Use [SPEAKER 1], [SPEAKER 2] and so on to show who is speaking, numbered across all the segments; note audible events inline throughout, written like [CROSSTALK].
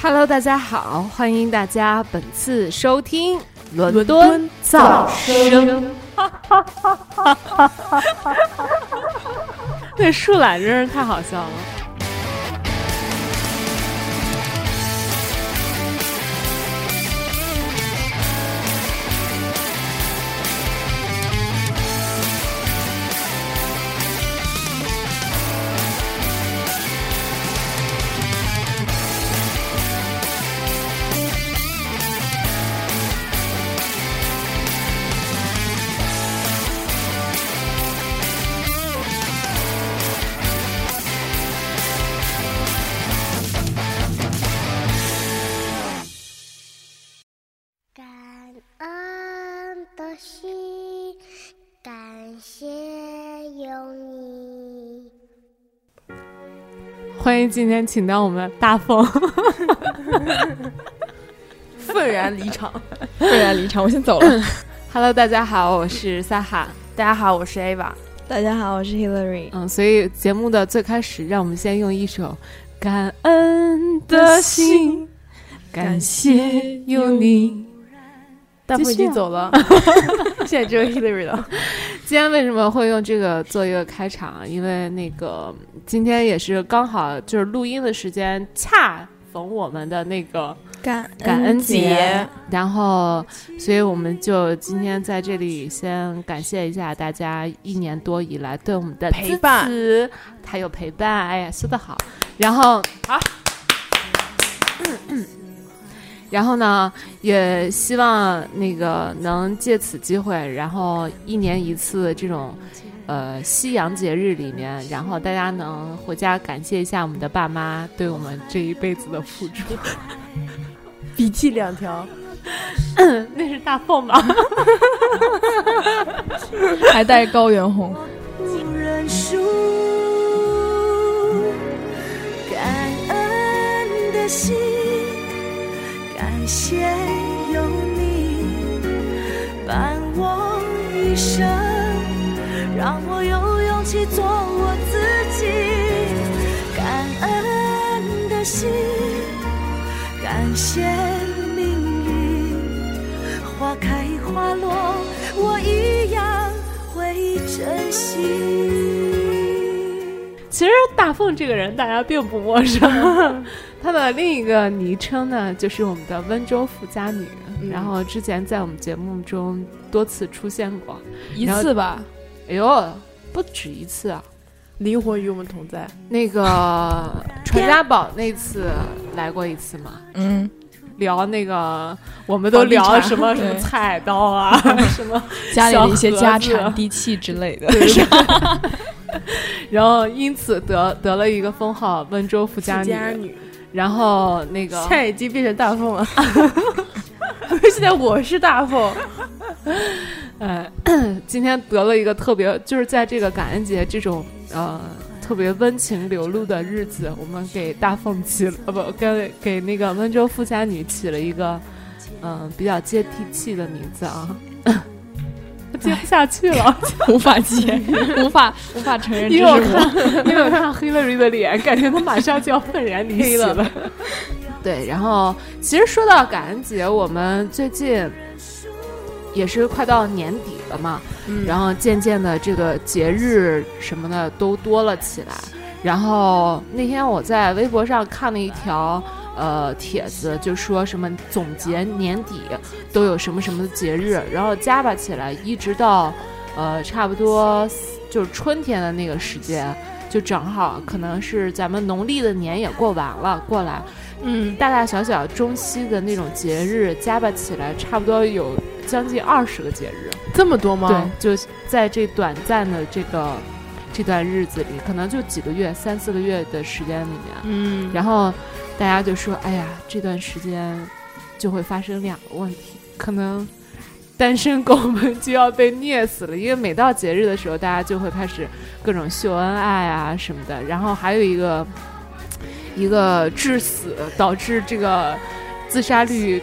[SPEAKER 1] Hello，大家好，欢迎大家本次收听伦
[SPEAKER 2] 伦
[SPEAKER 1] 敦
[SPEAKER 2] 敦
[SPEAKER 1] 噪 [LAUGHS] 声。那树懒真是太好笑了。
[SPEAKER 3] 感恩的心，感谢有你。
[SPEAKER 1] 欢迎今天请到我们大风，
[SPEAKER 2] 愤然离场，愤然离场，啊我先走了。
[SPEAKER 1] Hello，大家好，我是萨哈。
[SPEAKER 2] 大家好，我是 Ava。
[SPEAKER 4] [LAUGHS] 大家好，我是 Hillary。
[SPEAKER 1] 嗯，所以节目的最开始，让我们先用一首《感恩的心》，感谢有你。
[SPEAKER 2] 大部
[SPEAKER 1] 继
[SPEAKER 2] 已
[SPEAKER 1] 续啊
[SPEAKER 2] 经走了，现在只有 Hillary 了。
[SPEAKER 1] 今天为什么会用这个做一个开场？啊因为那个今天也是刚好就是录音的时间，恰逢我们的那个
[SPEAKER 4] 感
[SPEAKER 1] 感恩节，
[SPEAKER 2] 节
[SPEAKER 1] 然后所以我们就今天在这里先感谢一下大家一年多以来对我们的
[SPEAKER 2] 陪伴
[SPEAKER 1] 支持，还有陪伴。哎呀，说得好，然后
[SPEAKER 2] 好。
[SPEAKER 1] 然后呢，也希望那个能借此机会，然后一年一次这种，呃，西洋节日里面，然后大家能回家感谢一下我们的爸妈对我们这一辈子的付出。
[SPEAKER 2] 鼻涕两条，
[SPEAKER 1] [LAUGHS] 那是大凤吧？
[SPEAKER 4] 还带高原红。
[SPEAKER 3] 不认输，感恩的心，感谢有你伴我一生，让我有勇气做我自己。感恩的心，感谢命运，花开花落，我一样会珍惜。
[SPEAKER 1] 其实大凤这个人大家并不陌 [LAUGHS] 生，她的另一个昵称呢就是我们的温州富家女，
[SPEAKER 2] 嗯
[SPEAKER 1] 然后之前在我们节目中多次出现过，
[SPEAKER 4] 一
[SPEAKER 1] 然后
[SPEAKER 4] 次吧，
[SPEAKER 1] 哎呦，不止一次啊！
[SPEAKER 2] 灵魂与我们同在。
[SPEAKER 1] 那个传家宝那次来过一次嘛，
[SPEAKER 4] 嗯，
[SPEAKER 1] 聊那个我们都
[SPEAKER 2] 房地产
[SPEAKER 1] 聊什么什么
[SPEAKER 4] 对
[SPEAKER 1] 菜刀啊，什么
[SPEAKER 4] 家里的一些
[SPEAKER 1] 小
[SPEAKER 4] 家
[SPEAKER 1] 盒子
[SPEAKER 4] 产、地契之类的。
[SPEAKER 1] [LAUGHS]
[SPEAKER 4] [LAUGHS]
[SPEAKER 1] 然后因此得得了一个封号温州富家
[SPEAKER 2] 家
[SPEAKER 1] 女，
[SPEAKER 2] 女，
[SPEAKER 1] 然后那个
[SPEAKER 2] 现在已经变成大凤了。现在我是大凤，
[SPEAKER 1] 呃， [CLEARS THROAT] 今天得了一个特别，就是在这个感恩节这种呃特别温情流露的日子，我们给大凤起了呃不 [LAUGHS] 给给那个温州富家女起了一个嗯、呃比较接地气的名字啊， [LAUGHS] 接不下去了，
[SPEAKER 4] 无法
[SPEAKER 2] [LAUGHS]
[SPEAKER 4] 接，无法无法承认这
[SPEAKER 1] 因
[SPEAKER 4] 是
[SPEAKER 1] 为我
[SPEAKER 4] 我。
[SPEAKER 1] 看 [LAUGHS] 因为我看 Hillary 的 [LAUGHS] 脸，感觉她马上就要愤然离席了。 [LAUGHS] 对，然后其实说到感恩节，我们最近也是快到年底了嘛，
[SPEAKER 2] 嗯
[SPEAKER 1] 然后渐渐的这个节日什么的都多了起来。然后那天我在微博上看了一条呃帖子，就说什么总结年底都有什么什么节日，然后加吧起来，一直到呃差不多就是春天的那个时间，就正好可能是咱们农历的年也过完了，过来。
[SPEAKER 2] 嗯，
[SPEAKER 1] 大大小小中西的那种节日加吧起来，差不多有将近二十个节日。
[SPEAKER 2] 这么多吗？
[SPEAKER 1] 对，就在这短暂的这个这段日子里，可能就几个月、三四个月的时间里面，
[SPEAKER 2] 嗯，
[SPEAKER 1] 然后大家就说：“哎呀，这段时间就会发生两个问题，可能单身狗们就要被虐死了，因为每到节日的时候，大家就会开始各种秀恩爱啊什么的，然后还有一个一个致死导致这个自杀率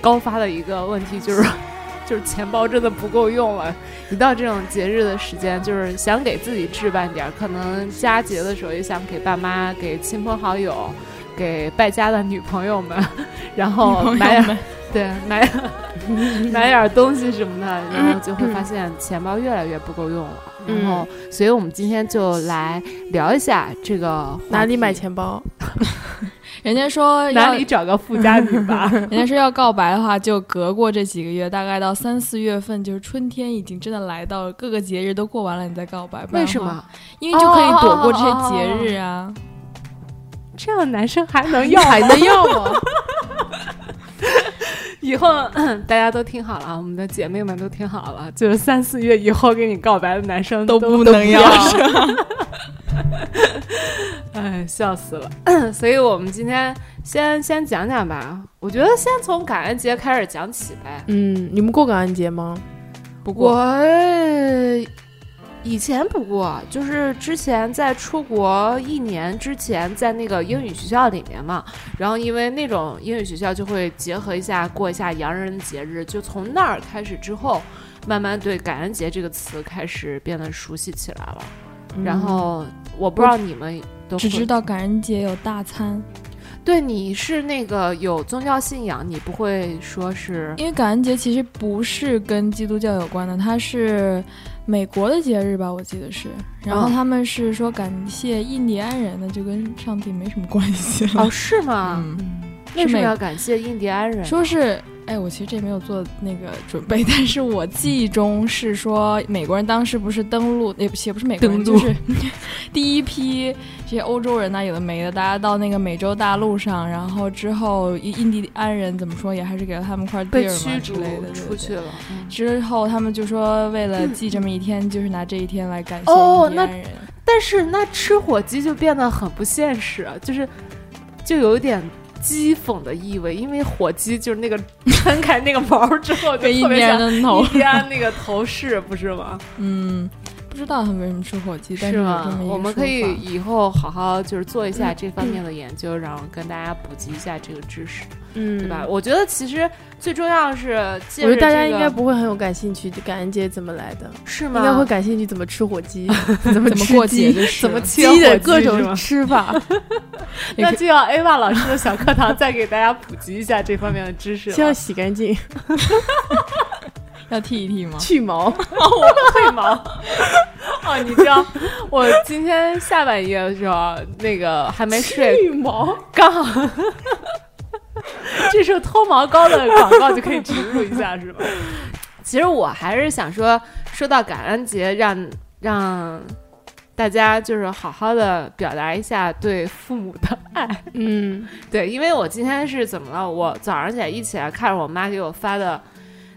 [SPEAKER 1] 高发的一个问题就是。 [LAUGHS] 就是钱包真的不够用了，一到这种节日的时间，就是想给自己置办点儿，可能佳节的时候也想给爸妈、给亲朋好友、给败家的女朋友们， [LAUGHS] 然后
[SPEAKER 4] 朋友
[SPEAKER 1] 买点
[SPEAKER 4] 们，
[SPEAKER 1] [LAUGHS] 对，买买点儿东西什么的，然后就会发现钱包越来越不够用了。然后，所以我们今天就来聊一下这个话题
[SPEAKER 2] 哪里买，钱包？
[SPEAKER 4] 人家说
[SPEAKER 1] 哪
[SPEAKER 4] 要
[SPEAKER 1] 里找个富家女吧。
[SPEAKER 4] 人家说要告白的话，就隔过这几个月，大概到三四月份，就是春天已经真的来到了，各个节日都过完了，你再告白。不
[SPEAKER 1] 为
[SPEAKER 4] 然的
[SPEAKER 1] 什
[SPEAKER 4] 话？
[SPEAKER 1] 么
[SPEAKER 4] 因为就可以躲过这些节日啊。
[SPEAKER 1] 这样男生还 [LAUGHS] 能要？
[SPEAKER 2] 还能要吗？
[SPEAKER 1] 以后 [CLEARS THROAT] 大家都听好了，啊，我们的姐妹们都听好了， [LAUGHS] 就是三四月以后跟你告白的男生
[SPEAKER 4] 都
[SPEAKER 1] 不
[SPEAKER 4] 不能要
[SPEAKER 1] [LAUGHS] 是哎，笑死了。 [CLEARS THROAT] 所以我们今天先先讲讲吧，我觉得先从感恩节开始讲起呗。
[SPEAKER 2] [LAUGHS] 嗯，你们过感恩节吗？
[SPEAKER 4] 不过
[SPEAKER 1] 我以前不过，就是之前在出国一年之前，在那个英语学校里面嘛，然后因为那种英语学校就会结合一下过一下洋人节日，就从那儿开始之后，慢慢对感恩节这个词开始变得熟悉起来了。然后我不知道你们都
[SPEAKER 4] 嗯只
[SPEAKER 1] 会
[SPEAKER 4] 知道感恩节有大餐，
[SPEAKER 1] 对你是那个有宗教信仰，你不会说是
[SPEAKER 4] 因为感恩节其实不是跟基督教有关的，它是美国的节日吧，我记得是。然后
[SPEAKER 1] 嗯
[SPEAKER 4] 他们是说感谢印第安人的，就跟上帝没什么关系了。
[SPEAKER 1] 哦是吗？
[SPEAKER 4] 嗯
[SPEAKER 1] 为
[SPEAKER 4] 是
[SPEAKER 1] 什么
[SPEAKER 4] 美
[SPEAKER 1] 要感谢印第安人？
[SPEAKER 4] 说是，哎，我其实这没有做那个准备， [LAUGHS] 但是我记忆中是说，美国人当时不是登陆，也不也不是美国人，
[SPEAKER 1] 登陆
[SPEAKER 4] 就是 [LAUGHS] 第一批这些欧洲人呐、有的没的，大家到那个美洲大陆上，然后之后印印第安人怎么说，也还是给了他们块地
[SPEAKER 1] 被
[SPEAKER 4] 儿嘛
[SPEAKER 1] 驱
[SPEAKER 4] 之
[SPEAKER 1] 逐
[SPEAKER 4] 类的，对
[SPEAKER 1] 出
[SPEAKER 4] 对
[SPEAKER 1] 去了。嗯
[SPEAKER 4] 之后他们就说，为了记这么一天，就是拿这一天来感谢
[SPEAKER 1] 哦
[SPEAKER 4] 印第安人。
[SPEAKER 1] 但是那吃火鸡就变得很不现实，就是就有一点讥讽的意味，因为火鸡就是那个撑开那个毛儿之后就 [LAUGHS]
[SPEAKER 4] 跟
[SPEAKER 1] 特
[SPEAKER 4] 印
[SPEAKER 1] 别
[SPEAKER 4] 第
[SPEAKER 1] 像
[SPEAKER 4] 安人的头
[SPEAKER 1] 印，第安那个头饰，不是吗？
[SPEAKER 4] 嗯，不知道他们为什么吃火鸡，但
[SPEAKER 1] [LAUGHS] 是
[SPEAKER 4] 有这
[SPEAKER 1] 吗
[SPEAKER 4] 么一？个
[SPEAKER 1] 我们
[SPEAKER 4] 说
[SPEAKER 1] 可以
[SPEAKER 4] 法
[SPEAKER 1] 以后好好就是做一下这方面的研究，然后跟大家补及一下这个知识，
[SPEAKER 2] 嗯，
[SPEAKER 1] 对吧？？我觉得其实最重要的是，我
[SPEAKER 2] 我觉得大家应该不会很有感兴趣，感恩节怎么来的？
[SPEAKER 1] 是吗？
[SPEAKER 2] 应该会感兴趣怎么吃火
[SPEAKER 1] [LAUGHS]
[SPEAKER 2] 鸡，怎么
[SPEAKER 4] 怎么
[SPEAKER 2] 吃
[SPEAKER 4] 过
[SPEAKER 2] 鸡
[SPEAKER 4] 节啊
[SPEAKER 2] [LAUGHS]
[SPEAKER 4] 就是
[SPEAKER 2] 怎么
[SPEAKER 4] 了
[SPEAKER 1] 切
[SPEAKER 2] 鸡
[SPEAKER 1] 火
[SPEAKER 2] 的
[SPEAKER 1] 鸡
[SPEAKER 2] 各
[SPEAKER 1] 是吗
[SPEAKER 2] 种
[SPEAKER 1] [LAUGHS]
[SPEAKER 2] 吃法。
[SPEAKER 1] 那就要 Ava 老师的小课堂再给大家普及一下这方面的知识了。
[SPEAKER 2] 先要洗干净，
[SPEAKER 4] 要剃一剃吗？
[SPEAKER 2] 去毛。
[SPEAKER 1] 会毛。
[SPEAKER 2] [LAUGHS]
[SPEAKER 1] 哦，你知道，我今天下半夜的时候，啊那个还没睡，
[SPEAKER 2] 去毛。
[SPEAKER 1] 刚好。 [LAUGHS] 这时候脱毛膏的广告就可以植入一下，是吧？其实我还是想说，说到感恩节，让让大家就是好好的表达一下对父母的爱。
[SPEAKER 2] [LAUGHS] 嗯，
[SPEAKER 1] 对，因为我今天是怎么了？我早上起来一起来看着我妈给我发的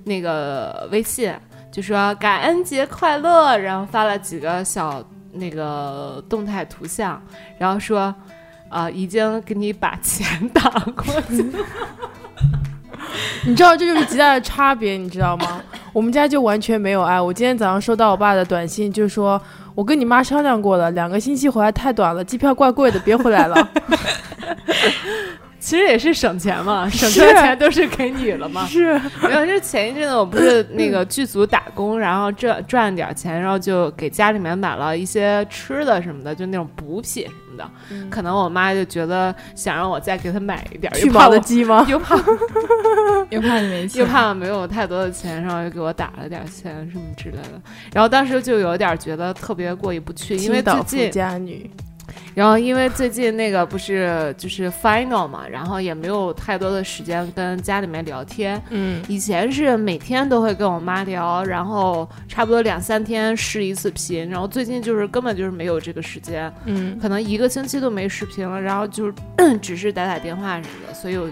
[SPEAKER 1] 那个微信，就说感恩节快乐，然后发了几个小那个动态图像，然后说啊、已经给你把钱 [LAUGHS] 打过去了。
[SPEAKER 2] 你知道这就是极大的差别，你知道
[SPEAKER 1] [LAUGHS]
[SPEAKER 2] 吗？我们家就完全没有爱。我今天早上收到我爸的短信，就说我跟你妈商量过了，两个星期回来太短了，机票怪贵的，别回
[SPEAKER 1] [LAUGHS]
[SPEAKER 2] 来了。
[SPEAKER 1] 其实也是省钱嘛，省
[SPEAKER 2] 是
[SPEAKER 1] 出来钱都是给你了嘛。
[SPEAKER 2] 是，
[SPEAKER 1] [LAUGHS] 没有，就是前一阵子我不
[SPEAKER 2] [LAUGHS]
[SPEAKER 1] 是那
[SPEAKER 2] 嗯
[SPEAKER 1] 个剧组打工，然后赚赚了点钱，然后就给家里面买了一些吃的什么的，就那种补品什么的。
[SPEAKER 2] 嗯
[SPEAKER 1] 可能我妈就觉得想让我再给她买一点儿，
[SPEAKER 2] 去
[SPEAKER 1] 哎又怕
[SPEAKER 2] 毛
[SPEAKER 1] 我
[SPEAKER 2] 的鸡吗？
[SPEAKER 1] 又怕
[SPEAKER 4] 又怕你没钱，
[SPEAKER 1] 又怕我没有太多的钱，然后又给我打了点钱什么之类的。然后当时就有点觉得特别过意不去，因为
[SPEAKER 2] 青
[SPEAKER 1] 最
[SPEAKER 2] 岛富
[SPEAKER 1] 近
[SPEAKER 2] 家女，
[SPEAKER 1] 然后因为最近那个不是就是 final 嘛，然后也没有太多的时间跟家里面聊天，
[SPEAKER 2] 嗯，
[SPEAKER 1] 以前是每天都会跟我妈聊，然后差不多两三天视一次频，然后最近就是根本就是没有这个时间，
[SPEAKER 2] 嗯，
[SPEAKER 1] 可能一个星期都没视频了，然后就是 [CLEARS THROAT] 只是打打电话什么的，所以我。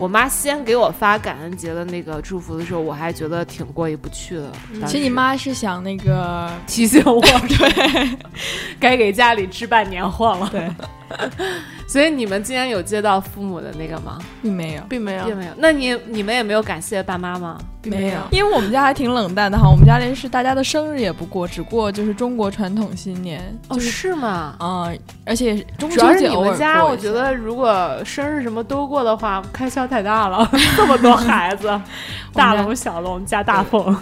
[SPEAKER 1] 我妈先给我发感恩节的那个祝福的时候，我还觉得挺过意不去的。当
[SPEAKER 4] 其实你
[SPEAKER 1] [LAUGHS] 时
[SPEAKER 4] 妈是想那个，
[SPEAKER 1] 提醒我，对，该给家里置办年货了。
[SPEAKER 4] 对，
[SPEAKER 1] [LAUGHS] 所以你们今天有接到父母的那个吗？
[SPEAKER 4] 并没有，
[SPEAKER 2] 并没有
[SPEAKER 1] 并，没有。那你你们也没有感谢爸妈吗？
[SPEAKER 2] 并没有。
[SPEAKER 4] 因为我们家还挺冷淡的哈，我们家连是大家的生日也不过，只过就是中国传统新年，哦就是
[SPEAKER 1] 哦是吗？
[SPEAKER 4] 嗯、而且也是中
[SPEAKER 1] 主要
[SPEAKER 4] 秋
[SPEAKER 1] 是
[SPEAKER 4] 节
[SPEAKER 1] 你
[SPEAKER 4] 偶尔
[SPEAKER 1] 们家，
[SPEAKER 4] 过
[SPEAKER 1] 我
[SPEAKER 4] 一下
[SPEAKER 1] 觉得如果生日什么都过的话，开销太大了， [LAUGHS] 这么多孩子，大龙小龙加大凤，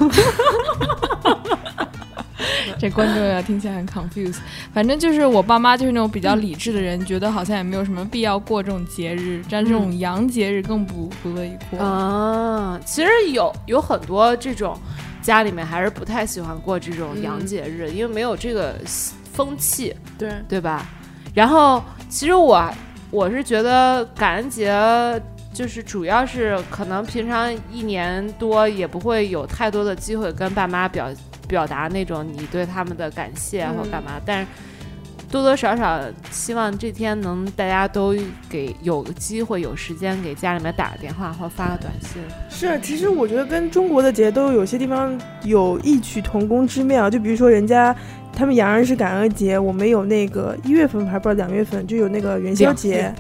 [SPEAKER 4] 这观众要听起来很 confused。反正就是我爸妈就是那种比较理智的人，觉得好像也没有什么必要过这种节日，但这种洋节日更不不乐意过。
[SPEAKER 1] 啊，其实有有很多这种家里面还是不太喜欢过这种洋节日，因为没有这个风气，
[SPEAKER 2] 对，
[SPEAKER 1] 对吧？然后其实我我是觉得感恩节就是主要是可能平常一年多也不会有太多的机会跟爸妈表表达那种你对他们的感谢
[SPEAKER 2] 嗯
[SPEAKER 1] 或干嘛，但是。多多少少希望这天能大家都给有个机会、有时间给家里面打个电话或发个短信。
[SPEAKER 5] 是，啊其实我觉得跟中国的节都有些地方有异曲同工之妙，就比如说人家。他们洋人是感恩节，我们有那个一月份还不知道两月份就有那个元宵节，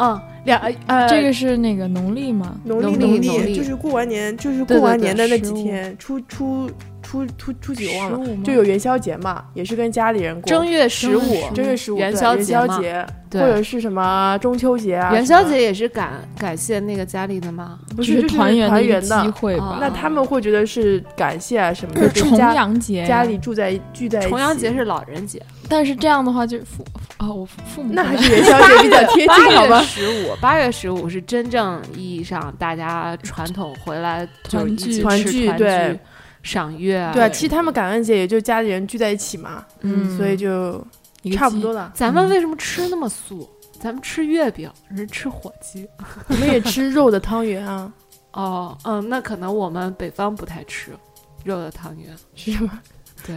[SPEAKER 2] 哦
[SPEAKER 1] 嗯，两呃，
[SPEAKER 4] 这个是那个农历吗？
[SPEAKER 5] 农历
[SPEAKER 1] 农历
[SPEAKER 5] 农
[SPEAKER 1] 农历
[SPEAKER 5] 就是过完年就是
[SPEAKER 1] 对
[SPEAKER 5] 过
[SPEAKER 1] 对
[SPEAKER 5] 完
[SPEAKER 1] 对
[SPEAKER 5] 年的那几
[SPEAKER 4] 15
[SPEAKER 5] 天，初初初初初几忘了，
[SPEAKER 4] 15吗
[SPEAKER 2] 就有元宵节嘛，也是跟家里人过。
[SPEAKER 1] 正月十
[SPEAKER 4] 正
[SPEAKER 1] 五
[SPEAKER 4] 月十五，
[SPEAKER 2] 正月十五
[SPEAKER 1] 元
[SPEAKER 2] 对
[SPEAKER 1] 宵
[SPEAKER 2] 元
[SPEAKER 1] 节
[SPEAKER 2] 宵
[SPEAKER 1] 嘛
[SPEAKER 2] 节，
[SPEAKER 1] 对
[SPEAKER 2] 或者是什么中秋节啊？
[SPEAKER 1] 元宵
[SPEAKER 2] 什么
[SPEAKER 1] 节也是感感谢那个家里的吗？
[SPEAKER 4] 就
[SPEAKER 2] 不
[SPEAKER 4] 是
[SPEAKER 2] 就是
[SPEAKER 4] 团圆一个
[SPEAKER 2] 圆
[SPEAKER 4] 机
[SPEAKER 2] 的。啊
[SPEAKER 4] 会吧。
[SPEAKER 1] 哦
[SPEAKER 2] 那他们会觉得是感谢啊什么
[SPEAKER 4] 就是
[SPEAKER 2] 的，
[SPEAKER 4] 重
[SPEAKER 2] 跟家
[SPEAKER 4] 阳节，
[SPEAKER 2] 家里住在聚在一起。
[SPEAKER 1] 重阳节 [LAUGHS] 是老人节，
[SPEAKER 4] 但是这样的话就父啊、我父父母
[SPEAKER 2] 那
[SPEAKER 4] 可
[SPEAKER 1] 嗯
[SPEAKER 2] 还
[SPEAKER 4] 能
[SPEAKER 2] 是元宵节比较贴
[SPEAKER 1] 八
[SPEAKER 4] [LAUGHS]
[SPEAKER 1] [LAUGHS]
[SPEAKER 2] 近，好
[SPEAKER 1] 月
[SPEAKER 2] 吧？
[SPEAKER 1] 十五，八月十五是真正意义上大家传统回来就是一起
[SPEAKER 2] 团
[SPEAKER 1] 吃
[SPEAKER 2] 聚
[SPEAKER 1] 团
[SPEAKER 2] 对
[SPEAKER 1] 赏月啊。
[SPEAKER 2] 对啊，其实他们感恩节也就家里人聚在一起嘛，
[SPEAKER 4] 嗯
[SPEAKER 2] 所以就
[SPEAKER 4] 一个
[SPEAKER 2] 差不
[SPEAKER 4] 鸡
[SPEAKER 2] 多了。
[SPEAKER 1] 咱们为什么吃那么素？咱们吃月饼，人吃火鸡。
[SPEAKER 2] [LAUGHS] 我们也吃肉的汤圆啊，
[SPEAKER 1] 哦，嗯，那可能我们北方不太吃肉的汤圆。[LAUGHS]
[SPEAKER 2] 是吗？
[SPEAKER 1] 对，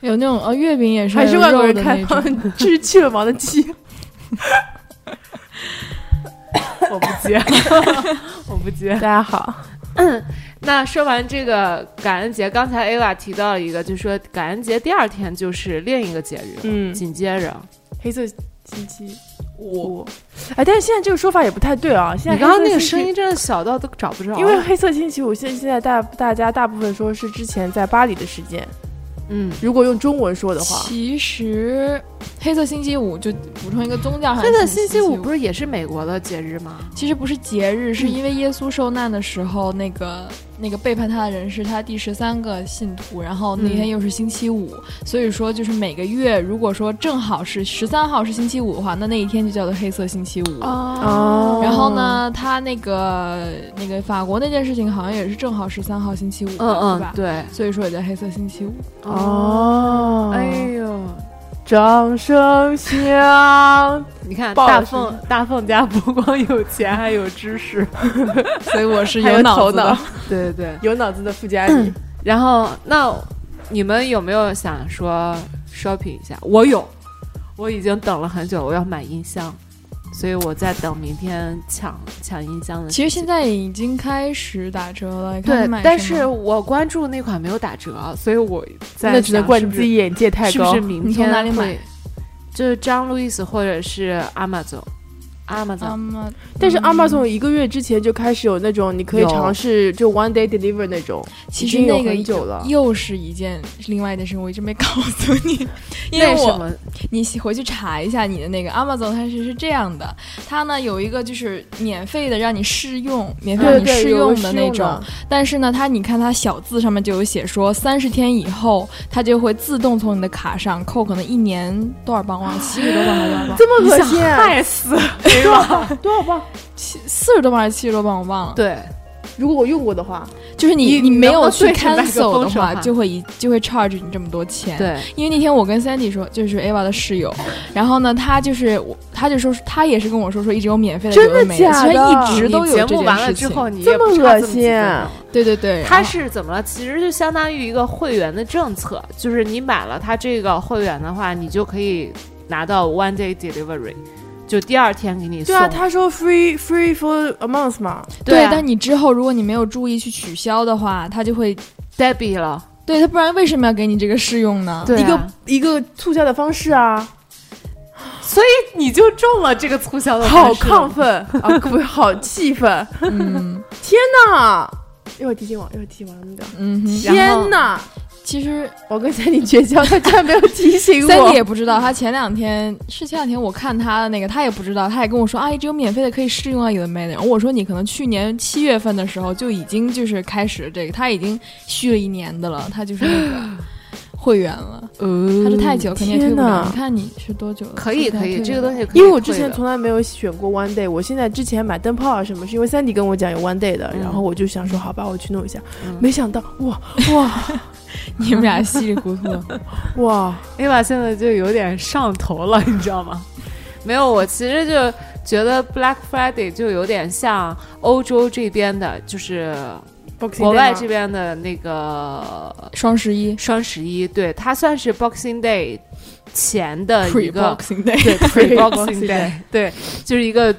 [SPEAKER 4] 有那种呃月饼也是
[SPEAKER 2] 还是外国人
[SPEAKER 4] 肉的
[SPEAKER 2] 开
[SPEAKER 4] 那
[SPEAKER 2] 放
[SPEAKER 4] 种
[SPEAKER 2] 吃去了王的
[SPEAKER 1] [LAUGHS]
[SPEAKER 2] 鸡？
[SPEAKER 1] 我不接， [LAUGHS] 我不接
[SPEAKER 2] 大。家好，
[SPEAKER 1] 那说完这个感恩节，刚才 Ava 提到了一个，就说感恩节第二天就是另一个节日，
[SPEAKER 2] 嗯，
[SPEAKER 1] 紧接着
[SPEAKER 2] 黑色星期五，哎，但是现在这个说法也不太对啊。现在
[SPEAKER 1] 你刚刚
[SPEAKER 2] 黑色
[SPEAKER 1] 那个
[SPEAKER 2] 星期
[SPEAKER 1] 声音啊真的小到都找不着，
[SPEAKER 2] 因为黑色星期五现现在大大家大部分说是之前在巴黎的时间，
[SPEAKER 1] 嗯，
[SPEAKER 2] 如果用中文说的话，
[SPEAKER 4] 其实黑色星期五就补充一个宗教上的
[SPEAKER 1] 黑
[SPEAKER 4] 信
[SPEAKER 1] 色
[SPEAKER 4] 息，
[SPEAKER 1] 星期五不是也嗯是美国的节日吗？
[SPEAKER 4] 其实不是节日，是因为耶稣受难的时候，那个那个背叛他的人是他第十三个信徒，然后那天又是星期五，
[SPEAKER 1] 嗯
[SPEAKER 4] 所以说就是每个月如果说正好是十三号是星期五的话，那那一天就叫做黑色星期五。
[SPEAKER 2] 哦
[SPEAKER 4] 然后呢，他那个那个法国那件事情好像也是正好十三号星期五，
[SPEAKER 1] 嗯
[SPEAKER 4] 对
[SPEAKER 1] 嗯
[SPEAKER 4] 吧，？
[SPEAKER 1] 对，
[SPEAKER 4] 所以说也叫黑色星期五。
[SPEAKER 2] 哦
[SPEAKER 1] 哎呦，
[SPEAKER 2] 掌声响，
[SPEAKER 1] 你看
[SPEAKER 2] 爆
[SPEAKER 1] 大
[SPEAKER 2] 了
[SPEAKER 1] 凤大凤家不光有钱，还有知识，
[SPEAKER 4] 所以 [LAUGHS] 我是
[SPEAKER 2] 还
[SPEAKER 4] 有脑
[SPEAKER 2] 头
[SPEAKER 4] 子的
[SPEAKER 2] 脑，，
[SPEAKER 1] [LAUGHS] 对对对。
[SPEAKER 2] 有脑子的富家女，
[SPEAKER 1] 然后那你们有没有想说 shopping 一下？我有，我已经等了很久，我要买音箱，所以我在等明天抢抢音箱的事情。
[SPEAKER 4] 其实现在已经开始打折了，看
[SPEAKER 1] 对
[SPEAKER 4] 你买，
[SPEAKER 1] 但
[SPEAKER 4] 什么
[SPEAKER 1] 是我关注那款没有打折，所以我在
[SPEAKER 2] 那只能
[SPEAKER 1] 想
[SPEAKER 2] 怪
[SPEAKER 1] 是
[SPEAKER 2] 你
[SPEAKER 1] 不
[SPEAKER 2] 自
[SPEAKER 1] 是
[SPEAKER 2] 己眼界太
[SPEAKER 1] 是不
[SPEAKER 2] 高
[SPEAKER 1] 是。明
[SPEAKER 4] 你从
[SPEAKER 1] 天
[SPEAKER 4] 哪里
[SPEAKER 1] 会
[SPEAKER 4] 买？
[SPEAKER 1] 就是张路易斯或者是 Amazon。Amazon，、
[SPEAKER 4] Ama-
[SPEAKER 2] 但是
[SPEAKER 4] 嗯
[SPEAKER 2] Amazon 一个月之前就开始有那种你可以
[SPEAKER 1] 有
[SPEAKER 2] 尝试就 one day deliver 那种，
[SPEAKER 4] 其
[SPEAKER 2] 已
[SPEAKER 4] 实
[SPEAKER 2] 经有
[SPEAKER 4] 那个
[SPEAKER 2] 很久
[SPEAKER 4] 又
[SPEAKER 2] 了
[SPEAKER 4] 又是一件另外一件事，我一直没告诉你，因为
[SPEAKER 1] 为什
[SPEAKER 4] 我
[SPEAKER 1] 么？
[SPEAKER 4] 你回去查一下你的那个 Amazon，它是是这样的，它呢有一个就是免费的让你试用，免费
[SPEAKER 2] 对
[SPEAKER 4] 让你
[SPEAKER 2] 对，
[SPEAKER 4] 试
[SPEAKER 2] 有
[SPEAKER 4] 用
[SPEAKER 2] 个
[SPEAKER 4] 的
[SPEAKER 2] 试
[SPEAKER 4] 那
[SPEAKER 2] 用
[SPEAKER 4] 种，但是呢，它你看它小字上面就有写说三十天以后，它就会自动从你的卡上扣，可能一年多少磅忘了，七十多磅还是多少磅？
[SPEAKER 2] 这么恶
[SPEAKER 1] 想
[SPEAKER 2] 心啊，
[SPEAKER 1] 害死？
[SPEAKER 2] 多少磅？多少磅？
[SPEAKER 4] 七四十多磅还是七十多磅，我忘了。
[SPEAKER 1] 对，
[SPEAKER 2] 如果我用过的话，
[SPEAKER 4] 就是你
[SPEAKER 1] 你
[SPEAKER 4] 没有
[SPEAKER 1] 能不
[SPEAKER 4] 去
[SPEAKER 1] 能对着麦克
[SPEAKER 4] cancel 的
[SPEAKER 1] 风说
[SPEAKER 4] 话，
[SPEAKER 1] 话
[SPEAKER 4] 就会一就会 charge 你这么多钱。
[SPEAKER 1] 对，
[SPEAKER 4] 因为那天我跟 Sandy 说，就是 Ava 的室友，然后呢，他就是我，他就说他也是跟我说说一直有免费的
[SPEAKER 2] 真
[SPEAKER 4] 优
[SPEAKER 2] 的
[SPEAKER 4] 美，
[SPEAKER 2] 假
[SPEAKER 4] 虽然
[SPEAKER 2] 的
[SPEAKER 4] 一直都
[SPEAKER 1] 你
[SPEAKER 4] 有
[SPEAKER 1] 节
[SPEAKER 4] 这
[SPEAKER 1] 目
[SPEAKER 4] 件
[SPEAKER 1] 完了
[SPEAKER 4] 事
[SPEAKER 1] 之
[SPEAKER 4] 情。
[SPEAKER 1] 后，你
[SPEAKER 2] 这
[SPEAKER 1] 也不
[SPEAKER 2] 么
[SPEAKER 1] 差
[SPEAKER 2] 恶
[SPEAKER 1] 么几
[SPEAKER 2] 心
[SPEAKER 1] 分
[SPEAKER 2] 啊
[SPEAKER 1] 钟
[SPEAKER 4] 对对对，
[SPEAKER 1] 它
[SPEAKER 4] 然后
[SPEAKER 1] 是怎么了？其实就相当于一个会员的政策，就是你买了它这个会员的话，你就可以拿到 one day delivery，就第二天给你送。
[SPEAKER 2] 对啊，他说 free free for a month 嘛，
[SPEAKER 1] 对啊
[SPEAKER 4] 哦但你之后如果你没有注意去取消的话，他就会
[SPEAKER 1] Debbie 了，
[SPEAKER 4] 对
[SPEAKER 1] 啊
[SPEAKER 4] 他，不然为什么要给你这个试用呢？
[SPEAKER 1] 对啊
[SPEAKER 2] 一个一个促销的方式啊。
[SPEAKER 1] 所以 [LAUGHS] 你就中了这个促销的方
[SPEAKER 2] 好
[SPEAKER 1] 式
[SPEAKER 2] 亢 [LAUGHS] 奋啊，不，好气愤！
[SPEAKER 4] 嗯
[SPEAKER 2] 天哪，一会儿提醒我，一会儿提醒我什么的。
[SPEAKER 4] 嗯哼，
[SPEAKER 1] 然后
[SPEAKER 2] 天哪，
[SPEAKER 4] 其实
[SPEAKER 2] 我跟三弟绝交，他居然没有提醒
[SPEAKER 4] 三
[SPEAKER 2] 我
[SPEAKER 4] 弟。也不知道，他前两天是前两天我看他的那个，他也不知道，他也跟我说，阿姨只有免费的可以试用啊，有的没的。我说你可能去年七月份的时候就已经就是开始这个，他已经续了一年的了，他就是那个
[SPEAKER 1] [LAUGHS]
[SPEAKER 4] 会员了。他是太久肯定也退不
[SPEAKER 2] 天
[SPEAKER 4] 了
[SPEAKER 2] 哪，
[SPEAKER 4] 你看你是多久了？
[SPEAKER 1] 嗯可以
[SPEAKER 4] 现在
[SPEAKER 1] 可以，
[SPEAKER 4] 退
[SPEAKER 1] 这个
[SPEAKER 4] 不了
[SPEAKER 1] 东西可以退的。
[SPEAKER 2] 因为我之前从来没有选过 one day，我现在之前买灯泡啊什么，是因为三弟跟我讲有 one day 的，
[SPEAKER 1] 嗯
[SPEAKER 2] 然后我就想说好吧，我去弄一下，
[SPEAKER 1] 嗯
[SPEAKER 2] 没想到哇哇
[SPEAKER 4] 你们俩稀里糊涂。
[SPEAKER 1] [LAUGHS]
[SPEAKER 2] 哇，
[SPEAKER 1] a 娃现在就有点上头了，你知道吗？没有，我其实就觉得 Black Friday 就有点像欧洲这边的，就是国外这边的那个
[SPEAKER 4] 双十一
[SPEAKER 1] 双十一，对，它算是 Boxing Day 前的呃一
[SPEAKER 4] ，Pre
[SPEAKER 1] 个
[SPEAKER 4] Boxing Day，
[SPEAKER 1] 对 Pre
[SPEAKER 2] Boxing
[SPEAKER 4] [LAUGHS]
[SPEAKER 1] Boxing
[SPEAKER 2] Day
[SPEAKER 1] Day，对，就是一个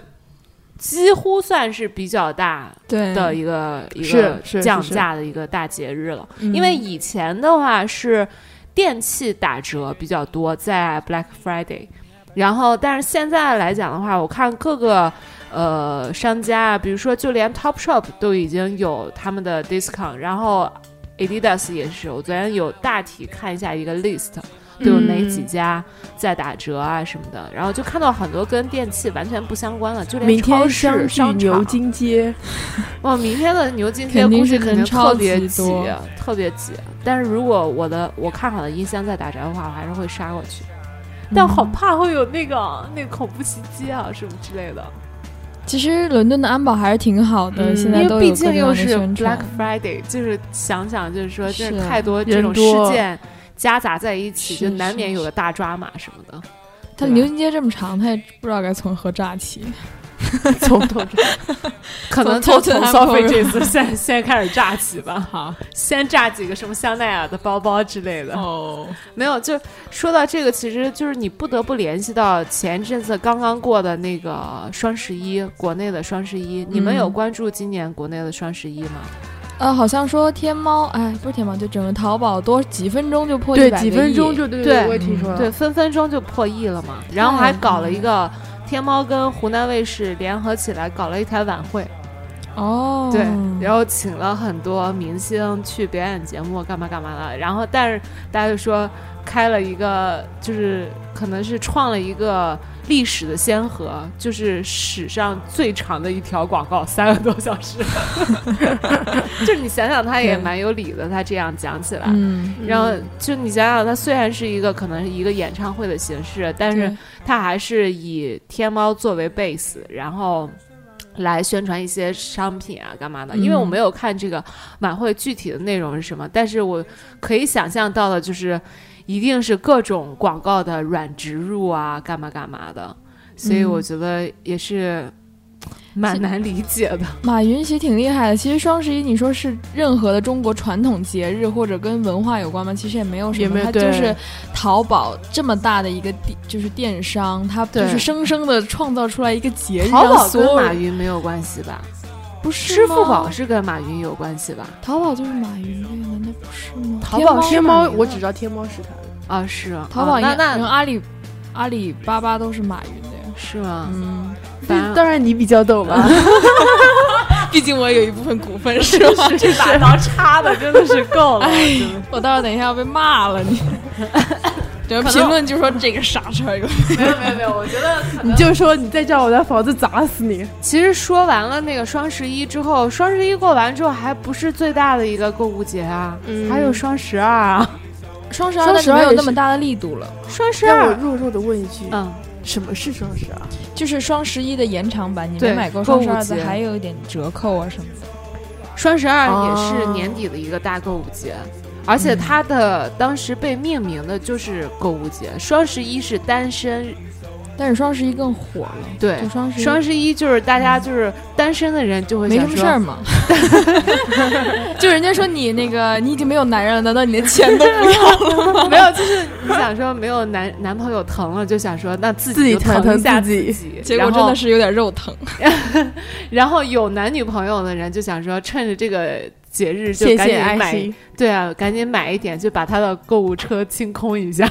[SPEAKER 1] 几乎算是比较大
[SPEAKER 4] 对
[SPEAKER 1] 的一个一
[SPEAKER 2] 嗯是
[SPEAKER 1] 个
[SPEAKER 2] 是
[SPEAKER 1] 降
[SPEAKER 2] 是
[SPEAKER 1] 价的一个大节日了。
[SPEAKER 4] 嗯
[SPEAKER 1] 因为以前的话是电器打折比较多，在 Black Friday，然后但是现在来讲的话，我看各个呃商家啊，比如说就连 Topshop 都已经有他们的 discount，然后 Adidas 也是，我昨天有大体看一下一个 list。都有哪几家在打折啊什么的，然后就看到很多跟电器完全不相关的，就连
[SPEAKER 2] 明
[SPEAKER 1] 超
[SPEAKER 2] 天
[SPEAKER 1] 市、
[SPEAKER 2] 相聚
[SPEAKER 1] 商
[SPEAKER 2] 牛
[SPEAKER 1] 场啊
[SPEAKER 2] 津街，
[SPEAKER 1] 哇，明天的牛津街
[SPEAKER 4] 肯定
[SPEAKER 1] 估计
[SPEAKER 4] 是
[SPEAKER 1] 肯定
[SPEAKER 4] 人
[SPEAKER 1] 特
[SPEAKER 4] 超
[SPEAKER 1] 别
[SPEAKER 4] 级
[SPEAKER 1] 挤
[SPEAKER 4] 多，
[SPEAKER 1] 特别挤。但是如果我的我看好的音箱在打折的话，我还是会杀过去。
[SPEAKER 4] 嗯
[SPEAKER 1] 但好怕会有那个那个恐怖袭击啊什么之类的，
[SPEAKER 4] 其实伦敦的安保还是挺好的，
[SPEAKER 2] 嗯
[SPEAKER 4] 现在
[SPEAKER 1] 因
[SPEAKER 4] 啊都
[SPEAKER 1] 为
[SPEAKER 4] 有
[SPEAKER 1] 毕
[SPEAKER 4] 各
[SPEAKER 1] 竟
[SPEAKER 4] 种各样
[SPEAKER 1] 又
[SPEAKER 4] 的
[SPEAKER 1] 是
[SPEAKER 4] 宣
[SPEAKER 1] Black
[SPEAKER 4] 传。
[SPEAKER 1] Friday，就是想想就是说，就是
[SPEAKER 4] 是
[SPEAKER 1] 太多这
[SPEAKER 2] 人
[SPEAKER 1] 种
[SPEAKER 2] 多
[SPEAKER 1] 事件夹杂在一起，
[SPEAKER 4] 是
[SPEAKER 1] 就难
[SPEAKER 4] 是
[SPEAKER 1] 免有
[SPEAKER 4] 是
[SPEAKER 1] 个大抓马什么
[SPEAKER 4] [LAUGHS]
[SPEAKER 1] 的。
[SPEAKER 4] 他
[SPEAKER 1] 对吧
[SPEAKER 4] 牛津街这么长，他也不知道该从何炸起。
[SPEAKER 1] 从头炸，可能
[SPEAKER 4] 从
[SPEAKER 1] 就
[SPEAKER 4] 头
[SPEAKER 1] 从
[SPEAKER 4] 炸
[SPEAKER 1] 消
[SPEAKER 4] 包
[SPEAKER 1] 费
[SPEAKER 4] 肉
[SPEAKER 1] 这次先先开始炸起吧，
[SPEAKER 4] 好
[SPEAKER 1] 先炸几个什么香奈儿的包包之类的。
[SPEAKER 4] 哦，
[SPEAKER 1] 没有，就说到这个，其实就是你不得不联系到前一阵子刚刚过的那个双十一，国内的双十一，你们有关注今年国内的双十一吗？
[SPEAKER 4] 呃，好像说天猫，哎，不是天猫，就整个淘宝多几分钟就破
[SPEAKER 2] [LAUGHS] 对
[SPEAKER 4] 100，个
[SPEAKER 2] 几分
[SPEAKER 4] 亿
[SPEAKER 2] 钟就对
[SPEAKER 1] 对
[SPEAKER 2] 我也听说了，
[SPEAKER 1] 对，分分钟就破亿了嘛，然后还搞了一个。天猫跟湖南卫视联合起来搞了一台晚会，
[SPEAKER 4] 哦，
[SPEAKER 1] 对，然后嗯请了很多明星去表演节目，干嘛干嘛的。然后，但是大家就说开了一个，就是可能是创了一个历史的先河，就是史上最长的一条广告，三个多小
[SPEAKER 4] [LAUGHS]
[SPEAKER 1] 时。就是你想想，他也
[SPEAKER 4] 对
[SPEAKER 1] 蛮有理的，他这样讲起来。
[SPEAKER 4] 嗯，
[SPEAKER 1] 然后就你想想，它虽然是一个可能是一个演唱会的形式，但是
[SPEAKER 4] 对
[SPEAKER 1] 它还是以天猫作为 base，然后来宣传一些商品啊，干嘛的？因为
[SPEAKER 4] 嗯
[SPEAKER 1] 我没有看这个晚会具体的内容是什么，但是我可以想象到的就是，一定是各种广告的软植入啊，干嘛干嘛的，所以
[SPEAKER 4] 嗯
[SPEAKER 1] 我觉得也是蛮难理解的。
[SPEAKER 4] 马云其实挺厉害的。其实双十一，你说是任何的中国传统节日或者跟文化有关吗？其实也没有什
[SPEAKER 2] 也没
[SPEAKER 4] 么，
[SPEAKER 2] 有
[SPEAKER 4] 它就是
[SPEAKER 2] 对
[SPEAKER 4] 淘宝这么大的一个地，就是电商，它就
[SPEAKER 1] 对
[SPEAKER 4] 是生生的创造出来一个节日，
[SPEAKER 1] 淘宝
[SPEAKER 4] 让所
[SPEAKER 1] 跟
[SPEAKER 4] 有
[SPEAKER 1] 马
[SPEAKER 4] 人
[SPEAKER 1] 云没有关系吧？
[SPEAKER 4] 不是
[SPEAKER 1] 支付
[SPEAKER 4] 吗
[SPEAKER 1] 宝，是跟马云有关系吧？
[SPEAKER 4] 淘宝就是马云的，难道不是吗？
[SPEAKER 1] 淘宝
[SPEAKER 2] 天
[SPEAKER 1] 是
[SPEAKER 2] 猫
[SPEAKER 1] 马云
[SPEAKER 2] 我
[SPEAKER 1] 的
[SPEAKER 2] 只知道天猫是他的，
[SPEAKER 1] 啊，是啊
[SPEAKER 4] 淘宝
[SPEAKER 1] 啊
[SPEAKER 4] 应该、
[SPEAKER 1] 那
[SPEAKER 4] 然后
[SPEAKER 1] 那
[SPEAKER 4] 阿里、阿里巴巴都是马云的呀。
[SPEAKER 1] 是吗？
[SPEAKER 4] 嗯，
[SPEAKER 1] 反正
[SPEAKER 2] 当然你比较懂吧，
[SPEAKER 4] [LAUGHS] 毕竟我有一部分股份 [LAUGHS] 是吧？
[SPEAKER 1] 是这把刀插的 [LAUGHS] 真的是够了，真的
[SPEAKER 4] 我到时候等一下要被骂了 [LAUGHS] 你。整个评论就说这个傻叉儿，
[SPEAKER 1] 没有没有没有，我觉得可
[SPEAKER 2] [LAUGHS] 你
[SPEAKER 1] 能
[SPEAKER 2] 就说你再叫我的房子砸死你，
[SPEAKER 1] 其实说完了那个双十一之后，双十一过完之后还不是最大的一个购物节啊，
[SPEAKER 2] 嗯
[SPEAKER 1] 还有双十二啊，
[SPEAKER 4] 双十二
[SPEAKER 2] 双
[SPEAKER 4] 但
[SPEAKER 2] 十
[SPEAKER 4] 是
[SPEAKER 2] 二
[SPEAKER 4] 没有
[SPEAKER 2] 也
[SPEAKER 4] 那么
[SPEAKER 2] 是
[SPEAKER 4] 大的力度了，
[SPEAKER 1] [LAUGHS] 双十
[SPEAKER 2] 让我
[SPEAKER 1] 二，
[SPEAKER 2] 弱弱的问一句，
[SPEAKER 1] 嗯，
[SPEAKER 2] 什么是双十二？
[SPEAKER 4] 就是双十一的延长版，你没
[SPEAKER 1] 对
[SPEAKER 4] 买过
[SPEAKER 1] 购
[SPEAKER 4] 双
[SPEAKER 1] 物
[SPEAKER 4] 十二的
[SPEAKER 1] 节
[SPEAKER 4] 还有一点折扣啊什么的。
[SPEAKER 1] 双十二也是
[SPEAKER 2] 哦
[SPEAKER 1] 年底的一个大购物节。而且它的当时被命名的就是购物节，双十一是单身，
[SPEAKER 4] 但是双十一更火了，
[SPEAKER 1] 对
[SPEAKER 4] 就，双十一
[SPEAKER 1] 双十一就是大家就是单身的人就会
[SPEAKER 4] 没
[SPEAKER 1] 想
[SPEAKER 4] 什
[SPEAKER 1] 说
[SPEAKER 4] 么事儿嘛。就人家说你那个你已经没有男人了，难道你连钱都不要
[SPEAKER 1] [LAUGHS] [LAUGHS]
[SPEAKER 4] 了？
[SPEAKER 1] 没有，就是你想说没有男男朋友疼了，就想说那自
[SPEAKER 2] 自己
[SPEAKER 1] 就
[SPEAKER 2] 疼
[SPEAKER 1] 一
[SPEAKER 2] 疼
[SPEAKER 1] 下
[SPEAKER 2] 自己
[SPEAKER 1] 己
[SPEAKER 4] 结果真的。是有点肉疼。
[SPEAKER 1] 然后然后有男女朋友的人就想说，趁着这个节日就
[SPEAKER 2] 谢
[SPEAKER 1] 赶
[SPEAKER 2] 谢
[SPEAKER 1] 紧
[SPEAKER 2] 爱
[SPEAKER 1] 买，
[SPEAKER 2] 心。
[SPEAKER 1] 对啊，赶紧买一点，就把他的购物车清空一下。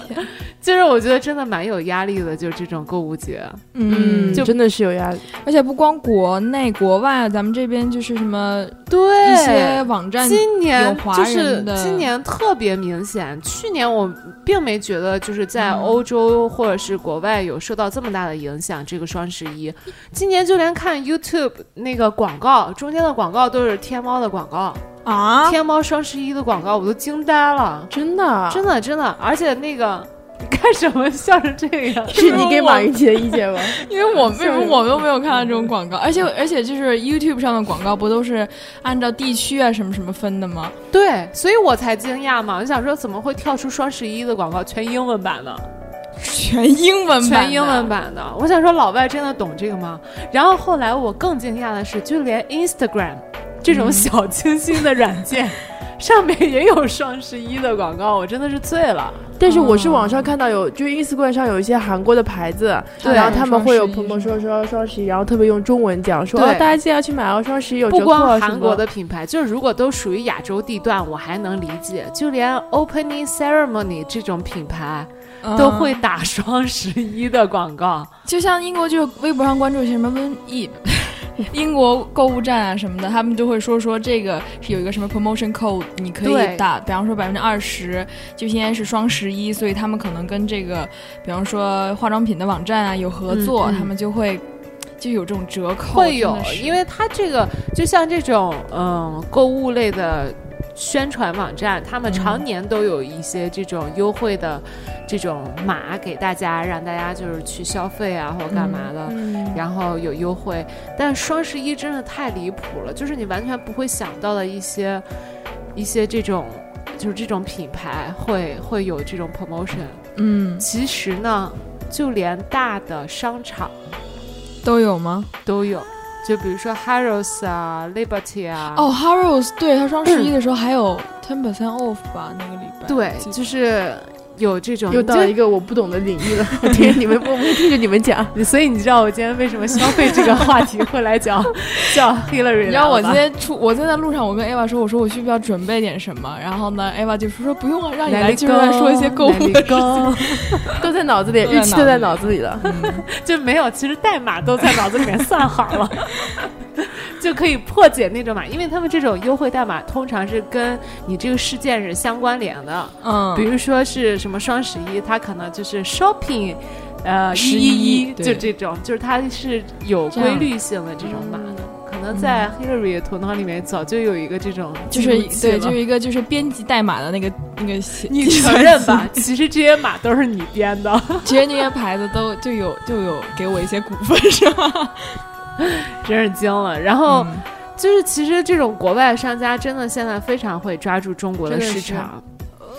[SPEAKER 1] [LAUGHS] 就是我觉得真的蛮有压力的，就是这种购物节，
[SPEAKER 2] 嗯，
[SPEAKER 1] 就
[SPEAKER 2] 真的是有压力。
[SPEAKER 4] 而且不光国内国外，咱们这边就是什么
[SPEAKER 1] 对
[SPEAKER 4] 一些网站
[SPEAKER 1] 今年
[SPEAKER 4] 有华
[SPEAKER 1] 就
[SPEAKER 4] 人
[SPEAKER 1] 是
[SPEAKER 4] 的
[SPEAKER 1] 今年特别明显，去年我并没觉得就是在欧洲或者是国外有受到这么大的影响。这个双十一，今年就连看 YouTube 那个广告，中间的广告都是天猫的广告，
[SPEAKER 4] 啊，
[SPEAKER 1] 天猫双十一的广告，我都惊呆了，
[SPEAKER 2] 真的啊，
[SPEAKER 1] 真的真的，而且那个。 [LAUGHS] 你干什么笑成这个样？
[SPEAKER 2] 是你给马云提的意见吗？
[SPEAKER 4] 因为我为什么我们都没有看到这种广告？而且而且就是 YouTube 上的广告不都是按照地区啊什么什么分的吗？
[SPEAKER 1] [LAUGHS] 对，所以我才惊讶嘛。我想说，怎么会跳出双十一的广告，全英文版的？
[SPEAKER 4] 全英文版，
[SPEAKER 1] 全英文。版的。我想说，老外真的懂这个吗？然后后来我更惊讶的是，就连 Instagram 这种小清新的软件。上面也有双十一的广告，我真的是醉了。
[SPEAKER 2] [LAUGHS] 但是我是网上看到有，就是 Instagram 上有一些韩国的牌子，
[SPEAKER 1] 对
[SPEAKER 2] 然后他们会有
[SPEAKER 4] 双十
[SPEAKER 2] 朋
[SPEAKER 4] 一
[SPEAKER 2] 友说说双十一，然后特别用中文讲说，
[SPEAKER 1] 对
[SPEAKER 2] 哦，大家记得要去买哦，双十一有折
[SPEAKER 1] 不
[SPEAKER 2] 扣啊
[SPEAKER 1] 光
[SPEAKER 2] 什么
[SPEAKER 1] 韩国的品牌，就是如果都属于亚洲地段，我还能理解。就连 Opening Ceremony 这种品牌
[SPEAKER 4] 嗯
[SPEAKER 1] 都会打双十一的广告。
[SPEAKER 4] 就像英国，就是微博上关注一些什么瘟 [LAUGHS] 疫。英国购物站啊什么的，他们就会说说这个是有一个什么 promotion code，你可
[SPEAKER 1] 对
[SPEAKER 4] 以打，比方说百分之二十，就现在是双十一，所以他们可能跟这个，比方说化妆品的网站啊有合作，
[SPEAKER 1] 嗯嗯
[SPEAKER 4] 他们就会就有这种折扣，
[SPEAKER 1] 会有
[SPEAKER 4] 真的，是
[SPEAKER 1] 因为它这个就像这种嗯购物类的宣传网站，他们常年都有一些这种优惠的这种码给大家，让大家就是去消费啊或干嘛的。
[SPEAKER 2] 嗯
[SPEAKER 1] 然后有优惠，但双十一真的太离谱了，就是你完全不会想到的一些一些这种，就是这种品牌会会有这种 promotion。
[SPEAKER 4] 嗯
[SPEAKER 1] 其实呢，就连大的商场
[SPEAKER 4] 都有吗？
[SPEAKER 1] 都有，就比如说 Harrods 啊、Liberty 啊。
[SPEAKER 4] 哦、h a r r o s 对他双十一的时候还有 ten percent off 吧，那个礼拜。
[SPEAKER 1] 对，
[SPEAKER 4] 记得
[SPEAKER 1] 就是有这种。
[SPEAKER 2] 又
[SPEAKER 1] 你
[SPEAKER 2] 到了
[SPEAKER 1] 就
[SPEAKER 2] 一个我不懂的领
[SPEAKER 1] [LAUGHS]
[SPEAKER 2] 域了，我听着你们，我们听着你们讲，
[SPEAKER 1] 你所以你知道我今天为什么消费这个话题会来
[SPEAKER 2] [LAUGHS]
[SPEAKER 1] 讲叫 Hillary？
[SPEAKER 4] 你知道我
[SPEAKER 1] 了
[SPEAKER 4] 今
[SPEAKER 1] 吧
[SPEAKER 4] 天出，我在那路上，我跟 Ava 说，我说我需不需要准备点什么？然后呢，Ava 就说说不用啊，让你来就是来说一些购物的事情。
[SPEAKER 1] 情，
[SPEAKER 2] 都在脑子里，
[SPEAKER 4] 都在
[SPEAKER 2] 日期都在脑
[SPEAKER 4] 脑
[SPEAKER 2] 子里了。
[SPEAKER 1] 就没有，其实代码都在脑子里面算好了，就可以破解那种码，因为他们这种优惠代码通常是跟你这个事件是相关联的，
[SPEAKER 4] [LAUGHS] 嗯，
[SPEAKER 1] 比如说是什么双十一，它可能就是 shopping，呃，
[SPEAKER 4] 11
[SPEAKER 1] 一一
[SPEAKER 4] 对
[SPEAKER 1] 就这种，就是它是有
[SPEAKER 4] 这
[SPEAKER 1] 规
[SPEAKER 4] 样
[SPEAKER 1] 律性的这种码
[SPEAKER 2] 嗯
[SPEAKER 1] 的。可能在 Hillary 的头脑里面早就有一个这种
[SPEAKER 4] 就
[SPEAKER 1] 记
[SPEAKER 4] 是
[SPEAKER 1] 录器
[SPEAKER 4] 对，
[SPEAKER 1] 了，
[SPEAKER 4] 就是一个就是编辑代码的那个那个写，
[SPEAKER 1] 你承认
[SPEAKER 4] [LAUGHS]
[SPEAKER 1] 吧？ [LAUGHS] 其实这些码都是你编的。
[SPEAKER 4] 直接那些牌子都就有就有给我一些股份是
[SPEAKER 1] [LAUGHS]
[SPEAKER 4] 吧？哦
[SPEAKER 1] 真是惊了。然后就是，其实这种国外商家真的现在非常会抓住中国的市场，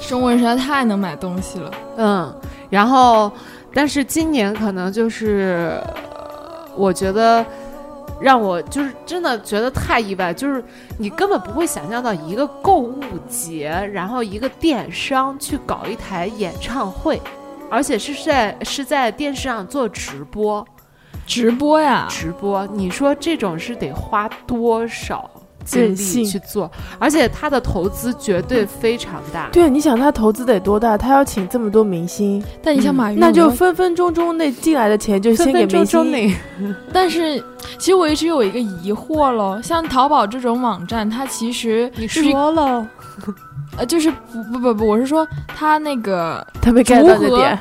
[SPEAKER 4] 中国人实在太能买东西了。
[SPEAKER 1] 嗯。然后，但是今年可能就是，呃我觉得让我就是真的觉得太意外，就是你根本不会想象到一个购物节，然后一个电商去搞一台演唱会。而且是在是在电视上做直播，
[SPEAKER 4] 直播呀，
[SPEAKER 1] 直播，你说这种是得花多少精
[SPEAKER 2] 任性
[SPEAKER 1] 力去做？而且他的投资绝对非常大。
[SPEAKER 2] 对，你想他投资得多大？他要请这么多明星，
[SPEAKER 4] 但你像
[SPEAKER 1] 嗯
[SPEAKER 4] 马云，
[SPEAKER 2] 那
[SPEAKER 4] 我
[SPEAKER 2] 就
[SPEAKER 4] 觉得
[SPEAKER 2] 分分钟钟内进来的钱就先
[SPEAKER 1] 分
[SPEAKER 2] 给
[SPEAKER 1] 分钟
[SPEAKER 2] 明
[SPEAKER 1] 钟
[SPEAKER 2] 星。
[SPEAKER 1] [LAUGHS] 内，
[SPEAKER 4] 但是，其实我一直有一个疑惑咯，像淘宝这种网站，它其实
[SPEAKER 1] 你
[SPEAKER 4] 就是
[SPEAKER 1] 说了，
[SPEAKER 4] 呃，就是不不不不，我是说它那个，
[SPEAKER 2] 他没 get
[SPEAKER 4] 如
[SPEAKER 2] 到这
[SPEAKER 4] 何
[SPEAKER 2] 点。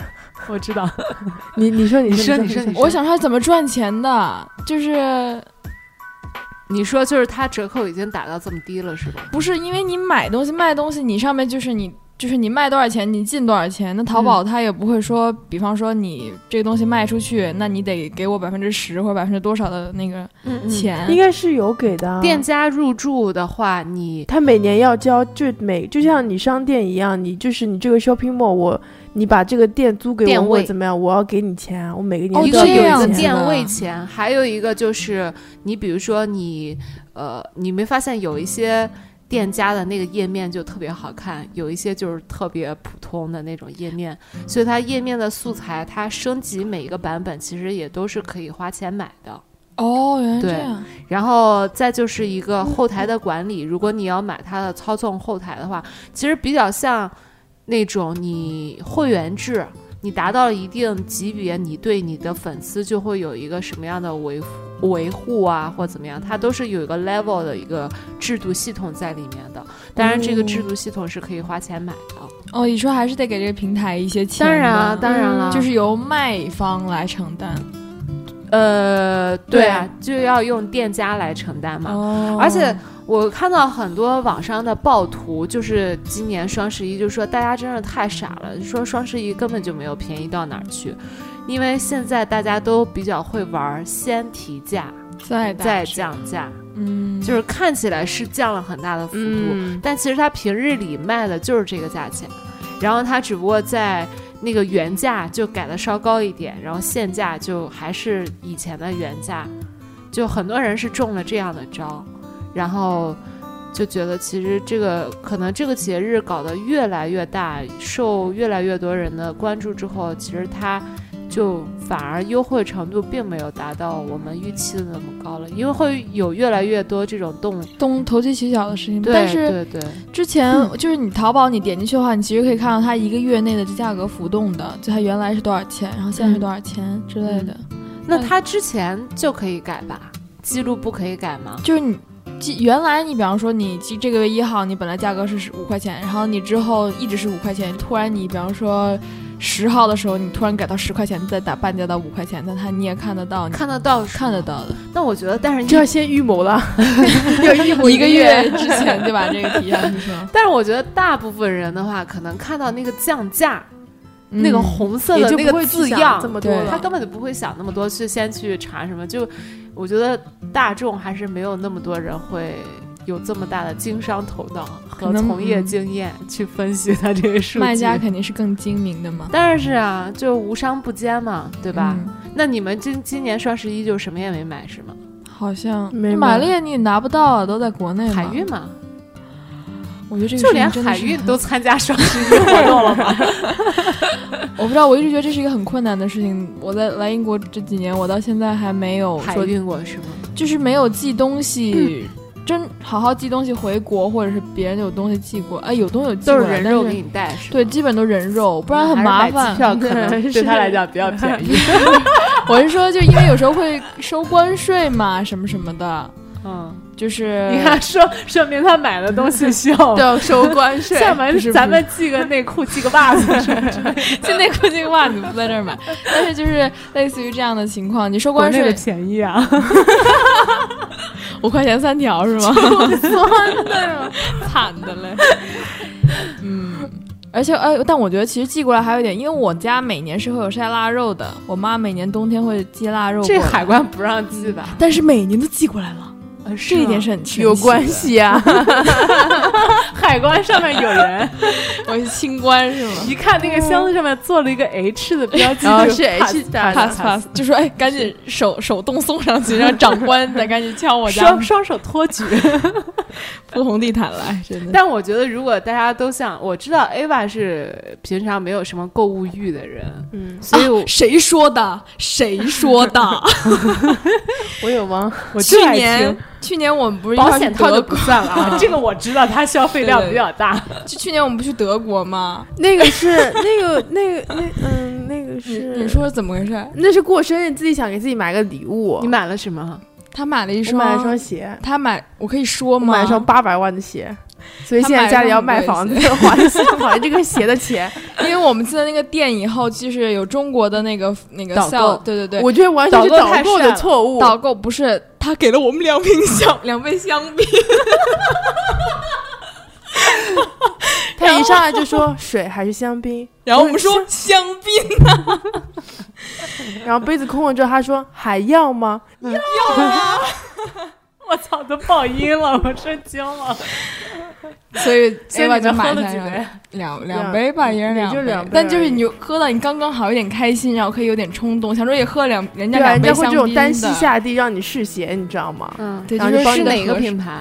[SPEAKER 1] 我知道。
[SPEAKER 2] 你你说你
[SPEAKER 1] 你说
[SPEAKER 2] 说
[SPEAKER 1] 你说你
[SPEAKER 4] 我想它怎么赚钱的，就是
[SPEAKER 1] 你说就是他折扣已经打到这么低了，是吧？
[SPEAKER 4] 不是因为你买东西卖东西，你上面就是你。就是你卖多少钱，你进多少钱。那淘宝
[SPEAKER 1] 嗯
[SPEAKER 4] 它也不会说，比方说你这个东西卖出去，那你得给我百分之十或者百分之多少的那个
[SPEAKER 1] 嗯
[SPEAKER 4] 钱。
[SPEAKER 2] 应该是有给的啊。
[SPEAKER 1] 店家入驻的话，你
[SPEAKER 2] 他每年要交，就每就像你商店一样，你就是你这个 shopping mall，我你把这个店租给
[SPEAKER 1] 店
[SPEAKER 2] 我
[SPEAKER 1] 位
[SPEAKER 2] 或者怎么样，我要给你钱啊，我每个年
[SPEAKER 4] 哦
[SPEAKER 1] 一
[SPEAKER 2] 都
[SPEAKER 1] 个
[SPEAKER 2] 要
[SPEAKER 1] 有
[SPEAKER 4] 这
[SPEAKER 2] 给
[SPEAKER 1] 一
[SPEAKER 4] 样
[SPEAKER 1] 个
[SPEAKER 4] 子
[SPEAKER 2] 你
[SPEAKER 4] 啊
[SPEAKER 2] 钱。
[SPEAKER 1] 店
[SPEAKER 4] 的
[SPEAKER 1] 位钱，还有一个就是你比如说你呃，你没发现有一些。店家的那个页面就特别好看，有一些就是特别普通的那种页面，所以它页面的素材，它升级每一个版本其实也都是可以花钱买的。
[SPEAKER 4] 哦，原来这
[SPEAKER 1] 对
[SPEAKER 4] 样。
[SPEAKER 1] 然后再就是一个后台的管理，如果你要买它的操纵后台的话，其实比较像那种你会员制，你达到了一定级别，你对你的粉丝就会有一个什么样的维护维护啊，或怎么样，它都是有一个 level 的一个制度系统在里面的。当然，这个制度系统是可以花钱买的。
[SPEAKER 4] 哦，你说还是得给这个平台一些钱
[SPEAKER 1] 当
[SPEAKER 4] 的，
[SPEAKER 1] 然啊，当然了，
[SPEAKER 4] 就是由卖方来承担。
[SPEAKER 1] 呃，对啊，就要用店家来承担嘛。
[SPEAKER 4] 哦
[SPEAKER 1] 而且我看到很多网上的暴徒，就是今年双十一，就说大家真是太傻了，说双十一根本就没有便宜到哪儿去，因为现在大家都比较会玩儿先提价
[SPEAKER 4] 再打
[SPEAKER 1] 再
[SPEAKER 4] 折，
[SPEAKER 1] 降价，
[SPEAKER 4] 嗯，
[SPEAKER 1] 就是看起来是降了很大的幅度，
[SPEAKER 2] 嗯，
[SPEAKER 1] 但其实它平日里卖的就是这个价钱，然后它只不过在那个原价就改的稍高一点，然后现价就还是以前的原价，就很多人是中了这样的招，然后就觉得其实这个可能这个节日搞得越来越大，受越来越多人的关注之后，其实它。就反而优惠程度并没有达到我们预期的那么高了，因为会有越来越多这种动，
[SPEAKER 4] 东投机取巧的事情。
[SPEAKER 1] 对
[SPEAKER 4] 嗯但是嗯
[SPEAKER 1] 对对，
[SPEAKER 4] 之前就是你淘宝你点进去的话，你其实可以看到它一个月内的价格浮动的，就它原来是多少钱，然后现在是多少钱之类的。
[SPEAKER 1] 那
[SPEAKER 4] 嗯
[SPEAKER 1] 他之前就可以改吧？记录不可以改吗？
[SPEAKER 4] 就是你记原来你比方说你记这个月一号，你本来价格是十五块钱，然后你之后一直是五块钱，突然你比方说十号的时候，你突然改到十块钱，再打半价到五块钱，但它 [LAUGHS] 你也看得到，你
[SPEAKER 1] 看得到，
[SPEAKER 4] 看得。到的，
[SPEAKER 1] 那我觉得，但是
[SPEAKER 2] 这要
[SPEAKER 1] 你，
[SPEAKER 2] 先预谋了。
[SPEAKER 1] [LAUGHS] 一
[SPEAKER 4] 一个
[SPEAKER 1] 个
[SPEAKER 4] 月
[SPEAKER 1] 月
[SPEAKER 4] 之前就把这个提上去是吗？
[SPEAKER 1] 但是我觉得大部分人的话，可能看到那个降价，那个
[SPEAKER 4] 嗯
[SPEAKER 1] 红色
[SPEAKER 2] 也
[SPEAKER 1] 的
[SPEAKER 2] 就
[SPEAKER 1] 那
[SPEAKER 2] 不
[SPEAKER 1] 个
[SPEAKER 2] 会
[SPEAKER 1] 字
[SPEAKER 2] 去想
[SPEAKER 1] 样
[SPEAKER 2] 这，么多
[SPEAKER 4] 对
[SPEAKER 1] 他
[SPEAKER 2] 了。
[SPEAKER 1] 根本就不会想那么多，去先去查什么。就我觉得大众还是没有那么多人会。有这么大的经商头脑和
[SPEAKER 4] 可能
[SPEAKER 1] 从业
[SPEAKER 4] 嗯
[SPEAKER 1] 经验去分析他这个数据，
[SPEAKER 4] 卖家肯定是更精明的嘛，
[SPEAKER 1] 当然是啊，就无商不奸嘛，对
[SPEAKER 4] 对
[SPEAKER 1] 吧？那你们今今年双十一就什么也没买是吗？
[SPEAKER 4] 好像
[SPEAKER 2] 没
[SPEAKER 4] 买
[SPEAKER 2] 买
[SPEAKER 4] 了也你也拿不到啊，都在国内嘛
[SPEAKER 1] 海运，嘛，
[SPEAKER 4] 我觉得这个
[SPEAKER 1] 就
[SPEAKER 4] 事情
[SPEAKER 1] 连
[SPEAKER 4] 真的
[SPEAKER 1] 海
[SPEAKER 4] 是
[SPEAKER 1] 运
[SPEAKER 4] 很
[SPEAKER 1] 都参加双十
[SPEAKER 4] [LAUGHS]
[SPEAKER 1] 一活动了吗？
[SPEAKER 4] 我不知道，我一直觉得这是一个很困难的事情。我在来英国这几年，我到现在还没有
[SPEAKER 1] 海
[SPEAKER 4] 说，
[SPEAKER 1] 运过是吗？
[SPEAKER 4] 就是没有寄东西，
[SPEAKER 1] 嗯
[SPEAKER 4] 真好好寄东西回国，或者是别人有东西寄过，哎，有东西有寄过
[SPEAKER 1] 都是
[SPEAKER 4] 来
[SPEAKER 1] 人肉
[SPEAKER 4] 但
[SPEAKER 1] 给你带是吗？
[SPEAKER 4] 对，基本都人肉，不然很麻
[SPEAKER 1] 还是买
[SPEAKER 4] 烦
[SPEAKER 1] 机。票可
[SPEAKER 4] [LAUGHS]
[SPEAKER 1] 能对他来讲比较便宜。
[SPEAKER 4] 我是说，就因为有时候会收关税嘛，什么什么的，
[SPEAKER 1] 嗯，
[SPEAKER 4] 就
[SPEAKER 1] [LAUGHS]
[SPEAKER 4] 是
[SPEAKER 1] 你看，说说明他买的东西需要
[SPEAKER 2] 要收
[SPEAKER 1] [LAUGHS]
[SPEAKER 2] 关税
[SPEAKER 1] 厦门
[SPEAKER 4] 不是，
[SPEAKER 1] 咱们寄个内裤，寄个袜子什么之类的，
[SPEAKER 4] 就内裤、内袜，你不在这儿买，但是就是类似于这样的情况，你收
[SPEAKER 1] 国
[SPEAKER 4] 关
[SPEAKER 1] 内的
[SPEAKER 4] 税
[SPEAKER 1] 便宜
[SPEAKER 2] [LAUGHS]
[SPEAKER 1] 啊。
[SPEAKER 4] 五块钱三条是吗？惨的嘞。嗯，而且哎，但我觉得其实寄过来还有一点，因为我家每年是会有晒腊肉的，我妈每年冬天会寄腊肉。
[SPEAKER 1] 这海，关不让寄吧？
[SPEAKER 4] 但是每年都寄过来了，
[SPEAKER 1] 呃
[SPEAKER 4] 这一点是很啊神奇的
[SPEAKER 2] 有关。系啊，
[SPEAKER 1] 海关上面有人，
[SPEAKER 4] 我是清官是吗
[SPEAKER 1] 一看那个箱子上面做了一个 H 的标记，
[SPEAKER 2] 然后
[SPEAKER 1] 就是
[SPEAKER 2] 哦 H 打的
[SPEAKER 4] ？pass pass，就说哎，赶紧手手动送上去，让长官再赶紧敲我家
[SPEAKER 1] 双双手托举。
[SPEAKER 4] 铺红地毯来，真的。
[SPEAKER 1] 但我觉得，如果大家都像我知道，Ava 是平常没有什么购物欲的人，
[SPEAKER 2] 嗯，
[SPEAKER 1] 所以我、
[SPEAKER 4] 谁说的？谁说的？
[SPEAKER 2] [LAUGHS] 我有吗？
[SPEAKER 1] 我就
[SPEAKER 4] 去
[SPEAKER 1] 爱
[SPEAKER 4] 年
[SPEAKER 1] 听
[SPEAKER 4] 去年我们不是一块
[SPEAKER 1] 保
[SPEAKER 4] 儿去
[SPEAKER 1] 险套
[SPEAKER 4] 德
[SPEAKER 1] 就不
[SPEAKER 4] 国？
[SPEAKER 1] 算了
[SPEAKER 2] [LAUGHS]
[SPEAKER 1] 啊，这个我知道，它消费量
[SPEAKER 4] 对对
[SPEAKER 1] 比较大。
[SPEAKER 4] 就去年我们不去德国吗？
[SPEAKER 2] 那个是那个那个那嗯那个
[SPEAKER 4] 你
[SPEAKER 2] 是
[SPEAKER 4] 你说怎么回事？
[SPEAKER 2] 那是过生日自己想给自己买个礼物，
[SPEAKER 1] 你买了什么？
[SPEAKER 4] 他买了一
[SPEAKER 2] 我
[SPEAKER 4] 双，
[SPEAKER 2] 买了双鞋，
[SPEAKER 4] 他买，我可以说
[SPEAKER 2] 我
[SPEAKER 4] 吗？
[SPEAKER 2] 买了双八啊百万的鞋，所以现在家里要卖房子还还这个鞋的 [LAUGHS] 钱，
[SPEAKER 4] 因为我们进了那个店以后，就是有中国的那个那个
[SPEAKER 1] 导
[SPEAKER 4] sell，
[SPEAKER 1] 购
[SPEAKER 4] 对对对，
[SPEAKER 2] 我觉得完全是
[SPEAKER 1] 导购
[SPEAKER 2] 导
[SPEAKER 1] 太
[SPEAKER 2] 购
[SPEAKER 1] 善
[SPEAKER 2] 的
[SPEAKER 1] 了
[SPEAKER 2] 错误。
[SPEAKER 4] 导购不是他给了我们两瓶香两杯香槟，
[SPEAKER 2] 他一上来就说水还是香槟，
[SPEAKER 4] 然后我们
[SPEAKER 2] 嗯
[SPEAKER 4] 说香槟
[SPEAKER 2] [LAUGHS] 然后杯子空了之后，他说还要吗？
[SPEAKER 4] 啊
[SPEAKER 1] 我操，都爆音了，我震惊了。
[SPEAKER 2] 哎
[SPEAKER 4] 所以
[SPEAKER 1] 所以
[SPEAKER 4] Ava
[SPEAKER 1] 你
[SPEAKER 4] 就
[SPEAKER 1] 们喝
[SPEAKER 4] 买
[SPEAKER 1] 了
[SPEAKER 4] 了
[SPEAKER 1] 几杯？
[SPEAKER 4] 两
[SPEAKER 2] 两
[SPEAKER 4] 两杯吧，一人
[SPEAKER 2] 也
[SPEAKER 4] 两
[SPEAKER 2] 就
[SPEAKER 4] 杯，
[SPEAKER 2] 两杯
[SPEAKER 4] 但就是
[SPEAKER 2] 而已
[SPEAKER 4] 你就喝到你刚刚好有点开心，然后可以有点冲动，想说也喝两人家
[SPEAKER 2] 对
[SPEAKER 4] 两
[SPEAKER 2] 啊，人
[SPEAKER 4] 杯
[SPEAKER 2] 家会
[SPEAKER 4] 香
[SPEAKER 2] 这
[SPEAKER 4] 槟
[SPEAKER 2] 种单膝
[SPEAKER 4] 的，
[SPEAKER 2] 下地让你试鞋，你知道吗？
[SPEAKER 1] 嗯，
[SPEAKER 4] 对，
[SPEAKER 2] 然
[SPEAKER 4] 就
[SPEAKER 2] 后
[SPEAKER 4] 说
[SPEAKER 2] 就帮
[SPEAKER 1] 是
[SPEAKER 2] 你
[SPEAKER 1] 哪个
[SPEAKER 4] 合适
[SPEAKER 1] 品牌？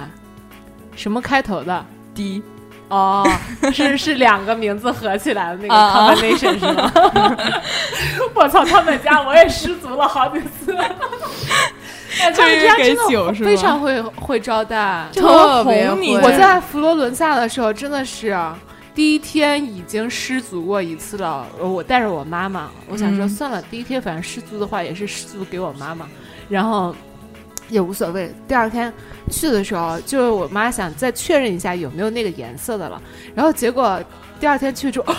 [SPEAKER 1] 什么开头的？
[SPEAKER 4] 低？
[SPEAKER 1] 哦，是 [LAUGHS] 是两个名字合起来的那个
[SPEAKER 4] 啊
[SPEAKER 1] combination 是吗？
[SPEAKER 4] [LAUGHS]
[SPEAKER 1] 我操，他们家我也失足了好几次。
[SPEAKER 2] 哎
[SPEAKER 4] 就是因为给酒是吗？
[SPEAKER 1] 非常会会招待。
[SPEAKER 2] 特别
[SPEAKER 4] 哄你
[SPEAKER 2] 会
[SPEAKER 1] 我在佛罗伦萨的时候，真的是啊第一天已经失足过一次了。呃我带着我妈妈，我想说
[SPEAKER 4] 嗯
[SPEAKER 1] 算了，第一天反正失足的话也是失足给我妈妈，然后也无所谓。第二天去的时候，就是我妈想再确认一下有没有那个颜色的了，然后结果第二天去之后。哦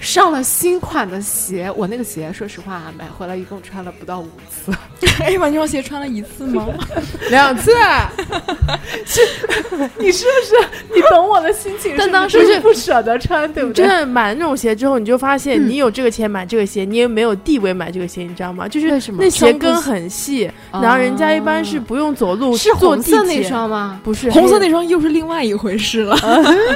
[SPEAKER 1] 上了新款的鞋，我那个鞋说实话啊买回来一共穿了不到五次，
[SPEAKER 4] 哎呀妈，你这双鞋穿了一次吗？
[SPEAKER 2] 两
[SPEAKER 1] [LAUGHS]
[SPEAKER 2] 次，
[SPEAKER 1] 你懂我的心情
[SPEAKER 2] 但
[SPEAKER 1] 是
[SPEAKER 2] 当
[SPEAKER 1] 你
[SPEAKER 2] 时
[SPEAKER 1] 就是不舍得穿，对不对
[SPEAKER 2] 真？的买那种鞋之后，你就发现你有这个钱买这个鞋，你也没有地位买这个鞋，你知道吗？就是
[SPEAKER 1] 为什么
[SPEAKER 2] 那鞋跟很细，然后人家一般是不用走路，
[SPEAKER 1] 哦是
[SPEAKER 2] 坐
[SPEAKER 1] 红
[SPEAKER 2] 地
[SPEAKER 1] 色那
[SPEAKER 2] 铁。
[SPEAKER 1] 双吗？
[SPEAKER 2] 不是
[SPEAKER 4] 红色那双又是另外一回事了。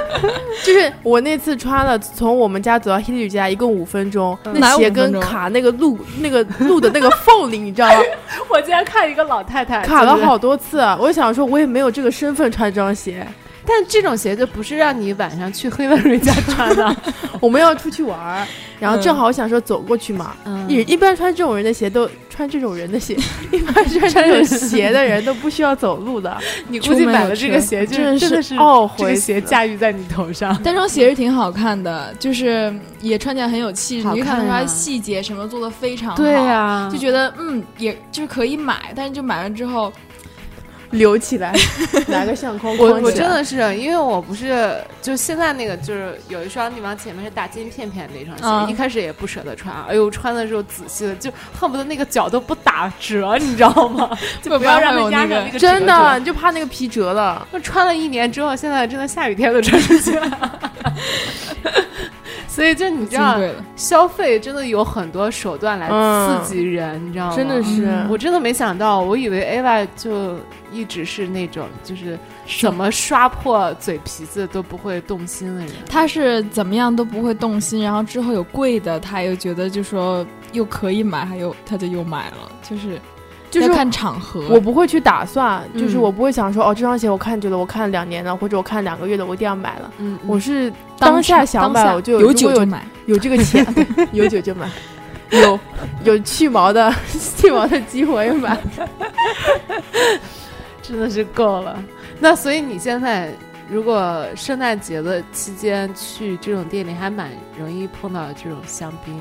[SPEAKER 4] [LAUGHS]
[SPEAKER 2] 就是我那次穿了，从我们家走到 h i l y 家一共五分钟，那
[SPEAKER 4] 哪
[SPEAKER 2] 鞋
[SPEAKER 4] 5分
[SPEAKER 2] 跟
[SPEAKER 4] 钟
[SPEAKER 2] 卡那个路那个路的那个缝里，你知道吗？
[SPEAKER 1] [LAUGHS] 我今天看一个老太太
[SPEAKER 2] 卡了，好多次啊，我想说我也没有这个身份穿这双鞋，
[SPEAKER 1] 但这种鞋就不是让你晚上去黑文瑞家穿的。
[SPEAKER 2] 我们要出去玩儿，然后正好我想说走过去嘛，
[SPEAKER 1] [LAUGHS]
[SPEAKER 2] 一
[SPEAKER 1] 嗯，
[SPEAKER 2] 一般穿这种人的鞋都穿这种人的鞋，一般穿这种鞋的人都不需要走路的，
[SPEAKER 1] 你
[SPEAKER 4] 估计买了这个
[SPEAKER 1] 鞋
[SPEAKER 2] 真的是
[SPEAKER 1] 哦
[SPEAKER 2] 懊悔。
[SPEAKER 1] 驭在你头
[SPEAKER 4] [LAUGHS]
[SPEAKER 1] 上。
[SPEAKER 4] 单双鞋是挺好看的，就是也穿起来很有气质，
[SPEAKER 1] 好
[SPEAKER 4] 你就看得出
[SPEAKER 1] 看啊
[SPEAKER 4] 来细节什么做的非常好。
[SPEAKER 1] 对啊呀，
[SPEAKER 4] 就觉得嗯，也就是可以买，但是就买完之后，
[SPEAKER 2] 留起来，拿个相框
[SPEAKER 1] 我
[SPEAKER 2] 框
[SPEAKER 1] 我
[SPEAKER 2] 起
[SPEAKER 1] 真
[SPEAKER 2] 来
[SPEAKER 1] 的是，因为我不是就现在那个就是有一双你往前面是大金片片的一双鞋，
[SPEAKER 4] 嗯
[SPEAKER 1] 一开始也不舍得穿，哎呦穿的时候仔细的，就恨不得那个脚都不打折，你知道 [LAUGHS] 吗？就不要让它
[SPEAKER 4] 有
[SPEAKER 1] 压
[SPEAKER 4] 那
[SPEAKER 1] 上那
[SPEAKER 4] 个
[SPEAKER 1] 个折
[SPEAKER 2] 真
[SPEAKER 1] 扣
[SPEAKER 2] 的，你就怕那个皮折了。
[SPEAKER 1] 我穿了一年之后，现在真的下雨天都穿出去了。 [LAUGHS] 所以就你知
[SPEAKER 4] 金
[SPEAKER 1] 道，
[SPEAKER 4] 贵了。
[SPEAKER 1] 消费真的有很多手段来
[SPEAKER 2] 嗯
[SPEAKER 1] 刺激人，你知道吗？
[SPEAKER 2] 真的是，
[SPEAKER 4] 嗯
[SPEAKER 1] 啊我真的没想到，我以为 AY 就一直是那种就是怎么刷破嘴皮子都不会动心的人。
[SPEAKER 4] 他是怎么样都不会动心，然后之后有贵的，他又觉得就说又可以买，他又他就又买了，就是
[SPEAKER 2] 就是
[SPEAKER 4] 要看场合。
[SPEAKER 2] 我不会去打算，就是
[SPEAKER 1] 嗯
[SPEAKER 2] 我不会想说，哦，这双鞋我看久了，我看两年了，或者我看两个月了，我一定要买了。
[SPEAKER 1] 嗯，
[SPEAKER 2] 我是
[SPEAKER 4] 当
[SPEAKER 2] 当下想买，
[SPEAKER 4] 当下
[SPEAKER 2] 我就
[SPEAKER 4] 有
[SPEAKER 2] 如
[SPEAKER 4] 酒
[SPEAKER 2] 果
[SPEAKER 4] 就
[SPEAKER 2] 有
[SPEAKER 4] 买。
[SPEAKER 2] 有这个 [LAUGHS] 钱，有酒就买，有有去毛的 [LAUGHS] 去毛的机会买。
[SPEAKER 1] 真的是够了。那所以你现在如果圣诞节的期间去这种店里，还蛮容易碰到这种香槟。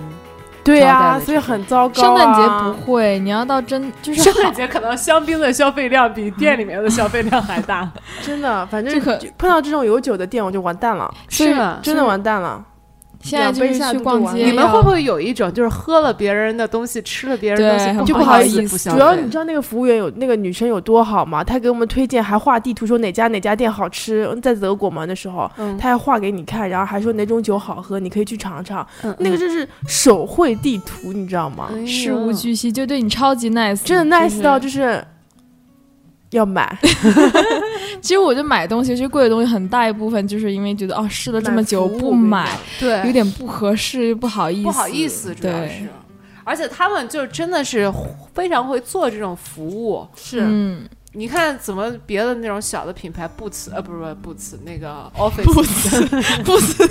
[SPEAKER 2] 对
[SPEAKER 1] 招待
[SPEAKER 2] 呀、
[SPEAKER 1] 的
[SPEAKER 2] 所以很糟糕、啊
[SPEAKER 4] 圣诞节不，会，你要到真
[SPEAKER 1] [LAUGHS]
[SPEAKER 4] 就是
[SPEAKER 1] 圣
[SPEAKER 4] 好
[SPEAKER 1] 诞节可能香槟的消费量比店里面的消费量还大。
[SPEAKER 2] 真的，反正
[SPEAKER 4] 这可
[SPEAKER 2] 就碰到这啊种有酒的店，我就完蛋了，
[SPEAKER 1] [LAUGHS] 是吗？
[SPEAKER 2] 真的完蛋了。
[SPEAKER 4] 现在就是去逛街，
[SPEAKER 2] 两杯下肚就完了
[SPEAKER 1] 你们会不会有一种就是喝了别人的东西，吃了别人的
[SPEAKER 4] 对
[SPEAKER 1] 东西，
[SPEAKER 4] 很
[SPEAKER 2] 就不
[SPEAKER 1] 不
[SPEAKER 2] 好
[SPEAKER 1] 意
[SPEAKER 4] 意
[SPEAKER 1] 不
[SPEAKER 4] 思
[SPEAKER 1] 消
[SPEAKER 2] 主要你
[SPEAKER 1] 费？
[SPEAKER 2] 知道那个服务员有那个女生有多好吗？她给我们推荐，还画地图说哪家哪家店好吃，在德国嘛那时候，
[SPEAKER 1] 嗯
[SPEAKER 2] 她还画给你看，然后还说哪种酒好喝，你可以去尝尝。
[SPEAKER 1] 嗯
[SPEAKER 2] 那个真是手绘地图，你知道吗？
[SPEAKER 1] 嗯
[SPEAKER 4] 事无巨细，就对你超级 nice，
[SPEAKER 2] 真的 nice 到
[SPEAKER 4] 就
[SPEAKER 2] 就是要买，
[SPEAKER 4] 是。其实我就买东西，其实贵的东西很大一部分就是因为觉得哦，试了这么久
[SPEAKER 2] 买服务
[SPEAKER 4] 不买，
[SPEAKER 1] 对，
[SPEAKER 4] 有点不合适，又不好意思，
[SPEAKER 1] 不好意思，主要
[SPEAKER 4] 对
[SPEAKER 1] 是，。而且他们就真的是非常会做这种服务。
[SPEAKER 2] 是
[SPEAKER 4] 嗯，
[SPEAKER 1] 你看，怎么别的那种小的品牌，Boots 呃，不是不是 Boots，那 [LAUGHS] 个 Office，Boots [LAUGHS]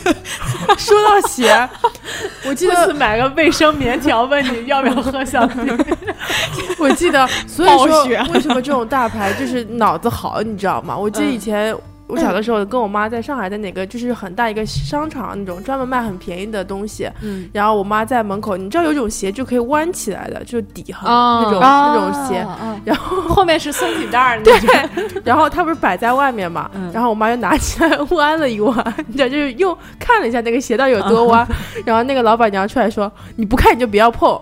[SPEAKER 2] 说到鞋，我记得
[SPEAKER 1] 买个卫生棉条，问你要不要喝香槟。
[SPEAKER 2] [LAUGHS] 我记得，所以说
[SPEAKER 1] 暴雪
[SPEAKER 2] [LAUGHS] 为什么这种大牌就是脑子好，你知道吗？我记得以前我小的时候跟我妈在上海的哪个就是很大一个商场那种专门卖很便宜的东西，
[SPEAKER 1] [LAUGHS] 嗯，
[SPEAKER 2] 然后我妈在门口，你知道有一种鞋就可以弯起来的，就是底很、
[SPEAKER 4] 哦
[SPEAKER 2] 那种、
[SPEAKER 1] 啊
[SPEAKER 2] 那种鞋，，然
[SPEAKER 1] 后后面是松紧带儿，对，
[SPEAKER 2] 然后它不是摆在外面嘛，
[SPEAKER 1] 嗯
[SPEAKER 2] 然后我妈就拿起来 [LAUGHS] 弯了一弯，你知道就是又看了一下那个鞋到底有多弯，然后那个老板娘出来说：“你不看你就不要碰。”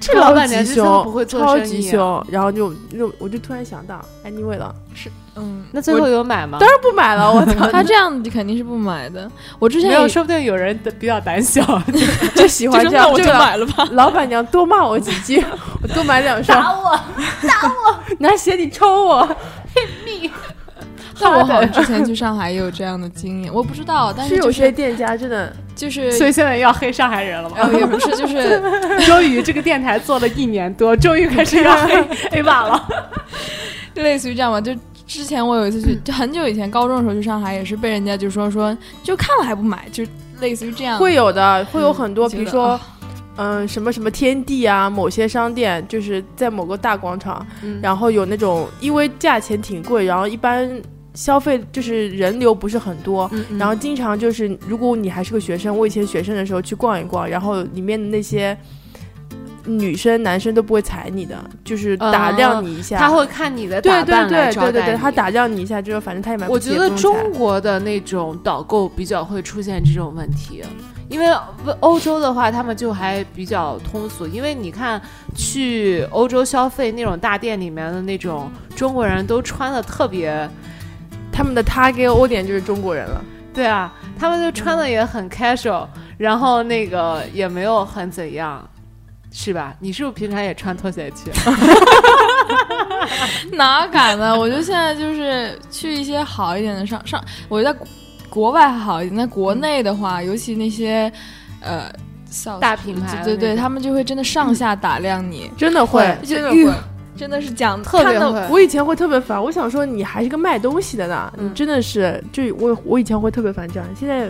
[SPEAKER 1] 这老板娘
[SPEAKER 2] 超级
[SPEAKER 1] 是真的
[SPEAKER 2] 凶，
[SPEAKER 1] 不会做
[SPEAKER 2] 超
[SPEAKER 1] 生
[SPEAKER 2] 级
[SPEAKER 1] 意啊。
[SPEAKER 2] 凶，然后就那我就突然想到，anyway 了，
[SPEAKER 4] 嗯，
[SPEAKER 1] 那最后有买吗？
[SPEAKER 2] 当然不买了，我操，
[SPEAKER 4] 他这样肯定是不买的。我之前
[SPEAKER 1] 没
[SPEAKER 4] 也
[SPEAKER 1] 有，说不定有人比较胆小，
[SPEAKER 2] 就喜欢
[SPEAKER 4] 就是
[SPEAKER 2] 这样
[SPEAKER 4] 那，我
[SPEAKER 2] 这
[SPEAKER 4] 就
[SPEAKER 2] 个
[SPEAKER 4] 买了吧。
[SPEAKER 2] 老板娘多骂我几句，我多买两双，打我，打我，拿鞋底抽我，
[SPEAKER 4] 但我好像之前去上海也有这样的经验，我不知道，但
[SPEAKER 2] 是
[SPEAKER 4] 是
[SPEAKER 2] 有
[SPEAKER 4] 就
[SPEAKER 2] 些
[SPEAKER 4] 是
[SPEAKER 2] 店家真的
[SPEAKER 4] 就是，
[SPEAKER 1] 所以现在要黑上海人了吗？
[SPEAKER 4] 呃，也不是，就是
[SPEAKER 1] [LAUGHS] 终于这个电台做了一年多，终于开始要 [LAUGHS] 黑黑吧了。
[SPEAKER 4] 类似于这样吧。就之前我有一次去，就很久以前高中的时候去上海，也是被人家就说说，就看了还不买，就类似于这
[SPEAKER 1] 嗯
[SPEAKER 4] 样。
[SPEAKER 2] 会有的，会有很多，
[SPEAKER 4] 觉
[SPEAKER 2] 比如
[SPEAKER 4] 得
[SPEAKER 2] 说
[SPEAKER 4] 啊。
[SPEAKER 2] 嗯什么什么天地啊，某些商店就是在某个大广场，
[SPEAKER 1] 嗯
[SPEAKER 2] 然后有那种因为价钱挺贵，然后一般消费就是人流不是很多，
[SPEAKER 1] 嗯嗯
[SPEAKER 2] 然后经常就是如果你还是个学生，我以前学生的时候去逛一逛，然后里面的那些。女生、男生都不会踩你的，就是打量你一下。
[SPEAKER 1] 哦他会看你的
[SPEAKER 2] 对
[SPEAKER 1] 打
[SPEAKER 2] 对
[SPEAKER 1] 扮来
[SPEAKER 2] 对
[SPEAKER 1] 招待
[SPEAKER 2] 对对对，
[SPEAKER 1] 你
[SPEAKER 2] 他打量你一下，就是反正他也买不
[SPEAKER 1] 我
[SPEAKER 2] 起。
[SPEAKER 1] 觉
[SPEAKER 2] 也
[SPEAKER 1] 得
[SPEAKER 2] 不用踩
[SPEAKER 1] 中国的那种导购比较会出现这种问题，因为欧欧洲的话，他们就还比较通俗。因为你看，去欧洲消费那种大店里面的那种中国人都穿的特别，
[SPEAKER 2] 他们的 target o 点就是中国人了。
[SPEAKER 1] 对啊，他们就穿的也很 casual，然后那个也没有很怎样。是吧？你是不是平常也穿拖鞋
[SPEAKER 2] [LAUGHS]
[SPEAKER 1] 去？
[SPEAKER 4] [LAUGHS] 哪敢呢？我就现在就是去一些好一点的上上，我在国国外还好一点，在国
[SPEAKER 1] 嗯
[SPEAKER 4] 内的话，尤其那些呃小
[SPEAKER 1] 大品牌
[SPEAKER 4] 对对
[SPEAKER 1] 那
[SPEAKER 4] 对，
[SPEAKER 1] 种嗯
[SPEAKER 4] 他们就会真的上下打量你，
[SPEAKER 2] 真的会，
[SPEAKER 4] 就
[SPEAKER 2] 真的
[SPEAKER 4] 哟
[SPEAKER 2] 会。
[SPEAKER 4] [LAUGHS] 真的是讲
[SPEAKER 1] 特别
[SPEAKER 2] 看到
[SPEAKER 1] 会
[SPEAKER 2] 我以前会特别烦，我想说你还是个卖东西的呢，
[SPEAKER 1] 嗯
[SPEAKER 2] 你真的是，就我我以前会特别烦这样，现在。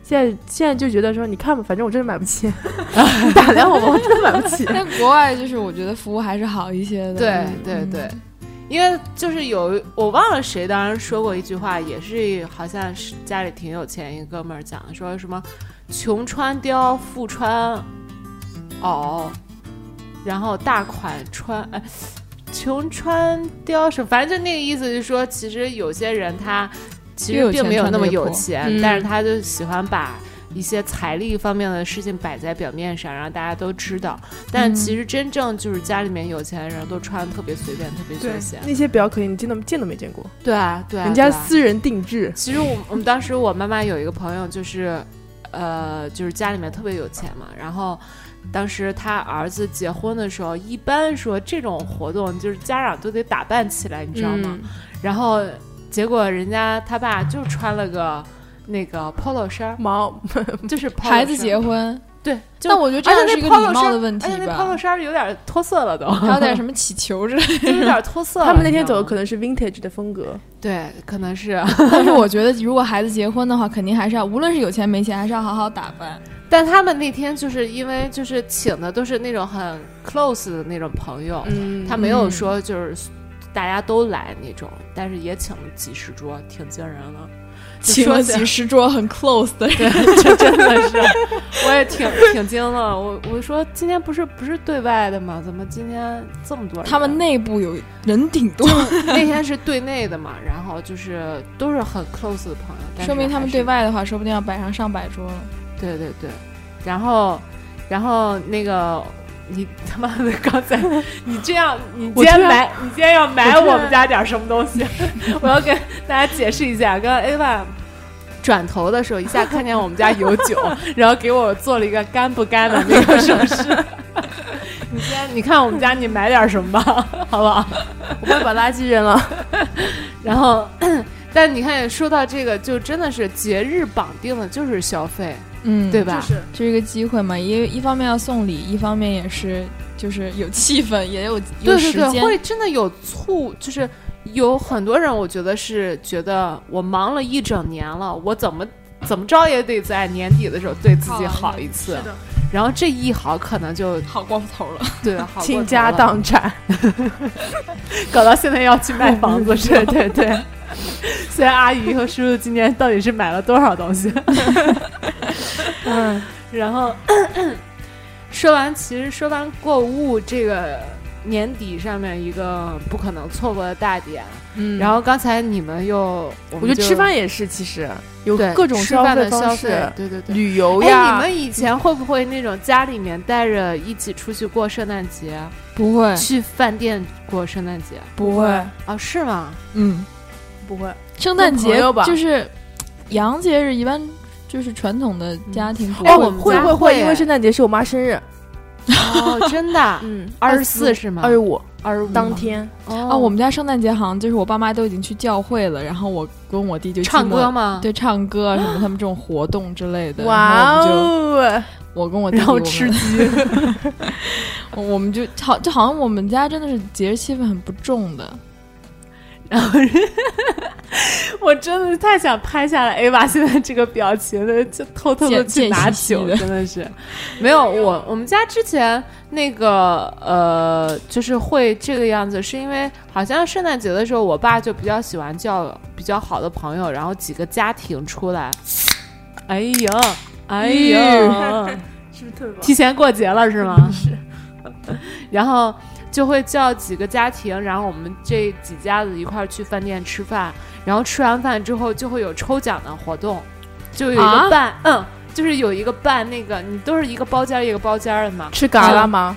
[SPEAKER 2] 现在现在就觉得说，你看吧，反正我真的买
[SPEAKER 1] [LAUGHS]
[SPEAKER 2] 不起，打量我吧，我真的买不起。 [LAUGHS]
[SPEAKER 4] 在国外就是我觉得服务还是好一些的。
[SPEAKER 1] [LAUGHS] 对
[SPEAKER 4] 嗯
[SPEAKER 1] 对对，因为就是有我忘了谁当时说过一句话，也是好像是家里挺有钱一哥们儿讲的，说什么“穷穿貂，富穿袄”，然后大款穿哎。穷穿貂是，反正就那个意思，就是说，其实有些人他其
[SPEAKER 4] 越
[SPEAKER 1] 实
[SPEAKER 4] 有
[SPEAKER 1] 并
[SPEAKER 4] 钱
[SPEAKER 1] 没有
[SPEAKER 4] 穿
[SPEAKER 1] 那
[SPEAKER 4] 得
[SPEAKER 1] 么
[SPEAKER 4] 越
[SPEAKER 1] 有
[SPEAKER 4] 破
[SPEAKER 1] 钱，
[SPEAKER 2] 嗯
[SPEAKER 1] 但是他就喜欢把一些财力方面的事情摆在表面上，让大家都知道。但
[SPEAKER 4] 嗯
[SPEAKER 1] 其实真正就是家里面有钱人都穿得特别随便，特别休闲。
[SPEAKER 2] 那些表可以，你见都见都没见过，
[SPEAKER 1] 对啊，对啊，
[SPEAKER 2] 人家
[SPEAKER 1] 对啊
[SPEAKER 2] 私人定制，
[SPEAKER 1] 其实我我们当时我妈妈有一个朋友，就是，呃，就是家里面特别有钱嘛，然后。当时她儿子结婚的时候，一般说这种活动就是家长都得打扮起来，你知道吗？
[SPEAKER 4] 嗯
[SPEAKER 1] 然后结果人家他爸就穿了个那个 polo 衫儿
[SPEAKER 2] 嗯？，毛
[SPEAKER 1] 就是
[SPEAKER 4] [LAUGHS] 孩子结
[SPEAKER 1] 婚，
[SPEAKER 4] 婚，
[SPEAKER 1] 对，就
[SPEAKER 4] 但我觉得这样是一个礼貌的问题
[SPEAKER 1] 而且那
[SPEAKER 4] 吧
[SPEAKER 1] polo，衫
[SPEAKER 4] [LAUGHS]
[SPEAKER 1] 儿有点脱色了都，
[SPEAKER 4] 还有点什么乞求之类的。
[SPEAKER 1] 就有点脱色了。
[SPEAKER 2] 他们那天走的
[SPEAKER 1] 的
[SPEAKER 2] 可能是 vintage 的风格，
[SPEAKER 1] 对，可能是，
[SPEAKER 4] [LAUGHS]
[SPEAKER 1] [LAUGHS]
[SPEAKER 4] 但是我觉得如果孩子结婚的话，肯定还是要，无论是有钱没钱，还是要好好打扮。
[SPEAKER 1] 但他们那天就是因为就是请的都是那种很 close 的那种朋友，
[SPEAKER 2] 嗯
[SPEAKER 1] 哦他没有说就是大家都来那种，但是也请了几十桌，挺惊人 [LAUGHS] 了。就
[SPEAKER 4] 请了
[SPEAKER 1] 说起来
[SPEAKER 4] 几十桌很 close 的人，
[SPEAKER 1] 这真的是，我也 [LAUGHS] 挺挺惊了。我我说今天不是不是对外的吗？怎么今天这么多人？
[SPEAKER 4] 他们内部有人挺多，
[SPEAKER 1] 那天是对内的嘛，然后就是都是很 close 的朋友，但是
[SPEAKER 4] 说明他们
[SPEAKER 1] 还是
[SPEAKER 4] 对外的话，说不定要摆上上百桌了。
[SPEAKER 1] 对对对，然后然后那个。你 [LAUGHS] 他妈的刚才，你这样，你今
[SPEAKER 2] 我
[SPEAKER 1] 天
[SPEAKER 2] 突然
[SPEAKER 1] 买，你今天要买
[SPEAKER 2] 我突
[SPEAKER 1] 我
[SPEAKER 2] 然
[SPEAKER 1] 们家点儿什么东西？ [LAUGHS] 我要跟大家解释一下，刚刚 Ava 转头的时候，一下看见我们家有
[SPEAKER 2] [LAUGHS]
[SPEAKER 1] 酒，然后给我做了一个干不干的那个手势。 [LAUGHS] 你今天你看我们家你买点儿什么吧，好不好？
[SPEAKER 2] 我会把垃圾扔了。
[SPEAKER 1] [LAUGHS] 然后， [CLEARS THROAT] 但你看说到这个，就真的是节日绑定的就是消费，
[SPEAKER 4] 嗯，
[SPEAKER 1] 对？吧？
[SPEAKER 2] 是
[SPEAKER 4] 这是一个机会嘛，一一方面要送礼，一方面也是就是有气氛，也有有
[SPEAKER 1] 对
[SPEAKER 4] 时
[SPEAKER 1] 对对，
[SPEAKER 4] 间。
[SPEAKER 1] 会真的有促，就是有很多人，我觉得是觉得我忙了一整年了，我怎么怎么着也得在年底的时候对自己好一次，
[SPEAKER 2] 的
[SPEAKER 1] 然后这一好可能就
[SPEAKER 4] 好光头了，
[SPEAKER 1] 对好过
[SPEAKER 2] 倾
[SPEAKER 1] 头
[SPEAKER 2] 家
[SPEAKER 1] 了，
[SPEAKER 2] 荡产，
[SPEAKER 1] 搞到现在要去卖房
[SPEAKER 2] [LAUGHS]
[SPEAKER 1] 子，对对对。所以阿姨和叔叔今年到底是买了多少东西？
[SPEAKER 2] [LAUGHS] 嗯，
[SPEAKER 1] [LAUGHS] 然后说完，其实说完购物这个年底上面一个不可能错过的大点，
[SPEAKER 2] 嗯
[SPEAKER 1] 然后刚才你们又，我
[SPEAKER 2] 我
[SPEAKER 1] 们
[SPEAKER 2] 觉
[SPEAKER 1] 就
[SPEAKER 2] 得吃饭也是，其实有
[SPEAKER 1] 对
[SPEAKER 2] 各种
[SPEAKER 1] 吃饭
[SPEAKER 2] 费
[SPEAKER 1] 的
[SPEAKER 2] 方
[SPEAKER 1] 消
[SPEAKER 2] 式，
[SPEAKER 1] 费，对对对。
[SPEAKER 2] 旅游
[SPEAKER 1] 哎，
[SPEAKER 2] 呀，
[SPEAKER 1] 你们以前会不会那种家里面带着一起出去过圣诞节，
[SPEAKER 4] 不会
[SPEAKER 2] 嗯
[SPEAKER 1] 去饭店过圣诞节？
[SPEAKER 4] 不会，
[SPEAKER 1] 啊，是吗？
[SPEAKER 4] 嗯，
[SPEAKER 2] 不会，
[SPEAKER 4] 圣诞
[SPEAKER 2] 跟朋
[SPEAKER 4] 节
[SPEAKER 2] 友吧
[SPEAKER 4] 就是洋节日，一般就是传统的家庭不
[SPEAKER 1] 哎
[SPEAKER 4] 会
[SPEAKER 1] 我们
[SPEAKER 2] 会
[SPEAKER 1] 家
[SPEAKER 2] 会
[SPEAKER 1] 会
[SPEAKER 2] 因为圣诞节是我妈生日，
[SPEAKER 1] 哦，真 [LAUGHS] 的，
[SPEAKER 2] 嗯，
[SPEAKER 1] 二十四是吗？
[SPEAKER 2] 二十五
[SPEAKER 1] 二十五
[SPEAKER 2] 嗯当天，
[SPEAKER 1] 哦
[SPEAKER 4] 啊，我们家圣诞节好像就是我爸妈都已经去教会了，然后我跟我弟就
[SPEAKER 1] 唱
[SPEAKER 4] 寂寞
[SPEAKER 1] 歌吗？ [LAUGHS]
[SPEAKER 4] 对，唱歌啊什么他们这种活动之类的。
[SPEAKER 2] 哇
[SPEAKER 4] 然后我们就，
[SPEAKER 2] 哦，
[SPEAKER 4] 我跟我弟弟，
[SPEAKER 1] 然后
[SPEAKER 4] 我们
[SPEAKER 1] 吃
[SPEAKER 4] 鸡， [LAUGHS] 我我们就好，就好像我们家真的是节日气氛很不重的。
[SPEAKER 1] 然后我我真的太想拍下来 A 娃现在这个表情了，就偷偷的
[SPEAKER 4] 贱
[SPEAKER 1] 去拿
[SPEAKER 4] 贱兮兮
[SPEAKER 1] 酒，
[SPEAKER 4] 的
[SPEAKER 1] 真的是 [LAUGHS] 没有我我们家之前那个呃，就是会这个样子，是因为好像圣诞节的时候，我爸就比较喜欢叫比较好的朋友，然后几个家庭出来，哎呦哎呦。 [LAUGHS]
[SPEAKER 5] 是不是特别棒？
[SPEAKER 1] 提前过节了是吗？是。 [LAUGHS] 然后就会叫几个家庭，然后我们这几家子一块儿去饭店吃饭，然后吃完饭之后就会有抽奖的活动，就有一个
[SPEAKER 4] 啊
[SPEAKER 1] 办，嗯，就是有一个办那个，你都是一个包间儿一个包间儿的嘛，
[SPEAKER 2] 吃嘎啦吗？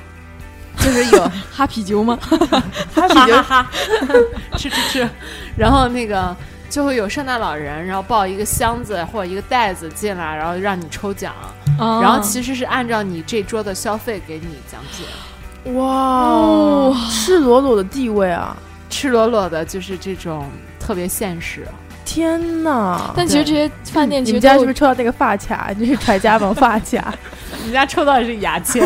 [SPEAKER 1] 就是有
[SPEAKER 4] 哈啤酒吗？
[SPEAKER 1] 哈哈哈， [LAUGHS] 吃吃吃，然后那个。就会有圣诞老人，然后抱一个箱子或者一个袋子进来，然后让你抽奖，
[SPEAKER 4] 哦
[SPEAKER 1] 然后其实是按照你这桌的消费给你奖品。
[SPEAKER 2] 哇哦，赤裸裸的地位啊！
[SPEAKER 1] 赤裸裸的，就是这种特别现实。
[SPEAKER 2] 天哪！
[SPEAKER 4] 但其实这些饭店
[SPEAKER 2] 你
[SPEAKER 4] 其实
[SPEAKER 2] 们家
[SPEAKER 4] 都
[SPEAKER 2] 是不
[SPEAKER 4] 有
[SPEAKER 2] 是抽到那个发卡？ [LAUGHS] 你是传家宝
[SPEAKER 1] [LAUGHS]
[SPEAKER 2] 发卡？
[SPEAKER 1] 我们家抽到的是牙 [LAUGHS] 签，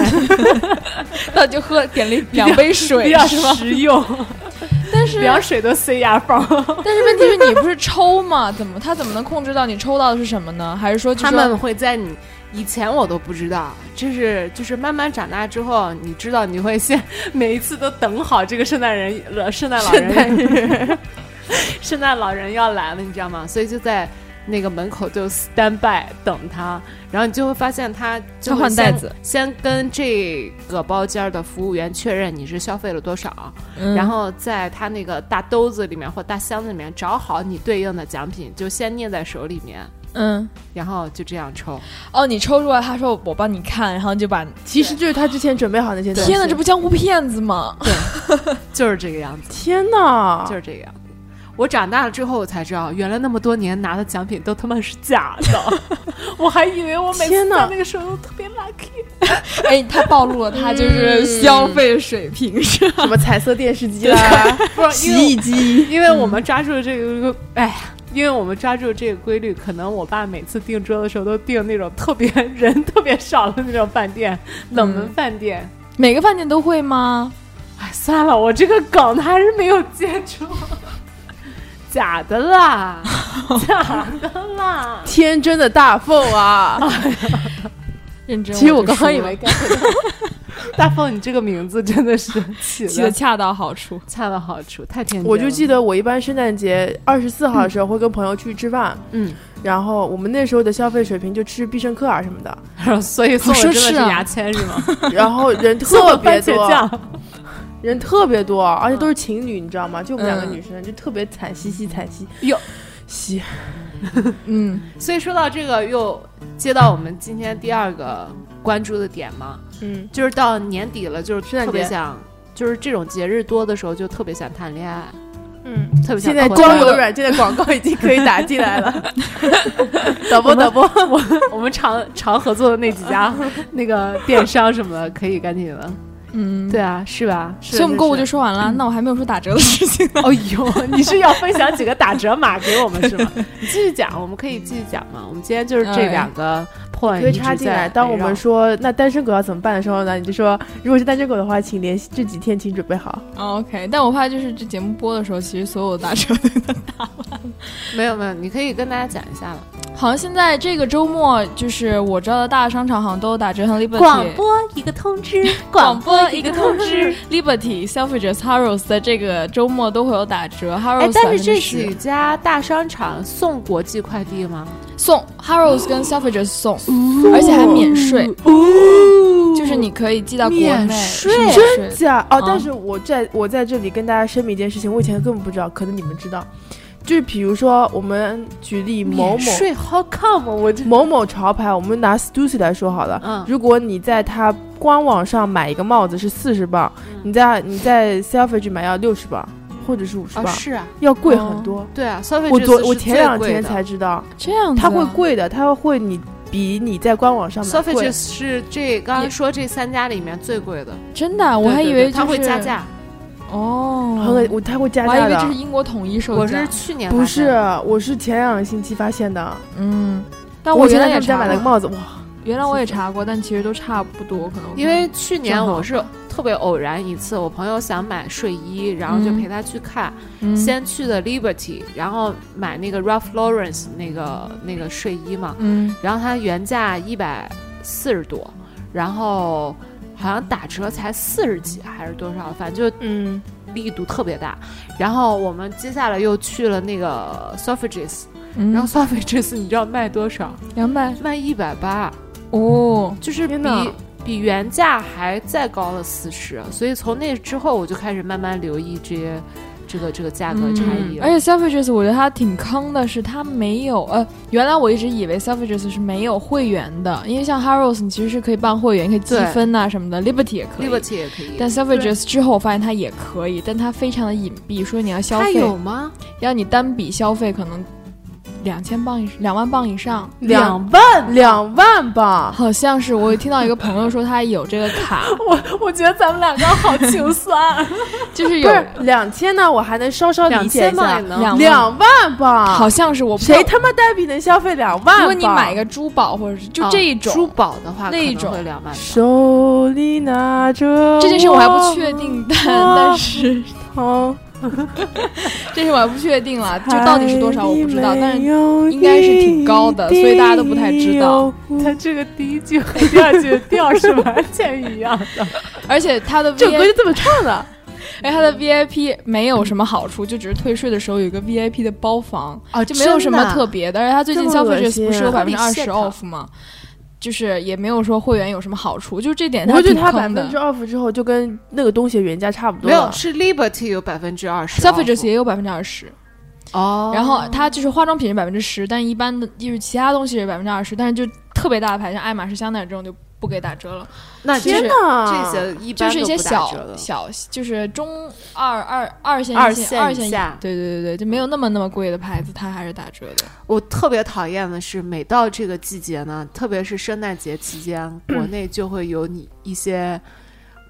[SPEAKER 4] 那就喝点了两杯
[SPEAKER 1] 比
[SPEAKER 4] 水
[SPEAKER 1] 较 [LAUGHS]
[SPEAKER 4] 是吧？
[SPEAKER 1] 实用，
[SPEAKER 4] 但是
[SPEAKER 1] 凉水都塞牙缝。
[SPEAKER 4] 但是问题是你不是抽吗？怎么他怎么能控制到你抽到的是什么呢？还是说就
[SPEAKER 1] 他
[SPEAKER 4] 是
[SPEAKER 1] 们会在你以前我都不知道，这是就是慢慢长大之后，你知道你会先每一次都等好这个圣诞人、呃圣诞老 [LAUGHS] 人、圣诞老人要来了，你知道吗？所以就在。那个门口就 stand by 等他，然后你就会发现他就
[SPEAKER 4] 他
[SPEAKER 1] 会
[SPEAKER 4] 换袋
[SPEAKER 1] 先
[SPEAKER 4] 子，
[SPEAKER 1] 先跟这个包间儿的服务员确认你是消费了多少，
[SPEAKER 2] 嗯
[SPEAKER 1] 然后在他那个大兜子里面或大箱子里面找好你对应的奖品，就先捏在手里面，
[SPEAKER 4] 嗯
[SPEAKER 1] 然后就这样
[SPEAKER 2] 啊
[SPEAKER 1] 抽。
[SPEAKER 4] 哦，你抽出来，他说我帮你看，然后就把
[SPEAKER 2] 其实就是他之前准备好那些东西。
[SPEAKER 4] 天哪，这不江湖骗子吗？ [LAUGHS]
[SPEAKER 1] 就是这个样子，
[SPEAKER 2] 天哪！
[SPEAKER 1] 就是这个样子。我长大了之后，我才知道，原来那么多年拿的奖品都他妈是假
[SPEAKER 2] [LAUGHS]
[SPEAKER 1] 的。我还以为我每次
[SPEAKER 2] 天哪
[SPEAKER 1] 在那个时候都特别 lucky。
[SPEAKER 4] 哎，他暴露了他就是消费水平是吧？
[SPEAKER 2] 什么彩色电视机啦、
[SPEAKER 1] 不是，
[SPEAKER 2] 洗
[SPEAKER 1] 因为
[SPEAKER 2] 衣机？
[SPEAKER 1] [LAUGHS]
[SPEAKER 2] 嗯
[SPEAKER 1] 因为我们抓住了这个，哎呀，因为我们抓住这个规律，可能我爸每次订桌的时候都订那种特别人特别少的那种饭店，冷门
[SPEAKER 4] 嗯
[SPEAKER 1] 饭店。
[SPEAKER 4] 每个饭店都会吗？
[SPEAKER 1] 哎，算了，我这个梗还是没有接住，假的 [LAUGHS] 啦，假的啦。
[SPEAKER 2] [LAUGHS] 天真的大凤啊！
[SPEAKER 4] 认真，
[SPEAKER 1] 其实我
[SPEAKER 4] 就
[SPEAKER 1] 刚刚
[SPEAKER 4] 输
[SPEAKER 1] 以
[SPEAKER 4] 了
[SPEAKER 1] 为该大凤，你这个名字真的是起
[SPEAKER 4] 起
[SPEAKER 1] 的
[SPEAKER 4] 的恰到好处。
[SPEAKER 1] 恰到好处，太天真了。
[SPEAKER 2] 我就记得我一般圣诞节二十四号的时候会跟朋友去吃饭，
[SPEAKER 1] 嗯，
[SPEAKER 2] 然后我们那时候的消费水平就吃必胜客啊什么的，
[SPEAKER 1] [LAUGHS] 然后所以送的真的
[SPEAKER 4] 好
[SPEAKER 1] 是
[SPEAKER 4] 奢侈啊
[SPEAKER 1] 牙签是 [LAUGHS] 吗？
[SPEAKER 2] 然后人
[SPEAKER 1] 送
[SPEAKER 2] 特
[SPEAKER 1] 了番
[SPEAKER 2] 别
[SPEAKER 1] 茄
[SPEAKER 2] 多，
[SPEAKER 1] 酱，
[SPEAKER 2] 人特别多，而且都是情侣，你知道吗？就我们两个
[SPEAKER 4] 嗯
[SPEAKER 2] 女生就特别惨兮兮惨兮
[SPEAKER 1] 哟
[SPEAKER 2] 兮，
[SPEAKER 4] 嗯，
[SPEAKER 1] 所以说到这个，又接到我们今天第二个关注的点嘛，
[SPEAKER 2] 嗯，
[SPEAKER 1] 就是到年底了，就是
[SPEAKER 2] 圣诞
[SPEAKER 1] 特别
[SPEAKER 2] 节
[SPEAKER 1] 想，就是这种节日多的时候，就特别想谈恋爱，
[SPEAKER 2] 嗯，
[SPEAKER 1] 特别想
[SPEAKER 2] 现在
[SPEAKER 1] 过
[SPEAKER 2] 光
[SPEAKER 1] 节
[SPEAKER 2] 有软件的广告已经可以打进 [LAUGHS] 来了，导播导 [LAUGHS] 播，
[SPEAKER 1] 我们常常合作的那几 [LAUGHS] 家那个电商什么的，可以赶紧的。
[SPEAKER 4] 嗯，
[SPEAKER 1] 对。啊，是嗯吧？
[SPEAKER 4] 所以我们购物就是说完了，那我还没有说打折的事
[SPEAKER 1] [LAUGHS]
[SPEAKER 4] 情呢。
[SPEAKER 1] 哦呦，你是要分享几个打折码给我们是 [LAUGHS] 吗？你继续讲，我们可以继续讲嘛。我们今天就是这两个 point
[SPEAKER 2] 可以
[SPEAKER 1] 一直
[SPEAKER 2] 插进
[SPEAKER 1] 在
[SPEAKER 2] 来。当我
[SPEAKER 1] 围
[SPEAKER 2] 们
[SPEAKER 1] 绕
[SPEAKER 2] 说那单身狗要怎么办的时候呢，你就说如果是单身狗的话，请联系这几天请准备好。
[SPEAKER 4] 哦 OK，但我怕就是这节目播的时候，其实所有的打折 [LAUGHS] 都
[SPEAKER 1] 没有没有，你可以跟大家讲一下了。
[SPEAKER 4] 好像现在这个周末，就是我知道的大商场好像都有打折，像 Liberty
[SPEAKER 1] 播一个通知，
[SPEAKER 4] 广播一个通知 [LAUGHS] ，Liberty、Selfridges、Harrods 在这个周末都会有打折。
[SPEAKER 1] 哎
[SPEAKER 4] Harrods，，
[SPEAKER 1] 但是这
[SPEAKER 4] 10%
[SPEAKER 1] 几家大商场送国际快递吗？
[SPEAKER 4] 送 Harrods 跟 Selfridges 送，
[SPEAKER 1] 哦
[SPEAKER 4] 而且还免税，就是你可以寄到国内
[SPEAKER 1] 免税
[SPEAKER 4] 是免
[SPEAKER 2] 真
[SPEAKER 4] 税。
[SPEAKER 2] 假哦！但
[SPEAKER 4] 嗯
[SPEAKER 2] 是我在我在这里跟大家声明一件事情，我以前根本不知道，可能你们知道，就是比如说我们举例某
[SPEAKER 1] 免
[SPEAKER 2] 某
[SPEAKER 1] 税 how come？我啊这
[SPEAKER 2] 某某潮牌，我们拿 Stussy 来说好了，
[SPEAKER 1] 嗯
[SPEAKER 2] 如果你在它官网上买一个帽子是四十磅，
[SPEAKER 1] 嗯
[SPEAKER 2] 你在你在 Selfridge 买要六十磅或者是五十
[SPEAKER 1] 啊
[SPEAKER 2] 磅，
[SPEAKER 1] 是啊，
[SPEAKER 2] 要贵很多。
[SPEAKER 1] 对啊，消费
[SPEAKER 2] 我
[SPEAKER 1] 这
[SPEAKER 2] 昨
[SPEAKER 1] 次
[SPEAKER 2] 我
[SPEAKER 1] 是
[SPEAKER 2] 前
[SPEAKER 1] 最
[SPEAKER 2] 两
[SPEAKER 1] 贵
[SPEAKER 2] 天
[SPEAKER 1] 的
[SPEAKER 2] 才知道，
[SPEAKER 4] 这样子啊
[SPEAKER 2] 它会贵的，它会你比你在官网上买
[SPEAKER 1] s u f f a
[SPEAKER 2] 贵。
[SPEAKER 1] g e 是这刚刚说这三家里面最贵的，
[SPEAKER 4] 真的啊，我还以为
[SPEAKER 1] 它
[SPEAKER 4] 就是
[SPEAKER 1] 会加价。
[SPEAKER 2] 很
[SPEAKER 4] 哦
[SPEAKER 2] 恶，我它会加
[SPEAKER 4] 我还
[SPEAKER 2] 价
[SPEAKER 4] 以为这是
[SPEAKER 2] 的。
[SPEAKER 4] 英国统一售
[SPEAKER 1] 我
[SPEAKER 4] 价
[SPEAKER 1] 是。去年
[SPEAKER 2] 不
[SPEAKER 1] 发
[SPEAKER 2] 是
[SPEAKER 1] 现的，
[SPEAKER 2] 我是前两个星期发现的。
[SPEAKER 4] 嗯，但
[SPEAKER 2] 我
[SPEAKER 4] 原
[SPEAKER 2] 前
[SPEAKER 4] 来
[SPEAKER 2] 两
[SPEAKER 4] 也
[SPEAKER 2] 天在
[SPEAKER 4] 查
[SPEAKER 2] 买了个
[SPEAKER 4] 过，
[SPEAKER 2] 帽子，哇，
[SPEAKER 4] 原来我也查过，但其实都差不多，可能
[SPEAKER 1] 因为去年我是特别偶然一次，我朋友想买睡衣，然后就
[SPEAKER 4] 嗯
[SPEAKER 1] 陪他去看，
[SPEAKER 4] 嗯
[SPEAKER 1] 先去的 Liberty，然后买那个 Ralph Lauren 那个那个睡衣嘛，
[SPEAKER 4] 嗯
[SPEAKER 1] 然后它原价一百四十多，然后好像打折才四十几还是多少，反正就
[SPEAKER 2] 嗯，
[SPEAKER 1] 力度特别大。然后我们接下来又去了那个 Suffrages，、
[SPEAKER 4] 嗯，
[SPEAKER 1] 然后 Suffrages 你知道卖多少？
[SPEAKER 4] 两百
[SPEAKER 1] 卖一百八，
[SPEAKER 4] 哦，
[SPEAKER 1] 就是比
[SPEAKER 2] 天哪
[SPEAKER 1] 比原价还再高了四十。所以从那之后我就开始慢慢留意这些这个这个价格差异了。
[SPEAKER 4] 嗯而且 Selfridges 我觉得它挺坑的，是它没有呃，原来我一直以为 Selfridges 是没有会员的，因为像 Harrods 你其实是可以办会员，可以积
[SPEAKER 1] 对
[SPEAKER 4] 分啊呐、什么的，Liberty 也可以。
[SPEAKER 1] Liberty 也可以，
[SPEAKER 4] 但 Selfridges 之后我发现它也可以，但它非常的隐蔽，说你要消
[SPEAKER 1] 它
[SPEAKER 4] 费，
[SPEAKER 1] 有吗？
[SPEAKER 4] 要你单笔消费可能两千磅以两万磅以上，
[SPEAKER 2] 两万两万吧，
[SPEAKER 4] 好像是我听到一个朋友说他有这个卡，
[SPEAKER 1] [LAUGHS]
[SPEAKER 4] [LAUGHS]
[SPEAKER 1] 我觉得咱们两个好穷酸，啊
[SPEAKER 4] 就是
[SPEAKER 2] 不
[SPEAKER 4] 有
[SPEAKER 2] 是两千呢，我还能稍稍理
[SPEAKER 1] 两
[SPEAKER 2] 解
[SPEAKER 1] 千哦
[SPEAKER 2] 一
[SPEAKER 1] 嘛
[SPEAKER 2] 下
[SPEAKER 1] 也，能。
[SPEAKER 4] 两
[SPEAKER 2] 两万吧，
[SPEAKER 4] 好像是我不知道
[SPEAKER 2] 谁他妈单笔能消费两万吧？
[SPEAKER 4] 如果你买个珠宝或者是就
[SPEAKER 1] 哦
[SPEAKER 4] 这一种，
[SPEAKER 1] 珠宝的话，
[SPEAKER 4] 那一种
[SPEAKER 1] 两万。
[SPEAKER 2] 手里拿着
[SPEAKER 4] 这件事我还不确定，但 [LAUGHS] 但是
[SPEAKER 2] 好，
[SPEAKER 4] 这事我还不确定 [LAUGHS] 了，就
[SPEAKER 2] 就
[SPEAKER 4] 到底是多少我不知道，但是
[SPEAKER 2] 应
[SPEAKER 4] 应该是挺高的所以大家都不太知道。
[SPEAKER 1] 他这个第一句和第二句调是完全一
[SPEAKER 4] [LAUGHS]
[SPEAKER 1] 样的。
[SPEAKER 4] 而且它的
[SPEAKER 2] 这首歌
[SPEAKER 4] V，
[SPEAKER 2] 就这么唱的，
[SPEAKER 4] 而它的 VIP 没有什么好处，就只是退税的时候有一个 VIP 的包房，
[SPEAKER 1] 啊，
[SPEAKER 4] 哦就没有什么特
[SPEAKER 1] 别。
[SPEAKER 4] 别的。而且它最近
[SPEAKER 2] 这么
[SPEAKER 4] 消费
[SPEAKER 2] 恶
[SPEAKER 4] 者
[SPEAKER 2] 心
[SPEAKER 4] 不是有
[SPEAKER 2] 合
[SPEAKER 4] 百
[SPEAKER 1] 理
[SPEAKER 4] 分之二
[SPEAKER 1] 现
[SPEAKER 4] 十
[SPEAKER 1] 场
[SPEAKER 4] off 吗？就是也没有说会员有什么好处，就这点
[SPEAKER 2] 我觉
[SPEAKER 4] 挺
[SPEAKER 2] 得它百
[SPEAKER 4] 坑
[SPEAKER 2] 分
[SPEAKER 4] 的
[SPEAKER 2] 之。off 之后就跟那个东西原价差不多
[SPEAKER 1] 没有，
[SPEAKER 2] 了。
[SPEAKER 1] 是 Liberty 有百分之二十，
[SPEAKER 4] 消费者也有百分之二十，
[SPEAKER 1] 哦。
[SPEAKER 4] 然后它就是化妆品是百分之十，但一般的就是其他东西是百分之二十，但是就特别大的牌，像爱马仕、香奈儿这种就不给打折了。
[SPEAKER 1] 那就
[SPEAKER 4] 天
[SPEAKER 1] 是
[SPEAKER 2] 哪
[SPEAKER 1] 这些一
[SPEAKER 4] 啊就
[SPEAKER 1] 般
[SPEAKER 4] 是一
[SPEAKER 1] 都
[SPEAKER 4] 些
[SPEAKER 1] 不打
[SPEAKER 4] 小
[SPEAKER 1] 折了
[SPEAKER 4] 小，就是中二二二线
[SPEAKER 1] 二
[SPEAKER 4] 一
[SPEAKER 1] 线
[SPEAKER 4] 二
[SPEAKER 1] 以
[SPEAKER 4] 线以
[SPEAKER 1] 下
[SPEAKER 4] 对对对对，就没有那么那么贵的牌子，它还是打折的。
[SPEAKER 1] 我特别讨厌的是，每到这个季节呢，特别是圣诞节期间，国内就会有你一些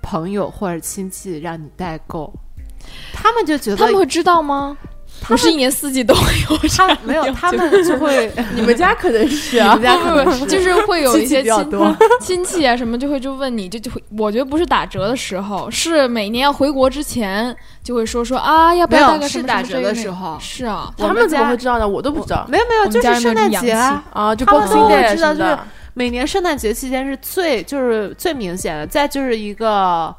[SPEAKER 1] 朋友或者亲戚让你代购，他们就觉得
[SPEAKER 4] 他们会知道吗？不是一年四季都会有这
[SPEAKER 1] 他
[SPEAKER 4] 样
[SPEAKER 1] 没有，
[SPEAKER 4] 的
[SPEAKER 1] 他
[SPEAKER 4] 就
[SPEAKER 1] 们就
[SPEAKER 4] [LAUGHS]
[SPEAKER 1] 会
[SPEAKER 2] 你们家可能是
[SPEAKER 1] 人
[SPEAKER 2] [LAUGHS] 啊，
[SPEAKER 1] 家可能
[SPEAKER 4] 是就是会有一些
[SPEAKER 2] 比较
[SPEAKER 4] 亲
[SPEAKER 2] 多。
[SPEAKER 4] 亲戚啊什么就会就问你，就就会我觉得不是打折的时候，是每年要回国之前就会说说啊，要不
[SPEAKER 1] 没
[SPEAKER 4] 要
[SPEAKER 1] 有
[SPEAKER 4] 带个什
[SPEAKER 1] 是
[SPEAKER 4] 么
[SPEAKER 1] 打
[SPEAKER 4] 什么
[SPEAKER 1] 折
[SPEAKER 4] 这个
[SPEAKER 1] 的
[SPEAKER 4] 那
[SPEAKER 1] 时
[SPEAKER 4] 个
[SPEAKER 1] 候
[SPEAKER 4] 是啊，
[SPEAKER 1] 我
[SPEAKER 2] 他
[SPEAKER 1] 们
[SPEAKER 2] 们怎么
[SPEAKER 1] 家
[SPEAKER 2] 会知道呢？我都不知道
[SPEAKER 1] 没有没有，
[SPEAKER 4] 我们
[SPEAKER 1] 就
[SPEAKER 4] 家
[SPEAKER 1] 是
[SPEAKER 4] 人没有
[SPEAKER 1] 圣诞
[SPEAKER 4] 这么洋
[SPEAKER 1] 节啊，
[SPEAKER 2] [LAUGHS] 啊，就
[SPEAKER 1] 他们
[SPEAKER 2] Boxing
[SPEAKER 1] 都
[SPEAKER 2] Day
[SPEAKER 1] 知道
[SPEAKER 2] 什么的
[SPEAKER 1] 每年圣诞节期间是最就是最明显的，再就是一个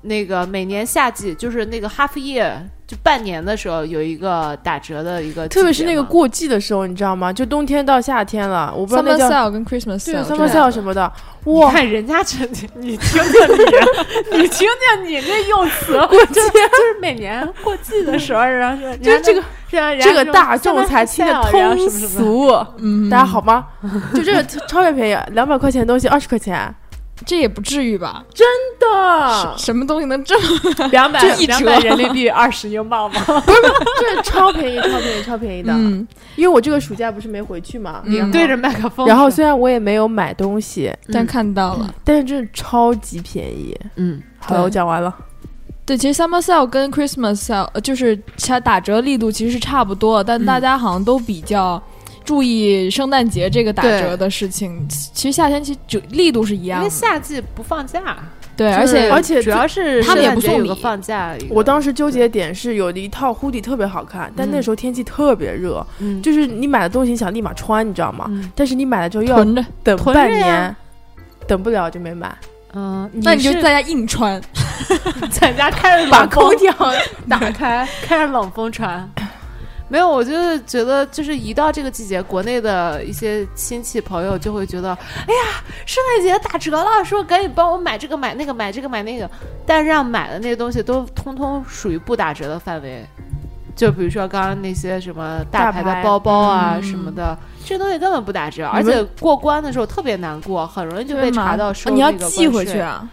[SPEAKER 1] 那个每年夏季，就是那个 half year 就半年的时候有一个打折的一个季节嘛，
[SPEAKER 2] 特别是那个过季的时候，你知道吗？就冬天到夏天了，我不知道那
[SPEAKER 4] summer
[SPEAKER 2] 叫
[SPEAKER 4] sale 跟 Christmas
[SPEAKER 2] 对
[SPEAKER 4] sale 之
[SPEAKER 2] summer
[SPEAKER 4] 类的
[SPEAKER 2] sale 什么的，
[SPEAKER 1] 你
[SPEAKER 2] 哇，
[SPEAKER 1] 看人家这， [LAUGHS] 你听听你， [LAUGHS] 你听听你这用词，过季 [LAUGHS] 就是每年过季的时候，然后
[SPEAKER 2] [LAUGHS] 就是这个这个大众
[SPEAKER 1] 众
[SPEAKER 2] 才听得通俗，大家好吗？就
[SPEAKER 1] 嗯
[SPEAKER 2] 这个超越便宜，两百块钱的东西二十块钱
[SPEAKER 4] 这也不至于吧？
[SPEAKER 1] 啊
[SPEAKER 2] 的，
[SPEAKER 4] 什么东西能这么
[SPEAKER 1] 两百
[SPEAKER 4] 这一
[SPEAKER 1] 两
[SPEAKER 4] 折
[SPEAKER 1] 百人民币二十英镑吗？
[SPEAKER 2] 这超便宜，超便宜，超便宜的。
[SPEAKER 4] 嗯
[SPEAKER 2] 因为我这个暑假不是没回去嘛，
[SPEAKER 4] 嗯
[SPEAKER 1] 对着麦克风，
[SPEAKER 2] 然后虽然我也没有买东西，
[SPEAKER 4] 但看到了。
[SPEAKER 2] 但是真的超级便宜。
[SPEAKER 1] 嗯，
[SPEAKER 2] 好了，
[SPEAKER 4] 对
[SPEAKER 2] 我讲完了。
[SPEAKER 4] 对，其实 Summer Sale 跟 Christmas Sale 呃就是它打折力度其实是差不多，但
[SPEAKER 2] 嗯
[SPEAKER 4] 大家好像都比较注意圣诞节这个打折的事情。其实夏天其实就力度是一
[SPEAKER 1] 因
[SPEAKER 4] 样
[SPEAKER 1] 为
[SPEAKER 4] 的，
[SPEAKER 1] 夏季不放假，
[SPEAKER 4] 对，
[SPEAKER 1] 就
[SPEAKER 4] 而
[SPEAKER 1] 是
[SPEAKER 4] 且
[SPEAKER 2] 而且
[SPEAKER 1] 主要是
[SPEAKER 4] 他们也不送
[SPEAKER 1] 圣诞节
[SPEAKER 4] 礼
[SPEAKER 1] 有个放假。
[SPEAKER 2] 我当时纠结点是有一套 hoodie 特别好看，但那时候天气特别热，
[SPEAKER 1] 嗯
[SPEAKER 2] 就是你买了东西你想立马穿，你知道吗？
[SPEAKER 1] 嗯
[SPEAKER 2] 但是你买了之后又要
[SPEAKER 4] 囤着，
[SPEAKER 2] 等
[SPEAKER 1] 囤
[SPEAKER 2] 半
[SPEAKER 1] 着
[SPEAKER 2] 年，
[SPEAKER 1] 呀
[SPEAKER 2] 等不了就
[SPEAKER 1] [LAUGHS]
[SPEAKER 2] 没买，
[SPEAKER 1] 嗯，
[SPEAKER 4] 那你就
[SPEAKER 1] [LAUGHS]
[SPEAKER 4] 是在家硬穿，
[SPEAKER 1] 在家开着
[SPEAKER 2] 把
[SPEAKER 1] 冷
[SPEAKER 2] 空
[SPEAKER 1] 风 [LAUGHS]
[SPEAKER 2] 调
[SPEAKER 1] 打开，开着冷风
[SPEAKER 4] [LAUGHS]
[SPEAKER 1] 传。没有，我就是觉得，就是一到这个季节，国内的一些亲戚朋友就会觉得，哎呀，圣诞节打折了，说赶紧帮我买这个买那个买这个买那个，但是让买的那些东西都通通属于不打折的范围。就比如说刚刚那些什么大
[SPEAKER 2] 大
[SPEAKER 1] 牌的
[SPEAKER 2] 牌
[SPEAKER 1] 包包啊
[SPEAKER 4] 嗯
[SPEAKER 1] 什么的，这东西根本不打折，而
[SPEAKER 2] 你们
[SPEAKER 1] 且过关的时候特别难过，很容易就被
[SPEAKER 4] 对吗
[SPEAKER 1] 查到收
[SPEAKER 4] 啊你要
[SPEAKER 1] 那个
[SPEAKER 4] 寄
[SPEAKER 1] 关
[SPEAKER 4] 回
[SPEAKER 1] 税
[SPEAKER 4] 去啊。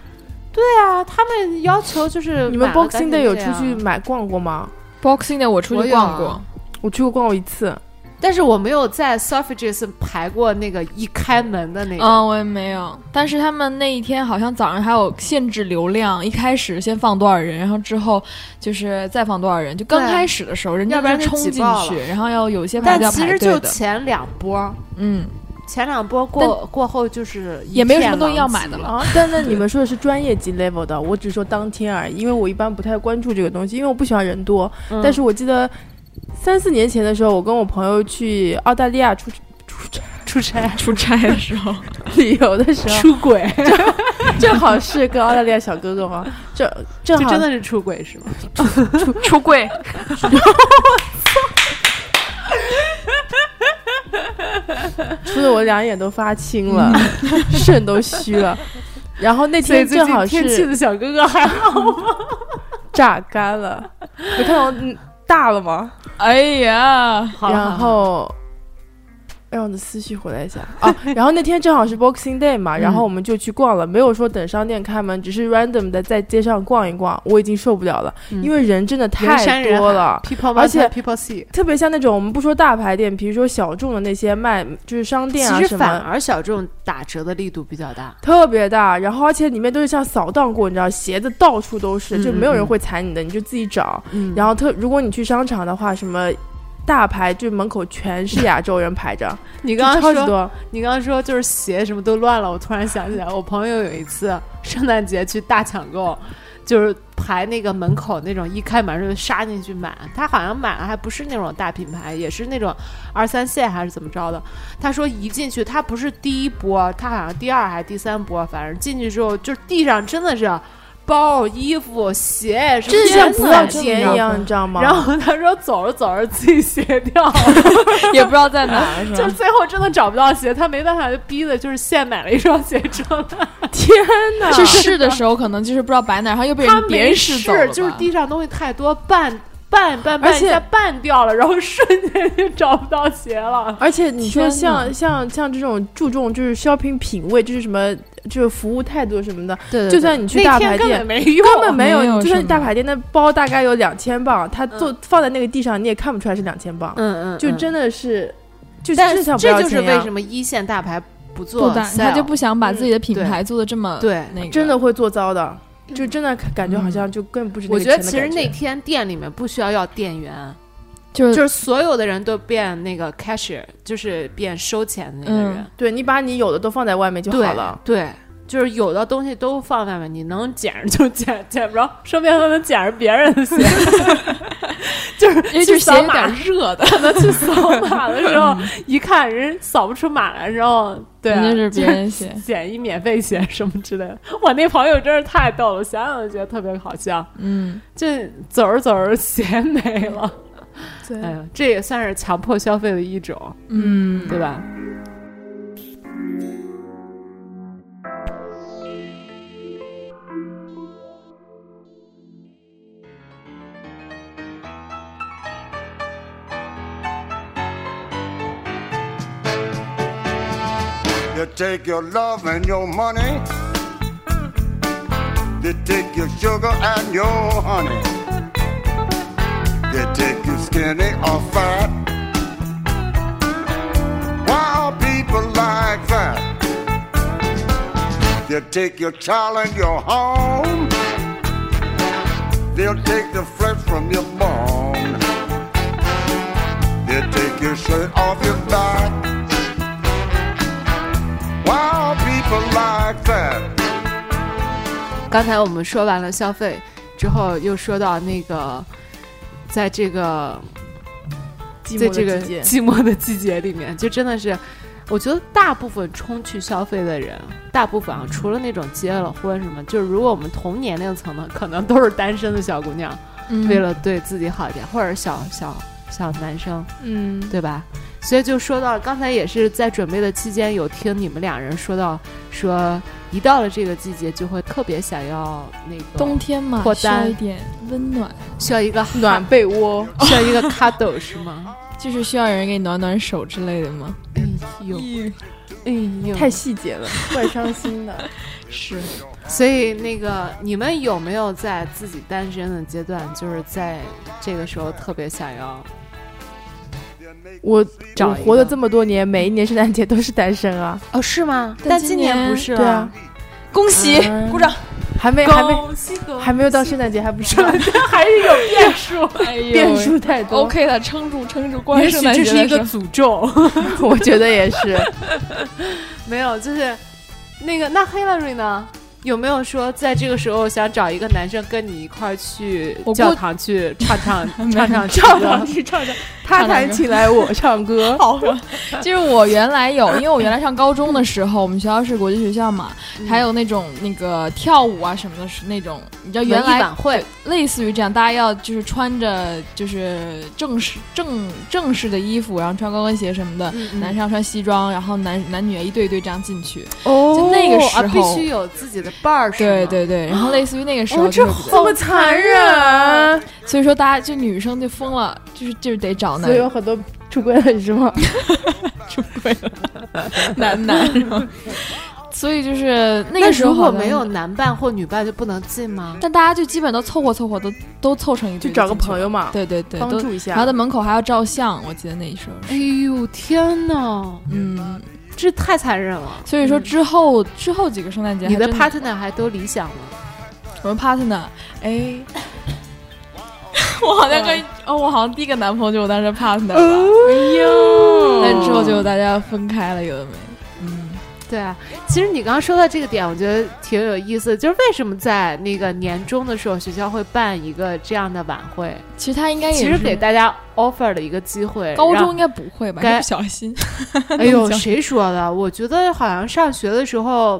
[SPEAKER 1] 对啊，他们要求就是
[SPEAKER 2] 你们
[SPEAKER 1] 买了
[SPEAKER 2] Boxing
[SPEAKER 1] 赶紧
[SPEAKER 2] Day 有
[SPEAKER 1] 这
[SPEAKER 2] 出
[SPEAKER 1] 样
[SPEAKER 2] 去买逛过吗？
[SPEAKER 4] Boxing Day 我出
[SPEAKER 1] 我
[SPEAKER 4] 去
[SPEAKER 1] 有
[SPEAKER 4] 逛
[SPEAKER 1] 啊
[SPEAKER 4] 过，
[SPEAKER 2] 我去过逛过一次，
[SPEAKER 1] 但是我没有在 Suffrages 排过那个一开门的那个。
[SPEAKER 4] 嗯，我也没有。但是他们那一天好像早上还有限制流量，一开始先放多少人，然后之后就是再放多少人。就刚
[SPEAKER 1] 对
[SPEAKER 4] 开始的时候，人
[SPEAKER 1] 要
[SPEAKER 4] 家
[SPEAKER 1] 不然
[SPEAKER 4] 就
[SPEAKER 1] 就
[SPEAKER 4] 冲
[SPEAKER 1] 挤
[SPEAKER 4] 进
[SPEAKER 1] 爆
[SPEAKER 4] 去，
[SPEAKER 1] 了
[SPEAKER 4] 然后要有一些
[SPEAKER 1] 但
[SPEAKER 4] 牌子要
[SPEAKER 1] 其
[SPEAKER 4] 排
[SPEAKER 1] 实
[SPEAKER 4] 队
[SPEAKER 1] 就
[SPEAKER 4] 的。
[SPEAKER 1] 前两波，
[SPEAKER 4] 嗯，
[SPEAKER 1] 前两波过过后就是一
[SPEAKER 4] 也没有什么
[SPEAKER 1] 片
[SPEAKER 4] 东西
[SPEAKER 1] 狼
[SPEAKER 4] 要
[SPEAKER 1] 藉
[SPEAKER 4] 买的了。
[SPEAKER 2] 啊，但那你们说的是专业级 level 的，我只说当天而已，因为我一般不太关注这个东西，因为我不喜欢人多。
[SPEAKER 1] 嗯
[SPEAKER 2] 但是我记得三四年前的时候，我跟我朋友去澳大利亚出
[SPEAKER 1] [LAUGHS] 出 [LAUGHS] 差
[SPEAKER 4] 出差的时候，
[SPEAKER 2] [LAUGHS] 旅游的时候，
[SPEAKER 1] 出轨，
[SPEAKER 2] [LAUGHS] 正好是跟澳大利亚小哥哥嘛，正正
[SPEAKER 1] 这
[SPEAKER 2] 好
[SPEAKER 1] 真的是出轨是吗？
[SPEAKER 4] [LAUGHS] 出柜，
[SPEAKER 2] 出的我两眼都发青了， [LAUGHS] 肾都虚了。然后那
[SPEAKER 1] 嗯所以
[SPEAKER 2] 天
[SPEAKER 1] 最
[SPEAKER 2] 正好
[SPEAKER 1] 近天气
[SPEAKER 2] 是
[SPEAKER 1] 的小哥哥还好吗？
[SPEAKER 2] 榨干了，你看我嗯大了吗？
[SPEAKER 4] 哎呀，
[SPEAKER 1] 好
[SPEAKER 2] 然后让我的思绪回来一下啊。 [LAUGHS] 然后那天正好是 Boxing Day
[SPEAKER 1] 嗯
[SPEAKER 2] 嘛，然后我们就去逛了，没有说等商店开门，只是 random 的在街上逛一逛，我已经受不了了，
[SPEAKER 1] 嗯
[SPEAKER 2] 因为人真的
[SPEAKER 1] 人山
[SPEAKER 2] 太
[SPEAKER 1] 人
[SPEAKER 2] 多
[SPEAKER 1] 海
[SPEAKER 2] 了。
[SPEAKER 1] people，
[SPEAKER 2] 而且
[SPEAKER 1] mountain, people sea，
[SPEAKER 2] 特别像那种我们不说大牌店，比如说小众的那些卖就是商店啊
[SPEAKER 1] 其实
[SPEAKER 2] 什
[SPEAKER 1] 反
[SPEAKER 2] 么，
[SPEAKER 1] 而小众打折的力度比较大。
[SPEAKER 2] 特别大。然后而且里面都是像扫荡过，你知道，鞋子到处都是，就没有
[SPEAKER 1] 嗯嗯
[SPEAKER 2] 人
[SPEAKER 1] 嗯
[SPEAKER 2] 会踩你的，你就自己找。
[SPEAKER 1] 嗯
[SPEAKER 2] 然后特如果你去商场的话，什么大牌就门口全是亚洲人排着，
[SPEAKER 1] [LAUGHS] 你
[SPEAKER 2] 就
[SPEAKER 1] 刚刚
[SPEAKER 2] 超级
[SPEAKER 1] 说
[SPEAKER 2] 多。
[SPEAKER 1] 你刚刚说就是鞋什么都乱了，我突然想起来，我朋友有一次圣诞节去大抢购，就是排那个门口那种一开门就杀进去买，他好像买了还不是那种大品牌，也是那种二三线还是怎么着的。他说一进去，他不是第一波，他好像第二还是第三波，反正进去之后就是地上真的是包、衣服、鞋什么，
[SPEAKER 2] 真的
[SPEAKER 1] 天
[SPEAKER 2] 像不
[SPEAKER 1] 哪
[SPEAKER 2] 要钱一。样，你知道吗？
[SPEAKER 1] 然后他说走着走着自己鞋掉了。
[SPEAKER 4] 也不知道在哪儿，
[SPEAKER 1] [LAUGHS]
[SPEAKER 4] 是
[SPEAKER 1] 就
[SPEAKER 4] 吧？
[SPEAKER 1] 最后真的找不到鞋，他没办法，就逼的就是现买了一双鞋装的。
[SPEAKER 2] 天哪，
[SPEAKER 4] 是试的时候可能就是不知道摆哪儿，然后又被
[SPEAKER 1] 他
[SPEAKER 4] 人别
[SPEAKER 1] 没
[SPEAKER 4] 人试走了
[SPEAKER 1] 试，
[SPEAKER 4] 吧，
[SPEAKER 1] 就是地上东西太多，拌拌拌
[SPEAKER 2] 而
[SPEAKER 1] 拌一
[SPEAKER 2] 且
[SPEAKER 1] 下拌掉了，然后瞬间就找不到鞋了。
[SPEAKER 2] [LAUGHS] 而且你说
[SPEAKER 4] 天
[SPEAKER 2] 像像像这种注重就是 shopping 品味，就是什么就是服务态度什么的，
[SPEAKER 1] 对
[SPEAKER 2] 对就算你去大牌店
[SPEAKER 1] 那天根本没用，
[SPEAKER 2] [LAUGHS] 根本没有。
[SPEAKER 4] 没有
[SPEAKER 2] 你就
[SPEAKER 4] 什
[SPEAKER 2] 算
[SPEAKER 4] 么
[SPEAKER 2] 大牌店那包大概有两千磅，它做放在那个地上你也看不出来是两千磅，
[SPEAKER 1] 嗯嗯
[SPEAKER 2] 就。真的是，就
[SPEAKER 1] 但
[SPEAKER 2] 真的像不要
[SPEAKER 1] 这就
[SPEAKER 2] 钱
[SPEAKER 1] 是
[SPEAKER 2] 一样
[SPEAKER 1] 为什么一线大牌不
[SPEAKER 4] 做
[SPEAKER 1] 做啊
[SPEAKER 4] 大，
[SPEAKER 1] sale，
[SPEAKER 4] 他就不想把自己的品
[SPEAKER 1] 嗯对
[SPEAKER 4] 牌做的这么
[SPEAKER 1] 对。
[SPEAKER 4] 那个，
[SPEAKER 2] 真的会做糟的，就真的感觉好像就更不值那
[SPEAKER 1] 嗯我
[SPEAKER 2] 个
[SPEAKER 1] 觉
[SPEAKER 2] 钱的
[SPEAKER 1] 得
[SPEAKER 2] 感觉。
[SPEAKER 1] 其实那天店里面不需要要店员，
[SPEAKER 4] 就
[SPEAKER 1] 就是是所有的人都变那个 cashier，就是变收钱的那个
[SPEAKER 4] 嗯
[SPEAKER 1] 人。
[SPEAKER 2] 对你把你有的都放在外面就
[SPEAKER 1] 对
[SPEAKER 2] 好了。
[SPEAKER 1] 对，就是有的东西都放外面，你能捡着就捡， [LAUGHS] 捡不着，说不定还能捡着别人的鞋。 [LAUGHS] 就是
[SPEAKER 4] 因
[SPEAKER 1] 去
[SPEAKER 4] 为就是鞋
[SPEAKER 1] 扫
[SPEAKER 4] 有
[SPEAKER 1] 码，
[SPEAKER 4] 点热的，嗯
[SPEAKER 1] 可能去扫码的时候，一看人扫不出码来，然后对、啊，
[SPEAKER 4] 人家是别人鞋。
[SPEAKER 1] 捡一免费鞋什么之类的。我那朋友真是太逗了，想想就觉得特别好笑。
[SPEAKER 4] 嗯，
[SPEAKER 1] 这走着走着鞋没了，
[SPEAKER 2] 对
[SPEAKER 1] 哎呀，这也算是强迫消费的一种，
[SPEAKER 4] 嗯，
[SPEAKER 1] 对吧？
[SPEAKER 6] They take your love and your money. They take your sugar and your honey. They take you skinny or fat. Why are people like that? They take your child and your home. They'll take the flesh from your bone. They'll take your shirt off your back. Why are people like that?
[SPEAKER 1] 刚才我们说完了消费之后，又说到那个，在这个
[SPEAKER 2] 寂
[SPEAKER 1] 在
[SPEAKER 2] 寞
[SPEAKER 1] 这
[SPEAKER 2] 的
[SPEAKER 1] 个 [LAUGHS]
[SPEAKER 2] 季节，
[SPEAKER 1] 寂寞的季节里面，就真的是，我觉得大部分冲去消费的人，大部分啊，
[SPEAKER 2] 嗯
[SPEAKER 1] 除了那种结了婚什么，就是如果我们同年龄层的，可能都是单身的小姑娘，
[SPEAKER 4] [LAUGHS] 嗯
[SPEAKER 1] 为了对自己好一点，或者小小小男生，
[SPEAKER 2] 嗯，
[SPEAKER 1] 对吧？所以就说到刚才也是在准备的期间，有听你们俩人说到，说一到了这个季节就会特别想要那个
[SPEAKER 4] 冬天嘛
[SPEAKER 1] 脱，
[SPEAKER 4] 需要
[SPEAKER 1] 单
[SPEAKER 4] 一点温暖，
[SPEAKER 1] 需要一个
[SPEAKER 2] 暖被窝。
[SPEAKER 1] [LAUGHS] 需要一个 cuddle 是吗？
[SPEAKER 4] 就是需要有人给你暖暖手之类的吗？
[SPEAKER 1] 哎呦，哎呦，
[SPEAKER 2] 太细节了， [LAUGHS] 怪伤心的。
[SPEAKER 4] 嗯是，
[SPEAKER 1] 所以那个你们有没有在自己单身的阶段，就是在这个时候特别想要？
[SPEAKER 2] [LAUGHS] 我
[SPEAKER 1] 找
[SPEAKER 2] 我
[SPEAKER 1] 一
[SPEAKER 2] 活
[SPEAKER 1] 个
[SPEAKER 2] 了这么多年，每一年圣诞节都是单身啊。
[SPEAKER 1] 哦，是吗？
[SPEAKER 4] 但
[SPEAKER 1] 今
[SPEAKER 4] 今年
[SPEAKER 1] 不是
[SPEAKER 2] 对啊
[SPEAKER 1] 了。
[SPEAKER 4] 嗯恭喜，鼓掌。
[SPEAKER 2] 还没还没
[SPEAKER 1] 恭喜恭喜
[SPEAKER 2] 还没有到圣诞节，还不知道
[SPEAKER 1] [LAUGHS] 还是有变数，
[SPEAKER 4] 哎呦喂
[SPEAKER 2] 变数太多。
[SPEAKER 4] OK 的，撑住撑住，关
[SPEAKER 1] 也
[SPEAKER 4] 圣
[SPEAKER 1] 许
[SPEAKER 4] 诞节
[SPEAKER 1] 这
[SPEAKER 4] 的
[SPEAKER 1] 是一
[SPEAKER 4] 时
[SPEAKER 1] 个
[SPEAKER 4] 候
[SPEAKER 1] 诅咒。
[SPEAKER 2] [LAUGHS] 我觉得也是。
[SPEAKER 1] 没有，就是那个那 Hillary 呢？有没有说在这个时候想找一个男生跟你一块儿去
[SPEAKER 4] 我估
[SPEAKER 1] 教堂去唱唱唱唱
[SPEAKER 2] 唱
[SPEAKER 1] 唱
[SPEAKER 2] 上去唱上，他弹起来我唱歌。
[SPEAKER 4] [LAUGHS] 好，就是我原来有，因为我原来上高中的时候，我们学校是国际学校嘛，还有那种那个跳舞啊什么的，是那种你知道原
[SPEAKER 1] 文艺
[SPEAKER 4] 来
[SPEAKER 1] 晚会，
[SPEAKER 4] 类似于这样，大家要就是穿着就是正式正正式的衣服，然后穿高跟鞋什么的，
[SPEAKER 1] 嗯
[SPEAKER 4] 男生要穿西装，然后男男女一对一对这样进去，
[SPEAKER 1] 哦
[SPEAKER 4] 就那个时候
[SPEAKER 1] 必须有自己的伴儿，是
[SPEAKER 4] 对
[SPEAKER 1] 吗，
[SPEAKER 4] 对对，然后类似于那个时候
[SPEAKER 1] 哦
[SPEAKER 4] 就
[SPEAKER 1] 这
[SPEAKER 4] 是比较、
[SPEAKER 1] 好残
[SPEAKER 2] 啊
[SPEAKER 1] 忍。
[SPEAKER 4] 所以说大家就女生就疯了，就是就是得找
[SPEAKER 2] 所
[SPEAKER 4] 男
[SPEAKER 2] 以有很多出轨了是 [LAUGHS] 吗？
[SPEAKER 4] [LAUGHS]
[SPEAKER 1] [LAUGHS]
[SPEAKER 4] 男男，是吗所以就是那
[SPEAKER 1] 那
[SPEAKER 4] 个时候
[SPEAKER 1] 如果
[SPEAKER 4] 好像
[SPEAKER 1] 没有男伴或女伴就不能进吗？
[SPEAKER 4] 但大家就基本都凑合凑合，都都凑成一
[SPEAKER 2] 就
[SPEAKER 4] 对，
[SPEAKER 2] 找个朋友。嘛，
[SPEAKER 4] 对对对，
[SPEAKER 2] 帮
[SPEAKER 4] 都
[SPEAKER 2] 助一下
[SPEAKER 4] 然后在门口还要照相，我记得那时候是，
[SPEAKER 1] 哎呦天哪，
[SPEAKER 4] 嗯，
[SPEAKER 1] 这太残忍了！
[SPEAKER 4] 所以说之后之后几个圣诞节还
[SPEAKER 1] 你
[SPEAKER 4] 真，
[SPEAKER 1] 的 partner 还都理想了，
[SPEAKER 4] 我们 partner，哎，我好像跟哦，我好像第一个男朋友就是我当时 partner 吧，
[SPEAKER 2] 哎呦
[SPEAKER 4] 但之后就大家分开了，有的没。嗯，
[SPEAKER 1] 对啊。其实你刚刚说到这个点，我觉得挺有意思，就是为什么在那个年终的时候，学校会办一个这样的晚会，
[SPEAKER 4] 其实他应该也
[SPEAKER 1] 其实
[SPEAKER 4] 是
[SPEAKER 1] 给大家 offer 了一个机会。
[SPEAKER 4] 高中
[SPEAKER 1] 让
[SPEAKER 4] 应该不会吧？
[SPEAKER 1] 该
[SPEAKER 4] 不小心，
[SPEAKER 1] [LAUGHS] 哎呦，
[SPEAKER 4] 讲
[SPEAKER 1] 谁说的？我觉得好像上学的时候，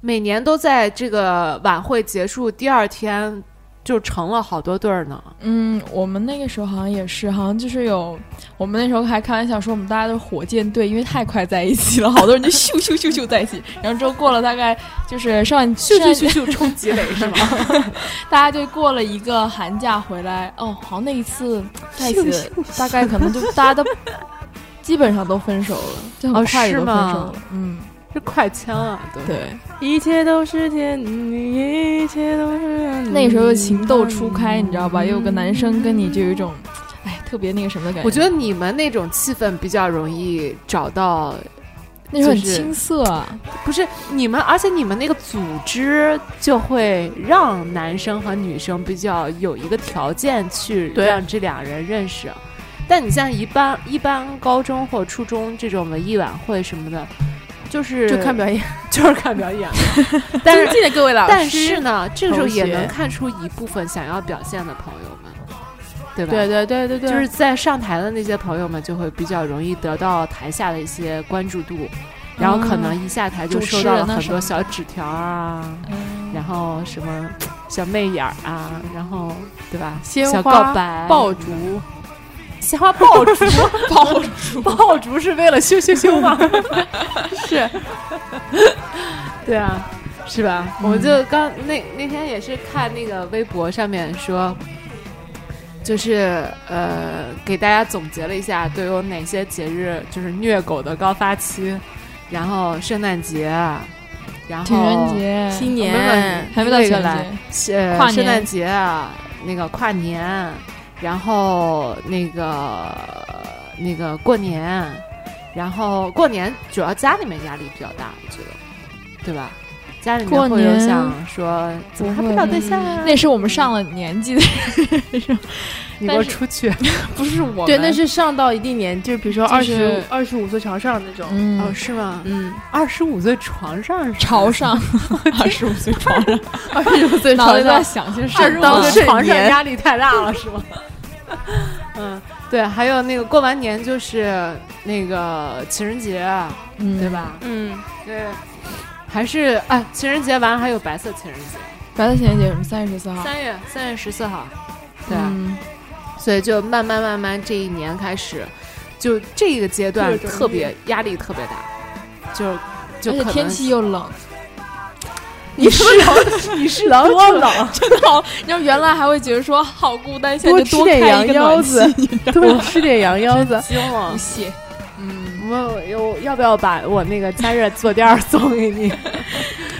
[SPEAKER 1] 每年都在这个晚会结束第二天就成了好多对儿呢。
[SPEAKER 4] 嗯，我们那个时候好像也是，好像就是有，我们那时候还开玩笑说我们大家都是火箭队，因为太快在一起了，好多人就咻咻咻咻在一起，然后之后过了大概就是上完
[SPEAKER 1] 咻咻咻 [LAUGHS]
[SPEAKER 4] 上
[SPEAKER 1] 咻冲积累是吗？
[SPEAKER 4] 大家就过了一个寒假回来，哦，好像那一次在一起的大概可能就大家都基本上都分手了，就很
[SPEAKER 1] 哦
[SPEAKER 4] 快也
[SPEAKER 1] 是
[SPEAKER 4] 都分手
[SPEAKER 1] 吗
[SPEAKER 4] 了，嗯，
[SPEAKER 1] 这快枪啊，对。
[SPEAKER 4] 对，
[SPEAKER 2] 一切都是天嗯意，一切都是
[SPEAKER 4] 那个时候就情窦初开，你知道吧？又有个男生跟你就有一种，哎，特别那个什么的感觉，
[SPEAKER 1] 我觉得你们那种气氛比较容易找到，
[SPEAKER 4] 那时候很
[SPEAKER 1] 就是
[SPEAKER 4] 青涩啊。
[SPEAKER 1] 不是你们，而且你们那个组织就会让男生和女生比较有一个条件去
[SPEAKER 2] 对
[SPEAKER 1] 让这两人认识。但你像一般一般高中或初中这种文艺晚会什么的，就是
[SPEAKER 2] 就看表演。
[SPEAKER 1] 就是看表演，但
[SPEAKER 2] 尊
[SPEAKER 1] 是
[SPEAKER 2] 敬的各位老师，
[SPEAKER 1] 但是呢，这个时候
[SPEAKER 2] 同
[SPEAKER 1] 也
[SPEAKER 2] 学
[SPEAKER 1] 能看出一部分想要表现的朋友们，对吧？
[SPEAKER 2] 对对对对对，
[SPEAKER 1] 就是在上台的那些朋友们就会比较容易得到台下的一些关注度，然后可能
[SPEAKER 2] 嗯
[SPEAKER 1] 一下台就收到了很多小纸条啊，
[SPEAKER 4] 嗯
[SPEAKER 1] 然后什么小媚眼儿啊，然后对吧？
[SPEAKER 2] 鲜
[SPEAKER 1] 小
[SPEAKER 2] 花
[SPEAKER 1] 告白、[LAUGHS]
[SPEAKER 2] 爆竹，
[SPEAKER 1] 鲜花爆
[SPEAKER 2] [LAUGHS]
[SPEAKER 1] 竹、爆竹、爆竹是为了羞羞羞 [LAUGHS] 吗？是，对啊，是吧？我就刚那那天也是看那个微博上面说，就是呃，给大家总结了一下都有哪些节日就是虐狗的高发期，然后圣诞节，啊然后
[SPEAKER 4] 情人节、
[SPEAKER 2] 新年
[SPEAKER 1] 我们
[SPEAKER 4] 还没到情
[SPEAKER 1] 这个
[SPEAKER 4] 人
[SPEAKER 1] 来
[SPEAKER 4] 节，
[SPEAKER 1] 是
[SPEAKER 4] 跨年
[SPEAKER 1] 呃圣诞节啊，那个跨年，然后那个那个过年，然后过年主要家里面压力比较大，我觉得，对吧？家里面
[SPEAKER 4] 过
[SPEAKER 1] 会有
[SPEAKER 4] 年
[SPEAKER 1] 想说怎么还不找对象啊？
[SPEAKER 4] 那是我们上了年纪的人，
[SPEAKER 1] 你给我出去！
[SPEAKER 4] 不是我们。
[SPEAKER 2] 对，那是上到一定年，就是比如说二
[SPEAKER 4] 就
[SPEAKER 2] 十
[SPEAKER 4] 是
[SPEAKER 2] 二十五岁朝上那种。
[SPEAKER 1] 哦，
[SPEAKER 4] 嗯，
[SPEAKER 1] 是吗？
[SPEAKER 2] 嗯，
[SPEAKER 1] 二十五岁床上是吗
[SPEAKER 4] 朝上， [LAUGHS] 二十五岁朝 [LAUGHS] 上，
[SPEAKER 2] 二十五
[SPEAKER 4] [LAUGHS]
[SPEAKER 2] 岁
[SPEAKER 4] 脑
[SPEAKER 2] 朝
[SPEAKER 4] 子
[SPEAKER 2] 上
[SPEAKER 4] 在，想些
[SPEAKER 1] 二
[SPEAKER 4] 什
[SPEAKER 1] 十
[SPEAKER 4] 么？
[SPEAKER 1] 五岁床
[SPEAKER 2] 睡
[SPEAKER 1] 上
[SPEAKER 2] 眠
[SPEAKER 1] 压力太大了，是吗？ [LAUGHS] 嗯，对，还有那个过完年就是那个情人节，啊
[SPEAKER 4] 嗯，
[SPEAKER 1] 对？吧？
[SPEAKER 2] 嗯，
[SPEAKER 1] 对，还是哎，情人节完了还有白色情人节，
[SPEAKER 4] 白色情人节什么三月十四号？
[SPEAKER 1] 三月三月十四号，对啊、
[SPEAKER 4] 嗯，
[SPEAKER 1] 所以就慢慢慢慢这一年开始，就这个阶段
[SPEAKER 2] 各种
[SPEAKER 1] 特别压力特别大，就就
[SPEAKER 4] 而且
[SPEAKER 1] 可能
[SPEAKER 4] 天气又 [LAUGHS] 冷，
[SPEAKER 2] 你是你是狼多 [LAUGHS] 冷，
[SPEAKER 4] 好，哦你知道原来还会觉得说好孤单，现
[SPEAKER 2] 多
[SPEAKER 4] 在
[SPEAKER 2] 吃
[SPEAKER 4] 就
[SPEAKER 2] 点
[SPEAKER 4] 开
[SPEAKER 2] 羊
[SPEAKER 4] 一个
[SPEAKER 2] 腰
[SPEAKER 4] 暖气 [LAUGHS]
[SPEAKER 2] 子，多吃点羊腰子。
[SPEAKER 1] 惊了
[SPEAKER 4] 不。屑。嗯，
[SPEAKER 1] 我有要不要把我那个加热坐垫儿送给 [LAUGHS] 你？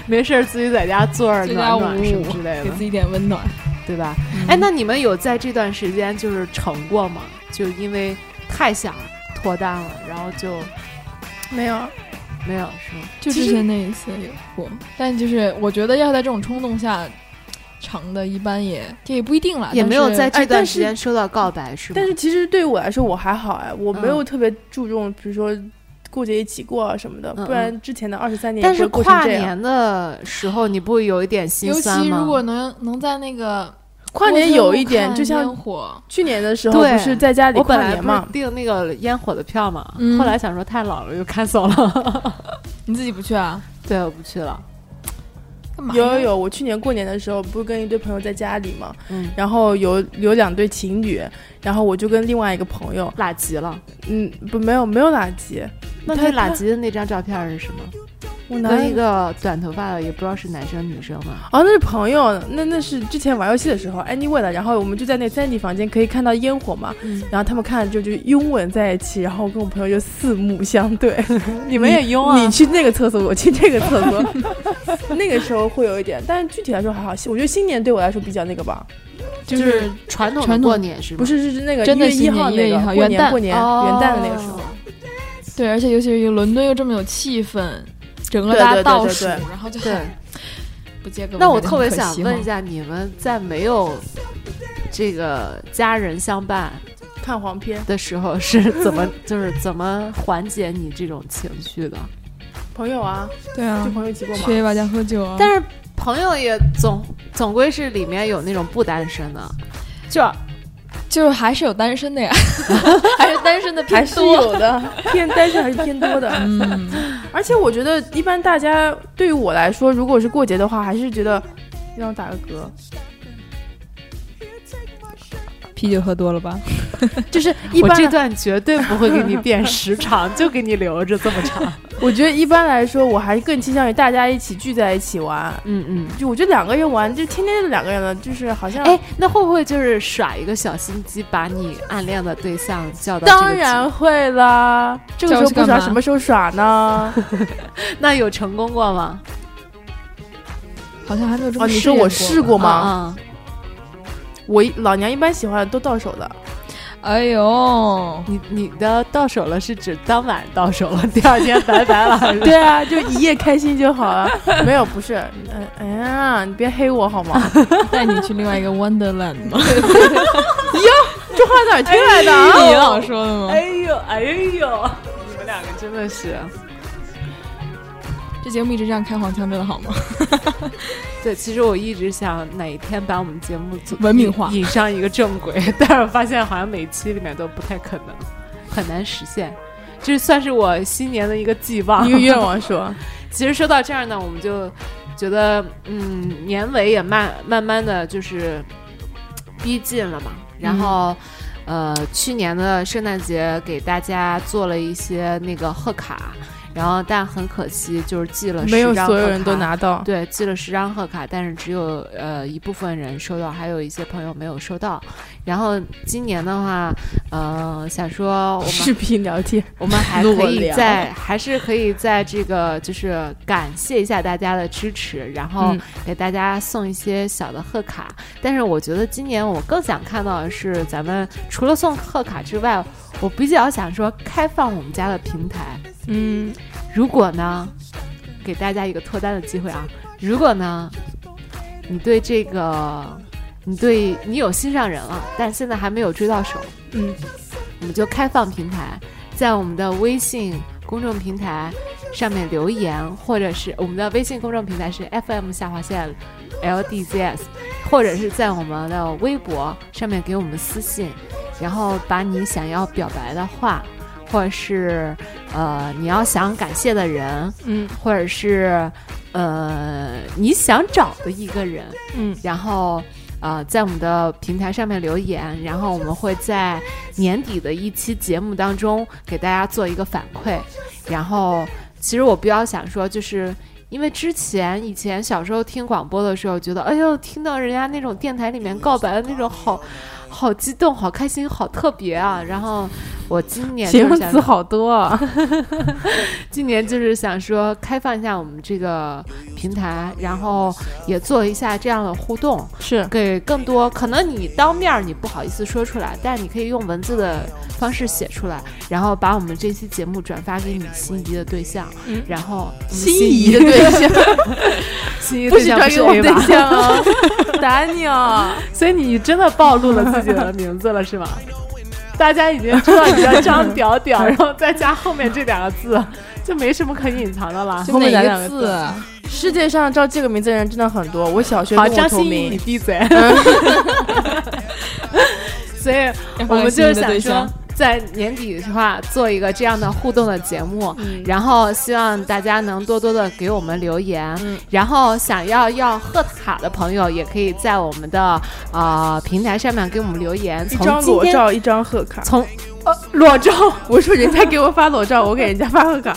[SPEAKER 1] 没事儿，自己在家坐着
[SPEAKER 4] 在家
[SPEAKER 1] 暖暖什
[SPEAKER 4] 捂
[SPEAKER 1] 么之类
[SPEAKER 4] 给
[SPEAKER 1] 的
[SPEAKER 4] 自，己点温暖。
[SPEAKER 1] [LAUGHS] 对吧？哎，那你们有在这段时间就是成过吗？就因为太想脱单了，然后就
[SPEAKER 2] 没有，
[SPEAKER 1] [LAUGHS] 没有是吗？
[SPEAKER 4] 就之前那一次有过，但就是我觉得要在这种冲动下成的，一般也这也不一定了，
[SPEAKER 1] 也没有在
[SPEAKER 4] 啊但
[SPEAKER 1] 这
[SPEAKER 4] 是
[SPEAKER 1] 段时间收到告白是吗？
[SPEAKER 2] 但是其实对于我来说我还好哎，我没有
[SPEAKER 1] 嗯
[SPEAKER 2] 特别注重，比如说过节一起过啊什么的，
[SPEAKER 1] 嗯
[SPEAKER 2] 不然之前的二十三年
[SPEAKER 1] 但
[SPEAKER 2] 也
[SPEAKER 1] 是
[SPEAKER 2] 不会过成
[SPEAKER 1] 跨
[SPEAKER 2] 这样。
[SPEAKER 1] 年的时候，你不会有一点心
[SPEAKER 4] 尤
[SPEAKER 1] 酸
[SPEAKER 4] 其
[SPEAKER 1] 吗？
[SPEAKER 4] 如果能能在那个
[SPEAKER 2] 跨年有一点，
[SPEAKER 4] 看
[SPEAKER 2] 就像
[SPEAKER 4] 烟火，
[SPEAKER 2] 去年的时候
[SPEAKER 1] 对
[SPEAKER 2] 不是在家里
[SPEAKER 1] 我本
[SPEAKER 2] 跨
[SPEAKER 1] 来
[SPEAKER 2] 年
[SPEAKER 1] 不是
[SPEAKER 2] 嘛，
[SPEAKER 1] 订那个烟火的票嘛，
[SPEAKER 4] 嗯
[SPEAKER 1] 后来想说太老了，又 cancel 了。
[SPEAKER 4] 你自己不去啊？
[SPEAKER 1] 对，我不去了。
[SPEAKER 4] 干嘛呀？
[SPEAKER 2] 有有有，我去年过年的时候不是跟一堆朋友在家里嘛，
[SPEAKER 1] 嗯，
[SPEAKER 2] 然后有有两对情侣，然后我就跟另外一个朋友，
[SPEAKER 1] 拉急了。
[SPEAKER 2] 嗯，不没有没有垃圾，
[SPEAKER 1] 那
[SPEAKER 2] 他
[SPEAKER 1] 你拉
[SPEAKER 2] 他
[SPEAKER 1] 急的那张照片是什么？
[SPEAKER 2] 我拿
[SPEAKER 1] 跟一个短头发的，也不知道是男生女生嘛。
[SPEAKER 2] 哦，那是朋友，那那是之前玩游戏的时候，anyway 的，然后我们就在那三 D 房间可以看到烟火嘛，
[SPEAKER 1] 嗯
[SPEAKER 2] 然后他们看就就拥吻在一起，然后我跟我朋友就四目相对，
[SPEAKER 4] [LAUGHS]
[SPEAKER 1] 你们也拥
[SPEAKER 4] 啊
[SPEAKER 2] 你去那个厕所，我去这个厕所，
[SPEAKER 4] [LAUGHS]
[SPEAKER 2] 那个时候会有一点，但是具体来说还好，我觉得新年对我来说比较那个吧，
[SPEAKER 4] 就是
[SPEAKER 1] 传统的
[SPEAKER 4] 传统
[SPEAKER 1] 过年是吗？
[SPEAKER 2] 不是是是那个
[SPEAKER 4] 真的
[SPEAKER 2] 一月
[SPEAKER 4] 新
[SPEAKER 2] 一号
[SPEAKER 4] 年
[SPEAKER 2] 那
[SPEAKER 4] 一月
[SPEAKER 2] 个
[SPEAKER 4] 一号
[SPEAKER 2] 过
[SPEAKER 4] 元
[SPEAKER 2] 年
[SPEAKER 4] 旦
[SPEAKER 2] 过年
[SPEAKER 1] 哦
[SPEAKER 2] 元旦的那个时候，
[SPEAKER 4] 对，而且尤其是伦敦又这么有气氛，整个
[SPEAKER 2] 对
[SPEAKER 4] 大
[SPEAKER 2] 对对
[SPEAKER 4] 家倒
[SPEAKER 2] 对
[SPEAKER 4] 数，
[SPEAKER 2] 对
[SPEAKER 4] 然后就
[SPEAKER 1] 对。
[SPEAKER 4] 不接个吻
[SPEAKER 1] 那我
[SPEAKER 4] 觉得
[SPEAKER 1] 特
[SPEAKER 4] 很
[SPEAKER 1] 别
[SPEAKER 4] 可
[SPEAKER 1] 想
[SPEAKER 4] 惜
[SPEAKER 1] 问
[SPEAKER 4] 哈
[SPEAKER 1] 一下，你们在没有这个家人相伴
[SPEAKER 2] 看黄片，
[SPEAKER 1] 的时候，是怎么 [LAUGHS] 就是怎么缓解你这种情绪的？嗯
[SPEAKER 2] 朋友啊，
[SPEAKER 4] 对
[SPEAKER 2] 就
[SPEAKER 4] 啊，
[SPEAKER 2] 朋友一起过嘛
[SPEAKER 4] 去，夜吧家喝酒啊。
[SPEAKER 1] 但是朋友也总总归是里面有那种不单身的，就
[SPEAKER 4] 就是还是有单身的呀，还是单身的
[SPEAKER 2] 还
[SPEAKER 4] 偏
[SPEAKER 2] 是
[SPEAKER 4] 多。
[SPEAKER 2] 有
[SPEAKER 4] [LAUGHS]
[SPEAKER 2] 的，偏单身还是偏多的，
[SPEAKER 4] 嗯，
[SPEAKER 2] 而且我觉得，一般大家对于我来说，如果是过节的话，还是觉得让我打个嗝，
[SPEAKER 4] 啤酒喝多了吧？
[SPEAKER 1] [LAUGHS]
[SPEAKER 2] 就是一
[SPEAKER 1] 我
[SPEAKER 2] 般
[SPEAKER 1] 这段绝对不会给你变时 [LAUGHS] 长，就给你留着这么长。
[SPEAKER 2] 我觉得一般来说，我还是更倾向于大家一起聚在一起玩。
[SPEAKER 1] 嗯嗯。
[SPEAKER 2] 就我觉得两个人玩，就天天就两个人了，就是好像。
[SPEAKER 1] 哎，那会不会就是耍一个小心机，把你暗恋的对象叫到？
[SPEAKER 2] 当然，会啦，这个时候不
[SPEAKER 4] 叫我去干
[SPEAKER 2] 耍，
[SPEAKER 4] 嘛
[SPEAKER 2] 什么时候耍呢？
[SPEAKER 1] 那有成功过吗？
[SPEAKER 4] 好像还没有这么
[SPEAKER 2] 哦，你说我试
[SPEAKER 4] 试
[SPEAKER 2] 过
[SPEAKER 4] 过
[SPEAKER 2] 吗？
[SPEAKER 1] 啊、嗯
[SPEAKER 2] [LAUGHS] 我一老娘一般喜欢的都到
[SPEAKER 1] [LAUGHS]
[SPEAKER 2] 手的，
[SPEAKER 4] 哎呦，
[SPEAKER 1] 你你的到手了是指当晚到手了，第二天拜拜了？
[SPEAKER 2] 对啊，就一夜开心就好了。没有，不是，嗯、哎呀，你别黑我好吗？ [LAUGHS]
[SPEAKER 4] 带你去另外一个 Wonderland [LAUGHS] 吗？
[SPEAKER 2] 这话哪儿听来的啊？
[SPEAKER 1] 哎
[SPEAKER 4] 李老说的吗？
[SPEAKER 1] 呦 [LAUGHS] 哎呦，你们两个真的是，
[SPEAKER 4] 这节目一直这样开黄腔，真的好吗？
[SPEAKER 1] 对，其实我一直想哪一天把我们节目做
[SPEAKER 4] 文明化
[SPEAKER 1] 引引上一个正轨， [LAUGHS] 但是我发现好像每期里面都不太可能，很难实现。这算是我新年的一个寄望，
[SPEAKER 2] 一个愿望说，
[SPEAKER 1] [LAUGHS] 其实说到这儿呢，我们就觉得，嗯，年尾也慢慢慢的就是逼近了嘛。然
[SPEAKER 2] 嗯
[SPEAKER 1] 后，呃，去年的圣诞节给大家做了一些那个贺卡，然后但很可惜就是寄了
[SPEAKER 2] 没有
[SPEAKER 1] 10张
[SPEAKER 2] 所有
[SPEAKER 1] 贺
[SPEAKER 2] 人都
[SPEAKER 1] 卡
[SPEAKER 2] 拿到。
[SPEAKER 1] 对，寄了十张贺卡，但是只有呃一部分人收到，还有一些朋友没有收到。然后今年的话，呃，想说我们
[SPEAKER 2] 视频聊天，
[SPEAKER 1] 我
[SPEAKER 2] [LAUGHS]
[SPEAKER 1] 们还
[SPEAKER 2] 裸
[SPEAKER 1] 可以
[SPEAKER 2] 聊
[SPEAKER 1] 在，还是可以在这个，就是感谢一下大家的支持，然后
[SPEAKER 2] 嗯
[SPEAKER 1] 给大家送一些小的贺卡。但是我觉得今年我更想看到的是，咱们除了送贺卡之外，我比较想说开放我们家的平台。
[SPEAKER 2] 嗯，
[SPEAKER 1] 如果呢，给大家一个脱单的机会啊！如果呢，你对这个，你对你有心上人了，但现在还没有追到手，
[SPEAKER 2] 嗯，
[SPEAKER 1] 我们就开放平台，在我们的微信公众平台上面留言，或者是我们的微信公众平台是 FM 下划线 LDZS，或者是在我们的微博上面给我们私信，然后把你想要表白的话，或者是呃你要想感谢的人，
[SPEAKER 2] 嗯
[SPEAKER 1] 或者是呃你想找的一个人，
[SPEAKER 2] 嗯，
[SPEAKER 1] 然后呃在我们的平台上面留言，然后我们会在年底的一期节目当中给大家做一个反馈。然后其实我比较想说，就是因为之前以前小时候听广播的时候，觉得哎呦听到人家那种电台里面告白的那种好。好激动，好开心，好特别啊！然后我今年
[SPEAKER 2] 形
[SPEAKER 1] 就
[SPEAKER 2] 容
[SPEAKER 1] 是想
[SPEAKER 2] 词好
[SPEAKER 1] [LAUGHS]
[SPEAKER 2] 多啊！
[SPEAKER 1] 今年就是想说开放一下我们这个平台，然后也做一下这样的互动，
[SPEAKER 2] [LAUGHS] 是
[SPEAKER 1] 给更多可能你当面儿你不好意思说出来，但你可以用文字的方式写出来，然后把我们这期节目转发给你心仪的对象，然后嗯
[SPEAKER 2] 心
[SPEAKER 1] 仪
[SPEAKER 2] 仪
[SPEAKER 1] 的对
[SPEAKER 2] [LAUGHS]
[SPEAKER 1] 象，心仪
[SPEAKER 2] 不
[SPEAKER 1] 对
[SPEAKER 2] 许
[SPEAKER 1] 象
[SPEAKER 2] 转
[SPEAKER 1] 是
[SPEAKER 2] 给我
[SPEAKER 1] A
[SPEAKER 2] 对
[SPEAKER 1] 吧？哦
[SPEAKER 2] 象啊！
[SPEAKER 1] [LAUGHS]
[SPEAKER 2] 打你啊！
[SPEAKER 1] 所以你真的暴露了自己的名字了是吗？
[SPEAKER 5] [LAUGHS]
[SPEAKER 1] 大家已经知道你叫张屌屌，然后再加后面这两个字，就没什么可隐藏的了。
[SPEAKER 2] 后
[SPEAKER 4] 哪
[SPEAKER 2] 面哪
[SPEAKER 4] 一
[SPEAKER 2] 两个
[SPEAKER 4] 个字啊？
[SPEAKER 2] [LAUGHS]
[SPEAKER 4] [LAUGHS]
[SPEAKER 2] 世界上叫这个名字的人真的很多。我小学
[SPEAKER 1] 好，
[SPEAKER 2] 跟我
[SPEAKER 1] 张
[SPEAKER 2] 同
[SPEAKER 1] 歆艺，你
[SPEAKER 2] 名，
[SPEAKER 1] 闭嘴。 [LAUGHS] 所以我们
[SPEAKER 4] 心
[SPEAKER 1] 就
[SPEAKER 4] 仪
[SPEAKER 1] 是
[SPEAKER 4] 的对
[SPEAKER 1] 想说
[SPEAKER 4] [LAUGHS] 象，
[SPEAKER 1] 在年底的话做一个这样的互动的节目，然后希望大家能多多的给我们留言，然后想要要贺卡的朋友也可以在我们的呃平台上面给我们留言。
[SPEAKER 5] 一
[SPEAKER 1] 从
[SPEAKER 5] 张
[SPEAKER 1] 今
[SPEAKER 5] 裸
[SPEAKER 1] 天
[SPEAKER 5] 照，一张贺卡。
[SPEAKER 1] 从呃裸照，
[SPEAKER 2] 我说人家给我发裸照，我给人家发贺
[SPEAKER 5] [LAUGHS]
[SPEAKER 2] 卡。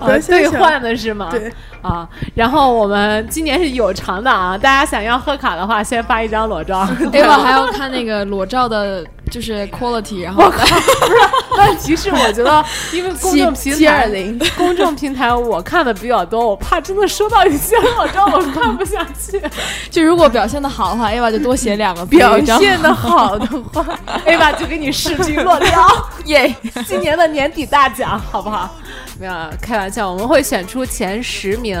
[SPEAKER 1] 呃
[SPEAKER 5] 得先
[SPEAKER 1] 兑
[SPEAKER 5] 想
[SPEAKER 1] 换的是吗？
[SPEAKER 5] 对，
[SPEAKER 1] 啊，然后我们今年是有偿的啊，大家想要贺卡的话，先发一张裸
[SPEAKER 5] [LAUGHS]
[SPEAKER 1] 照。
[SPEAKER 4] 待会儿还 [LAUGHS] 要看那个裸照的，就是 quality，然后
[SPEAKER 1] 问题是，我觉得因为公众平台
[SPEAKER 2] 720，
[SPEAKER 1] 公众平台我看的比较多，我怕真的收到一些裸照，我看不下去。
[SPEAKER 4] 就如果表现的好的话，Ava 就多写两个字。
[SPEAKER 2] 表
[SPEAKER 4] 然后
[SPEAKER 2] 现的好的话，
[SPEAKER 1] A 吧，就给你视频裸聊，耶！哦今年的年底大奖，好不好？没有啊开玩笑，我们会选出前十名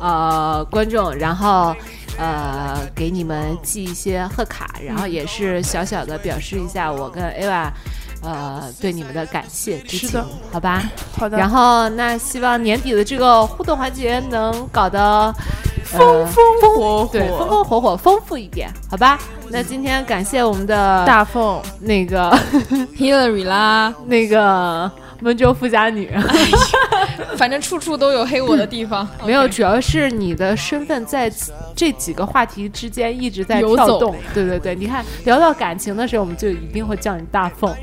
[SPEAKER 1] 呃观众，然后呃给你们寄一些贺卡，然后也是小小的表示一下我跟 A 吧。呃，对你们的感谢之情，
[SPEAKER 5] 是的
[SPEAKER 1] 好吧？
[SPEAKER 5] 好的
[SPEAKER 1] [LAUGHS] 然，后，那希望年底的这个互动环节能搞得
[SPEAKER 2] 风
[SPEAKER 1] 丰
[SPEAKER 2] 风火
[SPEAKER 1] 对风
[SPEAKER 2] 火，
[SPEAKER 1] 风火火、丰富一点，好吧？那今天感谢我们的
[SPEAKER 2] 大凤。
[SPEAKER 1] 那个
[SPEAKER 4] Hillary 啦，
[SPEAKER 1] 那个温州富家女，
[SPEAKER 4] 反正处处都有黑我的地方。
[SPEAKER 1] [LAUGHS] 没有，
[SPEAKER 4] OK
[SPEAKER 1] 主要是你的身份在这几个话题之间一直在
[SPEAKER 4] 游
[SPEAKER 1] 跳
[SPEAKER 4] 走
[SPEAKER 1] 动。对对对，你看聊到感情的时候，我们就一定会叫你大凤，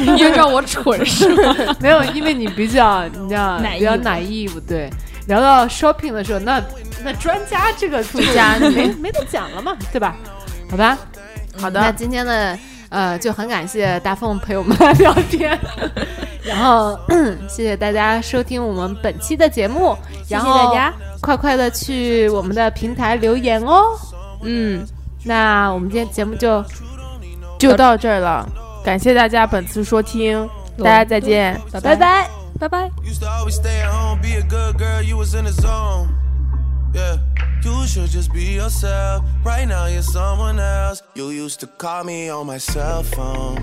[SPEAKER 4] 因为让我蠢是吗？
[SPEAKER 1] 没有，因为你比较你知道
[SPEAKER 4] 奶
[SPEAKER 1] 比较
[SPEAKER 4] 油
[SPEAKER 1] 奶意不对。聊到 shopping 的时候，那那专家这个专家没没得讲了嘛，对吧？好吧，
[SPEAKER 2] 好
[SPEAKER 1] 那
[SPEAKER 2] 的，
[SPEAKER 1] 今天呢，呃，就很感谢大凤陪我们来聊天，然后 [CLEARS THROAT] 谢谢大家收听我们本期的节目，然后
[SPEAKER 2] 大家
[SPEAKER 1] 快快的去我们的平台留言哦。
[SPEAKER 2] 嗯，
[SPEAKER 1] 那我们今天节目就
[SPEAKER 2] 就到这儿了，感谢大家本次收听，大家再见，拜
[SPEAKER 1] 拜拜。
[SPEAKER 4] 拜拜。
[SPEAKER 7] Used to always stay at home, be a good girl, you was in the zone. Yeah, you should just be yourself. Right now, you're someone else. You used to call me on my cell phone.